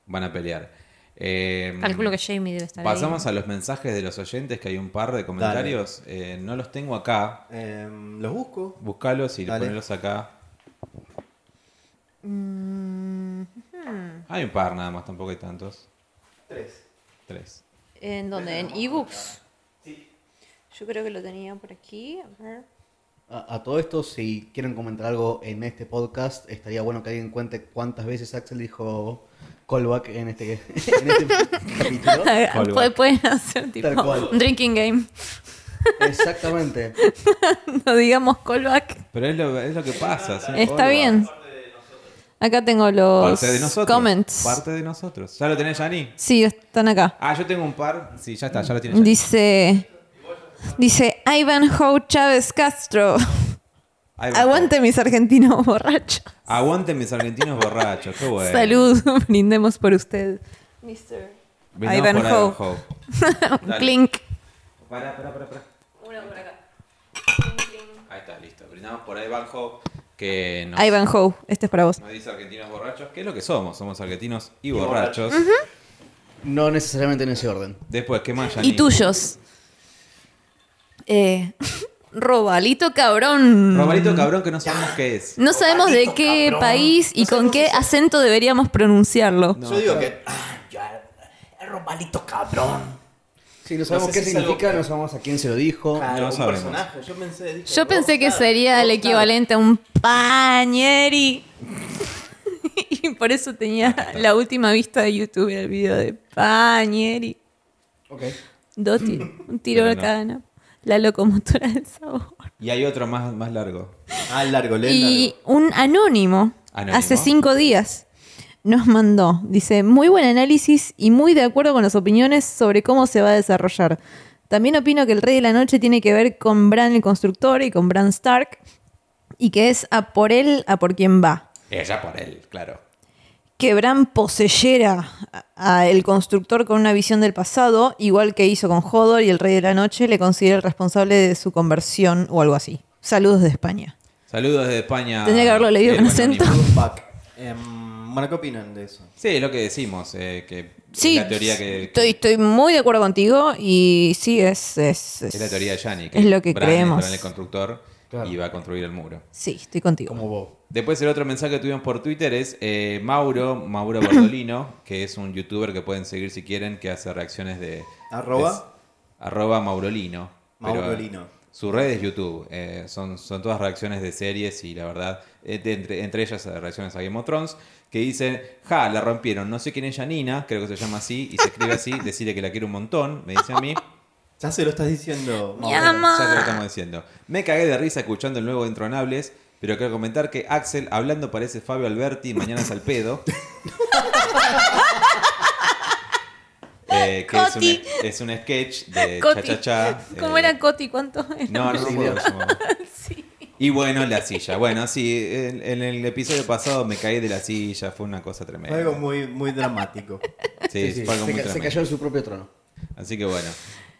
B: van a pelear. Eh,
E: Calculo que Jamie debe estar
B: Pasamos
E: ahí.
B: a los mensajes de los oyentes, que hay un par de comentarios. Eh, no los tengo acá.
C: Em, los busco.
B: Buscalos y
C: Dale.
B: ponelos acá.
E: Mm-hmm.
B: Hay un par nada más, tampoco hay tantos.
C: Tres.
B: Tres.
E: ¿En dónde? ¿En ebooks? Yo creo que lo tenía por aquí. A ver.
D: A, a todo esto, si quieren comentar algo en este podcast, estaría bueno que alguien cuente cuántas veces Axel dijo callback en este, en este capítulo.
B: Callback.
E: Pueden- Pueden hacer tipo
D: Tal cual.
E: un drinking game.
D: Exactamente.
E: No digamos callback.
B: Pero es lo, es lo que pasa. es un
E: Está
B: callback.
E: bien. Acá tengo los
B: Parte de nosotros.
E: comments.
B: Parte de nosotros. ¿Ya lo tenés, Yani?
E: Sí, están acá.
B: Ah, yo tengo un par. Sí, ya está, ya lo tienes. Yani.
E: Dice. Dice Ivanhoe Chávez Castro.
B: Ahí va.
E: Aguante mis argentinos borrachos.
B: Aguante mis argentinos borrachos. Qué bueno.
E: Salud, brindemos por usted. Mr.
B: Brindamos por
E: Ivanhoe.
B: Ivanhoe. Dale.
E: Clink.
B: Pará, pará, pará, pará. Ahí está, listo. Brindamos por Ivanhoe que nos,
E: Ivanhoe, este es para vos.
B: nos dice argentinos borrachos, que es lo que somos. Somos argentinos y borrachos.
D: No necesariamente en ese orden.
B: Después, ¿qué más, Yani?
E: Y tuyos. Eh, robalito cabrón.
B: Romarito cabrón que no sabemos qué es.
E: No sabemos de qué país y con qué acento deberíamos pronunciarlo.
C: Yo digo que.
A: Ya, el romalito cabrón.
D: Sí, no sabemos
A: No sé
D: qué
A: si es
D: significa,
A: algo-
D: no sabemos a quién se lo dijo.
A: Claro.
B: No
C: un
B: sabemos.
C: personaje. Yo pensé. dije,
E: Yo pensé que
C: Rockstar,
E: sería el
C: Rockstar.
E: equivalente a un pañeri. y por eso tenía la última vista de YouTube el video de pañeri.
D: Ok.
E: Dos tiros, un tiro
B: Pero
E: de
B: no.
E: cadena. La locomotora del sabor.
B: Y hay otro más, más largo.
C: Ah, el largo, lee el
E: Y
C: largo.
E: un anónimo,
B: Anónimo.
E: hace cinco días nos mandó, dice, muy buen análisis y muy de acuerdo con las opiniones sobre cómo se va a desarrollar. También opino que el Rey de la Noche tiene que ver con Bran el Constructor y con Bran Stark y que es a por él, a por quien va.
B: Ella Eh, por él, claro.
E: Que Bran poseyera a- a el Constructor con una visión del pasado, igual que hizo con Hodor y el Rey de la Noche le considera el responsable de su conversión o algo así. Saludos de España.
B: Saludos de España.
E: Tendría que haberlo leído
B: El
E: con acento.
B: anónimo.
C: Back. Em, bueno, ¿qué opinan de eso?
B: Sí, lo que decimos, eh, que
E: Sí,
B: es la teoría que,
E: estoy, estoy muy de acuerdo contigo y sí, es... Es,
B: es la teoría de Yanni.
E: Es lo que
B: Bran
E: creemos.
B: entró en el constructor
D: Claro.
B: y va a construir el muro.
E: Sí, estoy contigo.
D: Como vos.
B: Después el otro mensaje que tuvimos por Twitter es eh, Mauro, Mauro Bordolino, que es un youtuber que pueden seguir si quieren, que hace reacciones de...
C: Arroba.
B: es- arroba Maurolino. pero,
C: Maurolino.
B: eh, su red es YouTube. eh, son, son todas reacciones de series y la verdad, eh, de- entre, entre ellas eh, reacciones a Game of Thrones, que dicen, ja, la rompieron, no sé quién es Janina, creo que se llama así, y se escribe así, decirle que la quiero un montón, me dice a mí.
C: Ya se lo estás diciendo.
E: Mi
C: Mauro.
E: ama.
B: Ya se lo estamos diciendo. Me cagué de risa escuchando el nuevo de Intronables, pero quiero comentar que Axel hablando parece Fabio Alberti, mañana es al pedo. Eh, que es un,
E: Coti.
B: es un sketch de Cha
E: Coti.
B: Cha Cha.
E: ¿Cómo
B: eh,
E: era Coti? ¿Cuánto era?
B: No, no me acuerdo cómo. Y bueno, la silla. Bueno, sí, en, en el episodio pasado me caí de la silla, fue una cosa tremenda.
C: Fue algo muy, muy dramático.
B: Sí,
D: Sí, sí,
B: fue algo
D: se,
B: muy
D: ca- se
B: tremendo.
D: cayó en su propio trono.
B: Así que bueno.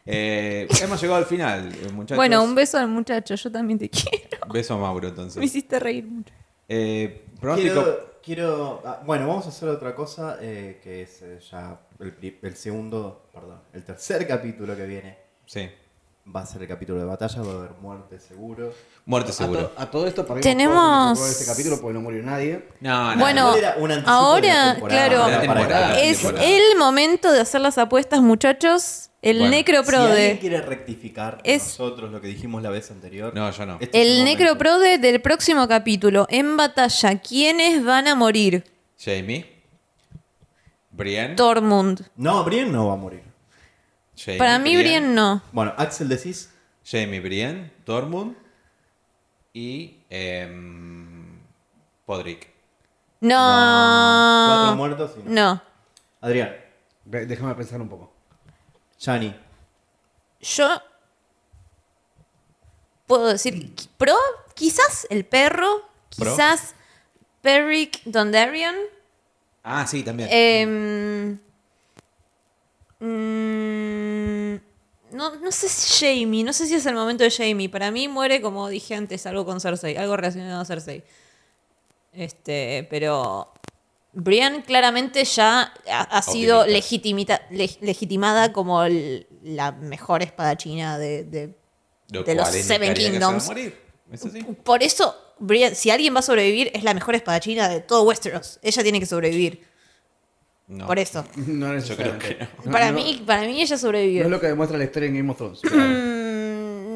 B: Eh, hemos llegado al final, eh, muchachos.
E: Bueno, un beso al muchacho, yo también te quiero.
B: beso a Mauro
E: Me
B: entonces.
E: hiciste reír mucho.
B: Eh, pronóstico.
C: Quiero, quiero- ah, bueno, vamos a hacer otra cosa eh, que es eh, ya el, pri- el segundo, perdón, el tercer capítulo que viene.
B: Sí.
C: Va a ser el capítulo de batalla, va a haber muerte seguro.
B: Muerte
D: A,
B: seguro.
D: to- a todo esto para
E: Tenemos-
D: este capítulo porque no murió nadie.
B: No, no.
E: Ah, Bueno,
C: Era un anticipo de la
E: ahora,
C: temporada,
E: claro,
B: de la temporada,
E: es
B: temporada.
E: el momento de hacer las apuestas, muchachos. El
B: Bueno,
C: si
E: Necroprode.
C: alguien quiere rectificar
E: Es-
C: nosotros lo que dijimos la vez anterior.
B: No, yo no.
C: este es
E: El
C: momento.
E: Necroprode del próximo capítulo. En batalla, ¿quiénes van a morir?
B: Jamie. Brian.
E: Tormund.
C: No, Brian no va a morir.
B: Jamie,
E: Para mí, Brian no.
C: Bueno, Axel decís.
B: Jamie, Brian, Tormund y em, Podrick.
E: No.
C: Cuatro muertos y no.
E: Ah. No.
C: Adrián,
D: Ve- Déjame pensar un poco.
C: Shani.
E: Yo puedo decir qui- pro, quizás el perro,
B: Pro.
E: quizás Perrick Dondarian.
B: Ah, sí, también.
E: Eh, Em, mm, no, no sé si Jamie, no sé si es el momento de Jamie. Para mí muere, como dije antes, algo con Cersei, algo relacionado a Cersei. Este, pero Brian claramente ya ha, ha sido
B: Optimista.
E: legitimita- leg- legitimada como el- la mejor espadachina de, de-
B: Lo
E: de los
B: cual indicaría
E: Seven
B: que se va a
E: Kingdoms. Uh,
B: morir. ¿Es así?
E: Por eso, Brian, si alguien va a sobrevivir, es la mejor espadachina de todo Westeros. Ella tiene que sobrevivir.
B: No.
E: Por eso.
D: No necesariamente.
B: creo
D: No-
E: Para,
D: no-
E: mí, Mm. para mí ella
D: No
E: sobrevivió.
D: es
E: Mm, No,
D: lo que demuestra la historia en Game of Thrones.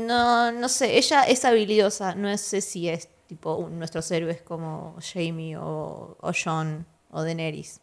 E: no, sé, ella es habilidosa. No sé si es tipo un- nuestros héroes como Jamie o, o John o Daenerys.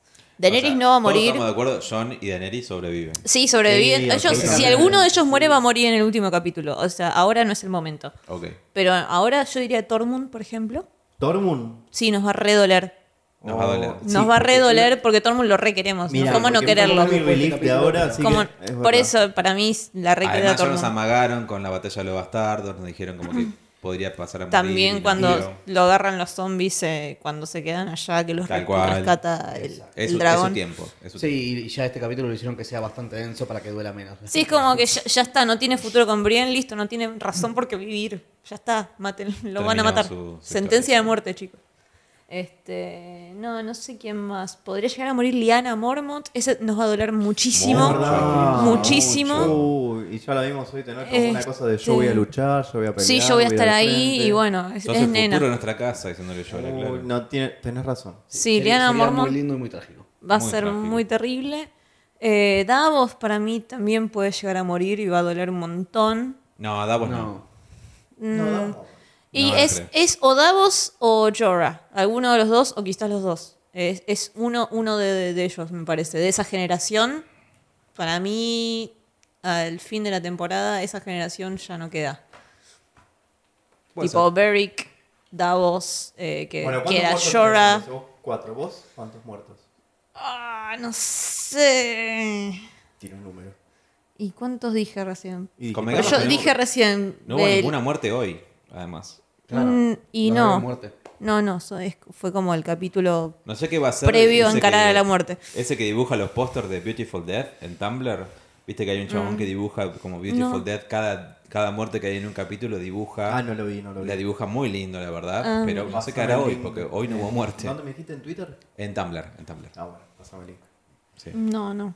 B: O
E: Daenerys
B: sea,
E: no va a
B: Todos
E: morir.
B: estamos de acuerdo, John y Daenerys sobreviven.
E: Sí, sobreviven.
D: Sí,
E: Ellos- si
D: absolutamente.
E: alguno de ellos muere, va a morir en el último capítulo. O sea, ahora no es el momento.
B: Ok.
E: Pero ahora yo diría Tormund, por ejemplo.
C: Tormund.
E: Sí, nos va a redoler.
B: Nos va a doler.
C: Oh,
E: Nos
C: sí,
E: va a
C: porque-
E: redoler porque Tormund lo requeremos.
C: Mira,
E: ¿Cómo no
D: porque
E: quererlo?
D: Tormund
C: Es mi relief de ahora, así que
E: Como-
C: es verdad.
E: por eso, para mí, la requerida
B: Además, ya nos
E: Tormund.
B: amagaron con la batalla de los bastardos, nos dijeron como que podría pasar a morir.
E: También
B: nos
E: cuando
B: dieron.
E: lo agarran los zombies, eh, cuando se quedan allá, que los
B: Tal
E: re-
B: cual.
E: rescata el,
D: Exacto.
E: el
B: Es, su- es su
E: dragón.
B: tiempo. es su
D: Sí, y- y ya este capítulo lo hicieron que sea bastante denso para que duela menos.
E: Sí, es como que ya, ya está, no tiene futuro con Brian, listo, no tiene razón por qué vivir. Ya está, maten, lo van
B: Terminó
E: a matar.
B: su- su
E: Sentencia
B: historia.
E: de muerte, chicos. Este, no, no sé quién más. Podría llegar a morir Liana Mormont. Ese nos va a doler muchísimo.
C: Morda.
E: Muchísimo.
C: Uy, y ya la vimos hoy tener como una
E: Este-
C: cosa de yo voy a luchar, yo voy a pelear.
E: Sí, yo voy a estar
C: al
E: ahí
C: frente.
E: y bueno, es,
B: Sos
E: es
B: el
E: nena.
B: futuro de nuestra casa, diciéndole yo a la
C: Uy,
B: Clara.
C: no, tiene, tenés razón.
E: Sí, Liana Mormont
D: Muy lindo y muy trágico.
E: va a
B: Muy
E: ser
B: trágico.
E: muy terrible. Eh, Davos para mí también puede llegar a morir y va a doler un montón.
B: No, Davos no.
D: No.
E: Y
B: No, no
E: es,
B: creo.
E: es o Davos o Jorah, alguno de los dos o quizás los dos. Es, es uno, uno de, de- de ellos, me parece, de esa generación. Para mí, al fin de la temporada, esa generación ya no queda.
B: Puede
E: tipo Beric, Davos, eh, que,
C: Bueno, ¿cuántos
E: que era
C: muertos
E: Jorah.
C: tenés? Vos Cuatro, vos, ¿cuántos muertos?
E: Ah, no sé.
C: Tira un número.
E: ¿Y cuántos dije recién?
C: Y
B: Con
C: dije,
E: Pero
B: Megara
E: yo
B: no.
E: dije recién.
B: No hubo
E: del-
B: ninguna muerte hoy, además.
D: Claro.
E: Mm, y
D: va a haber
E: no.
D: muerte.
E: No, no, so- es- fue como el capítulo.
B: No sé qué va a ser.
E: Previo a
B: ese
E: encarar
B: que-
E: a la muerte.
B: Ese que dibuja los pósters de Beautiful Death en Tumblr. Viste que hay un chabón que dibuja como Beautiful
E: Mm. No.
B: Death. Cada, cada muerte que hay en un capítulo dibuja.
C: Ah, no lo vi, no lo vi.
B: La dibuja muy lindo, la verdad.
E: Ah.
B: Pero no sé qué hará hoy, porque hoy no hubo muerte.
C: ¿Dónde me dijiste en Twitter?
B: En Tumblr, en Tumblr.
C: Ah, bueno, pasame el link.
B: Sí.
E: No, no.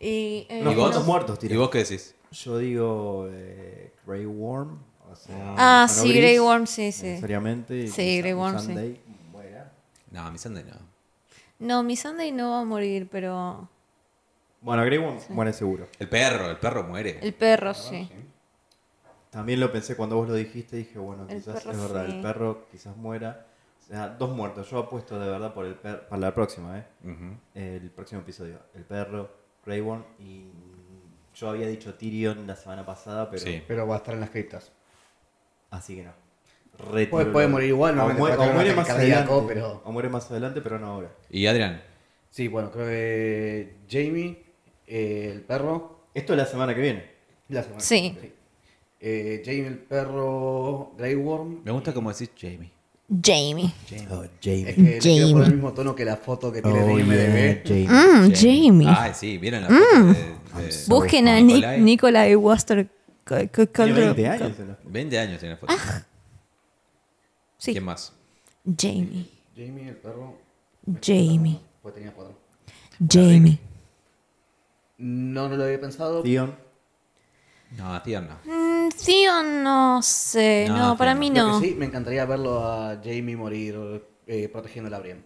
E: Y, eh,
C: No,
B: ¿Y
C: ¿cuántos
B: vos?
C: muertos tiré?
B: ¿Y vos qué decís?
C: Yo digo eh, Grey Worm. O sea,
E: Ah,
C: Mano
E: sí,
C: Gris,
E: Grey Worm, sí, sí.
C: Seriamente. y
E: Sí,
C: quizá
E: Grey Worm,
C: Sunday muera.
B: No, mi Sunday no.
E: No, mi Sunday no va a morir, pero.
C: Bueno, Grey Worm muere seguro.
B: El perro, el perro muere.
E: El perro, sí.
C: También lo pensé cuando vos lo dijiste, dije, bueno,
E: El
C: quizás
E: perro
C: es verdad,
E: sí.
C: el perro quizás muera. O sea, dos muertos. Yo apuesto de verdad por el per- para la próxima, ¿eh?
B: Ujú.
C: El próximo episodio. El perro, Grey Worm y... Yo había dicho Tyrion la semana pasada, pero...
B: Sí.
D: Pero va a estar en las criptas.
C: Así que no. Retiro
D: Puede-
C: lo-
D: puede morir igual,
C: o,
D: no,
C: muere,
D: puede
C: o
D: tener
C: muere
D: un
C: más
D: ataque
C: adelante.
D: cardíaco, pero-
C: O muere más adelante, pero no ahora.
B: ¿Y Adrián?
D: Sí, bueno, creo que Jamie, eh, el perro.
C: Esto es la semana que viene.
D: La semana.
E: Sí.
D: Eh, Jamie, el perro, Grey Worm.
B: Me gusta como decís Jamie.
E: Jamie.
A: Oh,
D: Es
A: Jamie.
D: que le quiero
E: Jamie.
D: poner el mismo tono que la foto que tiene
C: Oh,
D: de IMDb.
E: Mm,
A: Jamie.
E: Jamie. Mm.
B: Ah, sí, vieron la foto de, de-
E: Busquen a Nick,
B: Nicolai.
E: Nicolai Waster.
C: Tiene 20 años. en los-
B: 20 años tiene la foto.
E: Ah. Sí.
B: ¿Quién más?
E: Jamie.
D: Jamie, el perro.
E: Jamie.
D: Pues tenía cuatro.
E: Jamie.
D: No, no lo había pensado.
C: Theon.
B: No, tío, no.
E: Mm, Theon, no sé.
B: No,
E: No,
B: Theon
E: para
B: no.
E: mí
D: Lo
E: no.
D: que sí, me encantaría verlo a Jamie morir eh, protegiendo a Brienne.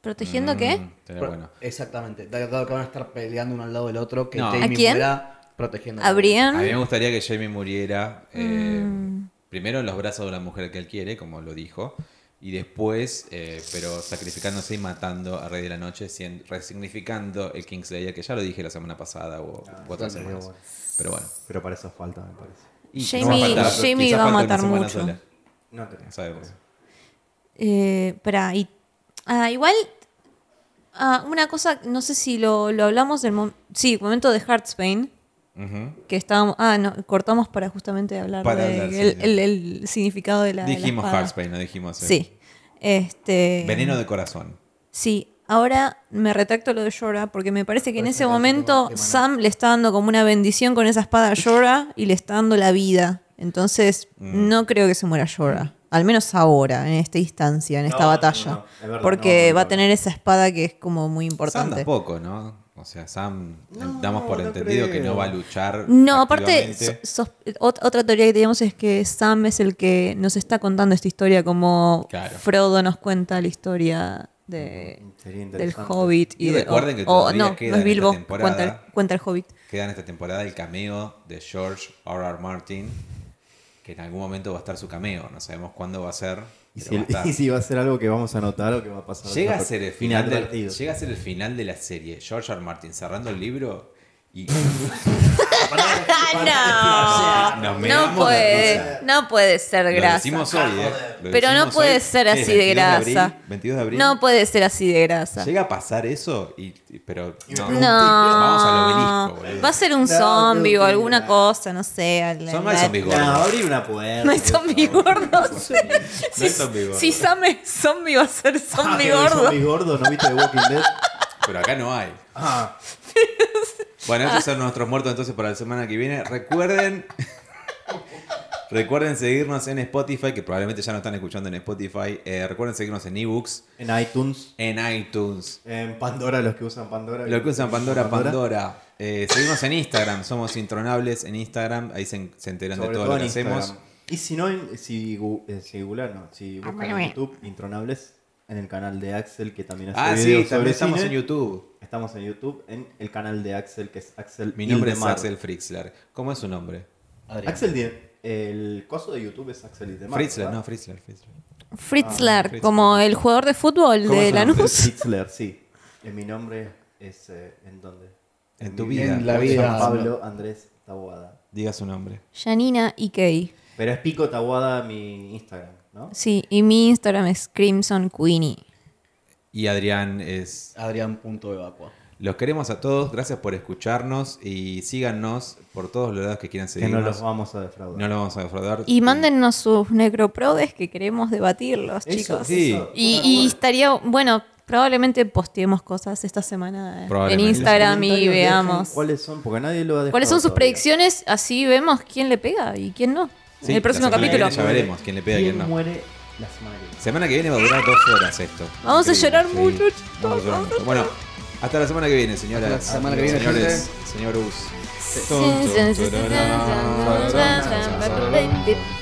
E: ¿Protegiendo qué?
B: Mm, estaría bueno.
D: Exactamente. Dado que van a estar peleando uno al lado del otro, que
B: No. ¿A
D: Jamie
E: quién?
D: muera protegiendo
E: ¿A
B: A mí me
E: Brienne?
B: gustaría que Jamie muriera eh,
E: Mm.
B: primero en los brazos de la mujer que él quiere, como lo dijo, y después, eh, pero sacrificándose y matando a Rey de la Noche, sien- resignificando el Kingslayer, que ya lo dije la semana pasada o u otras
D: sí,
B: semanas.
D: bueno.
B: Pero bueno.
C: Pero para eso falta, me parece.
E: Jamie-
B: quizás falta-
E: Jamie
B: quizás
E: va a
B: falta una
E: matar
B: semana
E: mucho.
B: sola,
C: No creo.
B: no sabemos.
E: Eh, pará, y, ah, igual, ah, una cosa, no sé si lo, lo hablamos del mom- sí, momento de Heartspain,
B: Ujú.
E: que estábamos, ah, no, cortamos para justamente hablar
B: Para
E: del
B: hablar, sí, sí.
E: el, el significado de la de la
B: Dijimos
E: espada.
B: Heartspain, no dijimos. eh,
E: Sí. Este,
B: Veneno de corazón.
E: Sí, ahora me retracto lo de Jorah porque me parece que en
D: Parece
E: ese
D: que
E: momento
D: te va- te
E: Sam le está dando como una bendición con esa espada a Jorah y le está dando la vida. Entonces,
C: Mm.
E: no creo que se muera Jorah. Al menos ahora, en esta instancia, en esta
C: No,
E: batalla.
C: no, no, es verdad,
E: porque
C: no, no,
E: va a
C: no.
E: tener esa espada que es como muy
B: Sam
E: importante.
B: tampoco, ¿no? O sea, Sam,
C: No,
B: damos por
C: no
B: entendido que
C: creo.
B: no va a luchar.
E: No, aparte,
B: activamente.
E: so- sos- ot- otra teoría que teníamos es que Sam es el que nos está contando esta historia como
B: Claro.
E: Frodo nos cuenta la historia de,
C: Eh, Sería
E: del
C: interesante.
E: Hobbit y,
B: Y
E: de-
B: recuerden
E: o-
B: que
E: o,
B: todavía
E: no,
B: queda
E: no
B: en
E: es Bilbo,
B: esta temporada.
E: cuenta el, cuenta el Hobbit.
B: Queda en esta temporada el cameo de George R.R. Martin, que en algún momento va a estar su cameo, no sabemos cuándo va a ser.
C: ¿Y
B: pero
C: si,
B: va a estar.
C: y si va a ser algo que vamos a notar o que va a pasar?
B: Llega a ser el final del,
C: partido.
B: llega a ser el final de la serie, George R. R. Martin cerrando el libro y
E: Ah,
B: Nos
E: no,
B: meamos
E: no
B: la
E: puede,
B: risa.
E: no puede ser
B: lo
E: grasa.
B: decimos hoy, eh, lo
E: Pero no
B: decimos
E: puede
B: hoy.
E: ser
B: ¿Qué es,
E: así de
B: 22 abril?
E: grasa.
B: 22 de abril.
E: No puede ser así de grasa.
B: Llega a pasar eso y y- pero no,
E: No,
B: vamos al obelisco, boludo.
E: va a ser un
C: No,
E: zombie
C: no,
E: o
C: no,
E: alguna
C: no.
E: cosa, no sé. al-
B: Son
E: al-
B: más zombies
C: No,
B: gordos.
C: abrí una puerta.
E: No hay zombie gordo.
B: hay zombie gordo.
E: Si Sam es zombie, va a ser
C: Ah,
E: zombie
B: Ah,
E: gordo.
C: Zombie gordo, ¿no viste The Walking Dead?
B: Pero acá no hay.
C: Ah,
B: Bueno, estos son nuestros muertos entonces para la semana que viene. Recuerden. recuerden seguirnos en Spotify, que probablemente ya no están escuchando en Spotify. Eh, recuerden seguirnos en ebooks,
C: en iTunes.
B: en iTunes.
C: En Pandora, los que usan Pandora.
B: Lo que usan Pandora, Pandora. Eh, seguimos en Instagram, somos intronables en Instagram, ahí se, se enteran
C: Sobre
B: de todo,
C: todo,
B: lo
C: en
B: que
C: Instagram.
B: hacemos.
C: Y si no, en- si, gu- eh, si Google, no, si buscan en YouTube, Intronables, en el canal de Axel, que también hace
B: Ah,
C: videos
B: sí, también
C: sobre
B: estamos
C: cine.
B: en YouTube.
C: Estamos en YouTube, en el canal de Axel, que es Axel
B: Mi nombre es
C: Hildemar.
B: Axel Fritzler. ¿Cómo es su nombre?
D: Adrián.
C: Axel, Die- el coso de YouTube es Axel Hildemar.
B: Fritzler,
C: ¿verdad?
B: no, Fritzler, Fritzler.
E: Fritzler,
B: Fritzler.
E: como el jugador de fútbol
B: Ah, ¿Cómo
E: de
B: se llama?
E: Lanús.
C: Fritzler, sí. En mi nombre es, eh, ¿en dónde?
B: En tu
C: mi-
B: vida.
D: En la
C: Yo me llamo
D: vida.
C: Pablo Andrés Taboada.
B: Diga su nombre.
E: Janina Ikei.
C: Pero es Pico Taboada mi Instagram, ¿no?
E: Sí, y mi Instagram es Crimson Queenie.
B: Y Adrián es
D: Adrián.evacua.
B: Los queremos a todos, gracias por escucharnos y síganos por todos los lados que quieran
C: Que no los
B: seguirnos.
C: vamos a defraudar.
B: No los vamos a defraudar.
E: Y mándennos sus necroprodes que queremos debatirlos,
C: Eso,
E: chicos.
B: sí.
C: eso.
E: Y,
C: Una
E: y
C: cosa.
E: estaría, bueno, probablemente posteemos cosas esta semana en
B: Probablemente.
E: Instagram y
C: Comentarios, dejen
E: veamos.
C: ¿Cuáles son? Porque nadie lo ha dejado
E: ¿Cuáles son sus
C: todavía.
E: predicciones? Así vemos quién le pega y quién no.
B: Sí,
E: en el próximo
B: la semana que
E: capítulo.
B: viene Ya veremos quién le pega y quién no.
C: muere la semana que viene.
B: Semana que viene va a durar dos horas esto.
E: Vamos a llorar mucho,
B: Vamos a llorar mucho. Bueno, hasta la semana que viene, señoras.
D: Hasta la semana que viene,
B: señores. Señor Us.
E: Dun, dun, dun, dun, dun, dun, dun, dun, dun, dun, dun, dun, dun.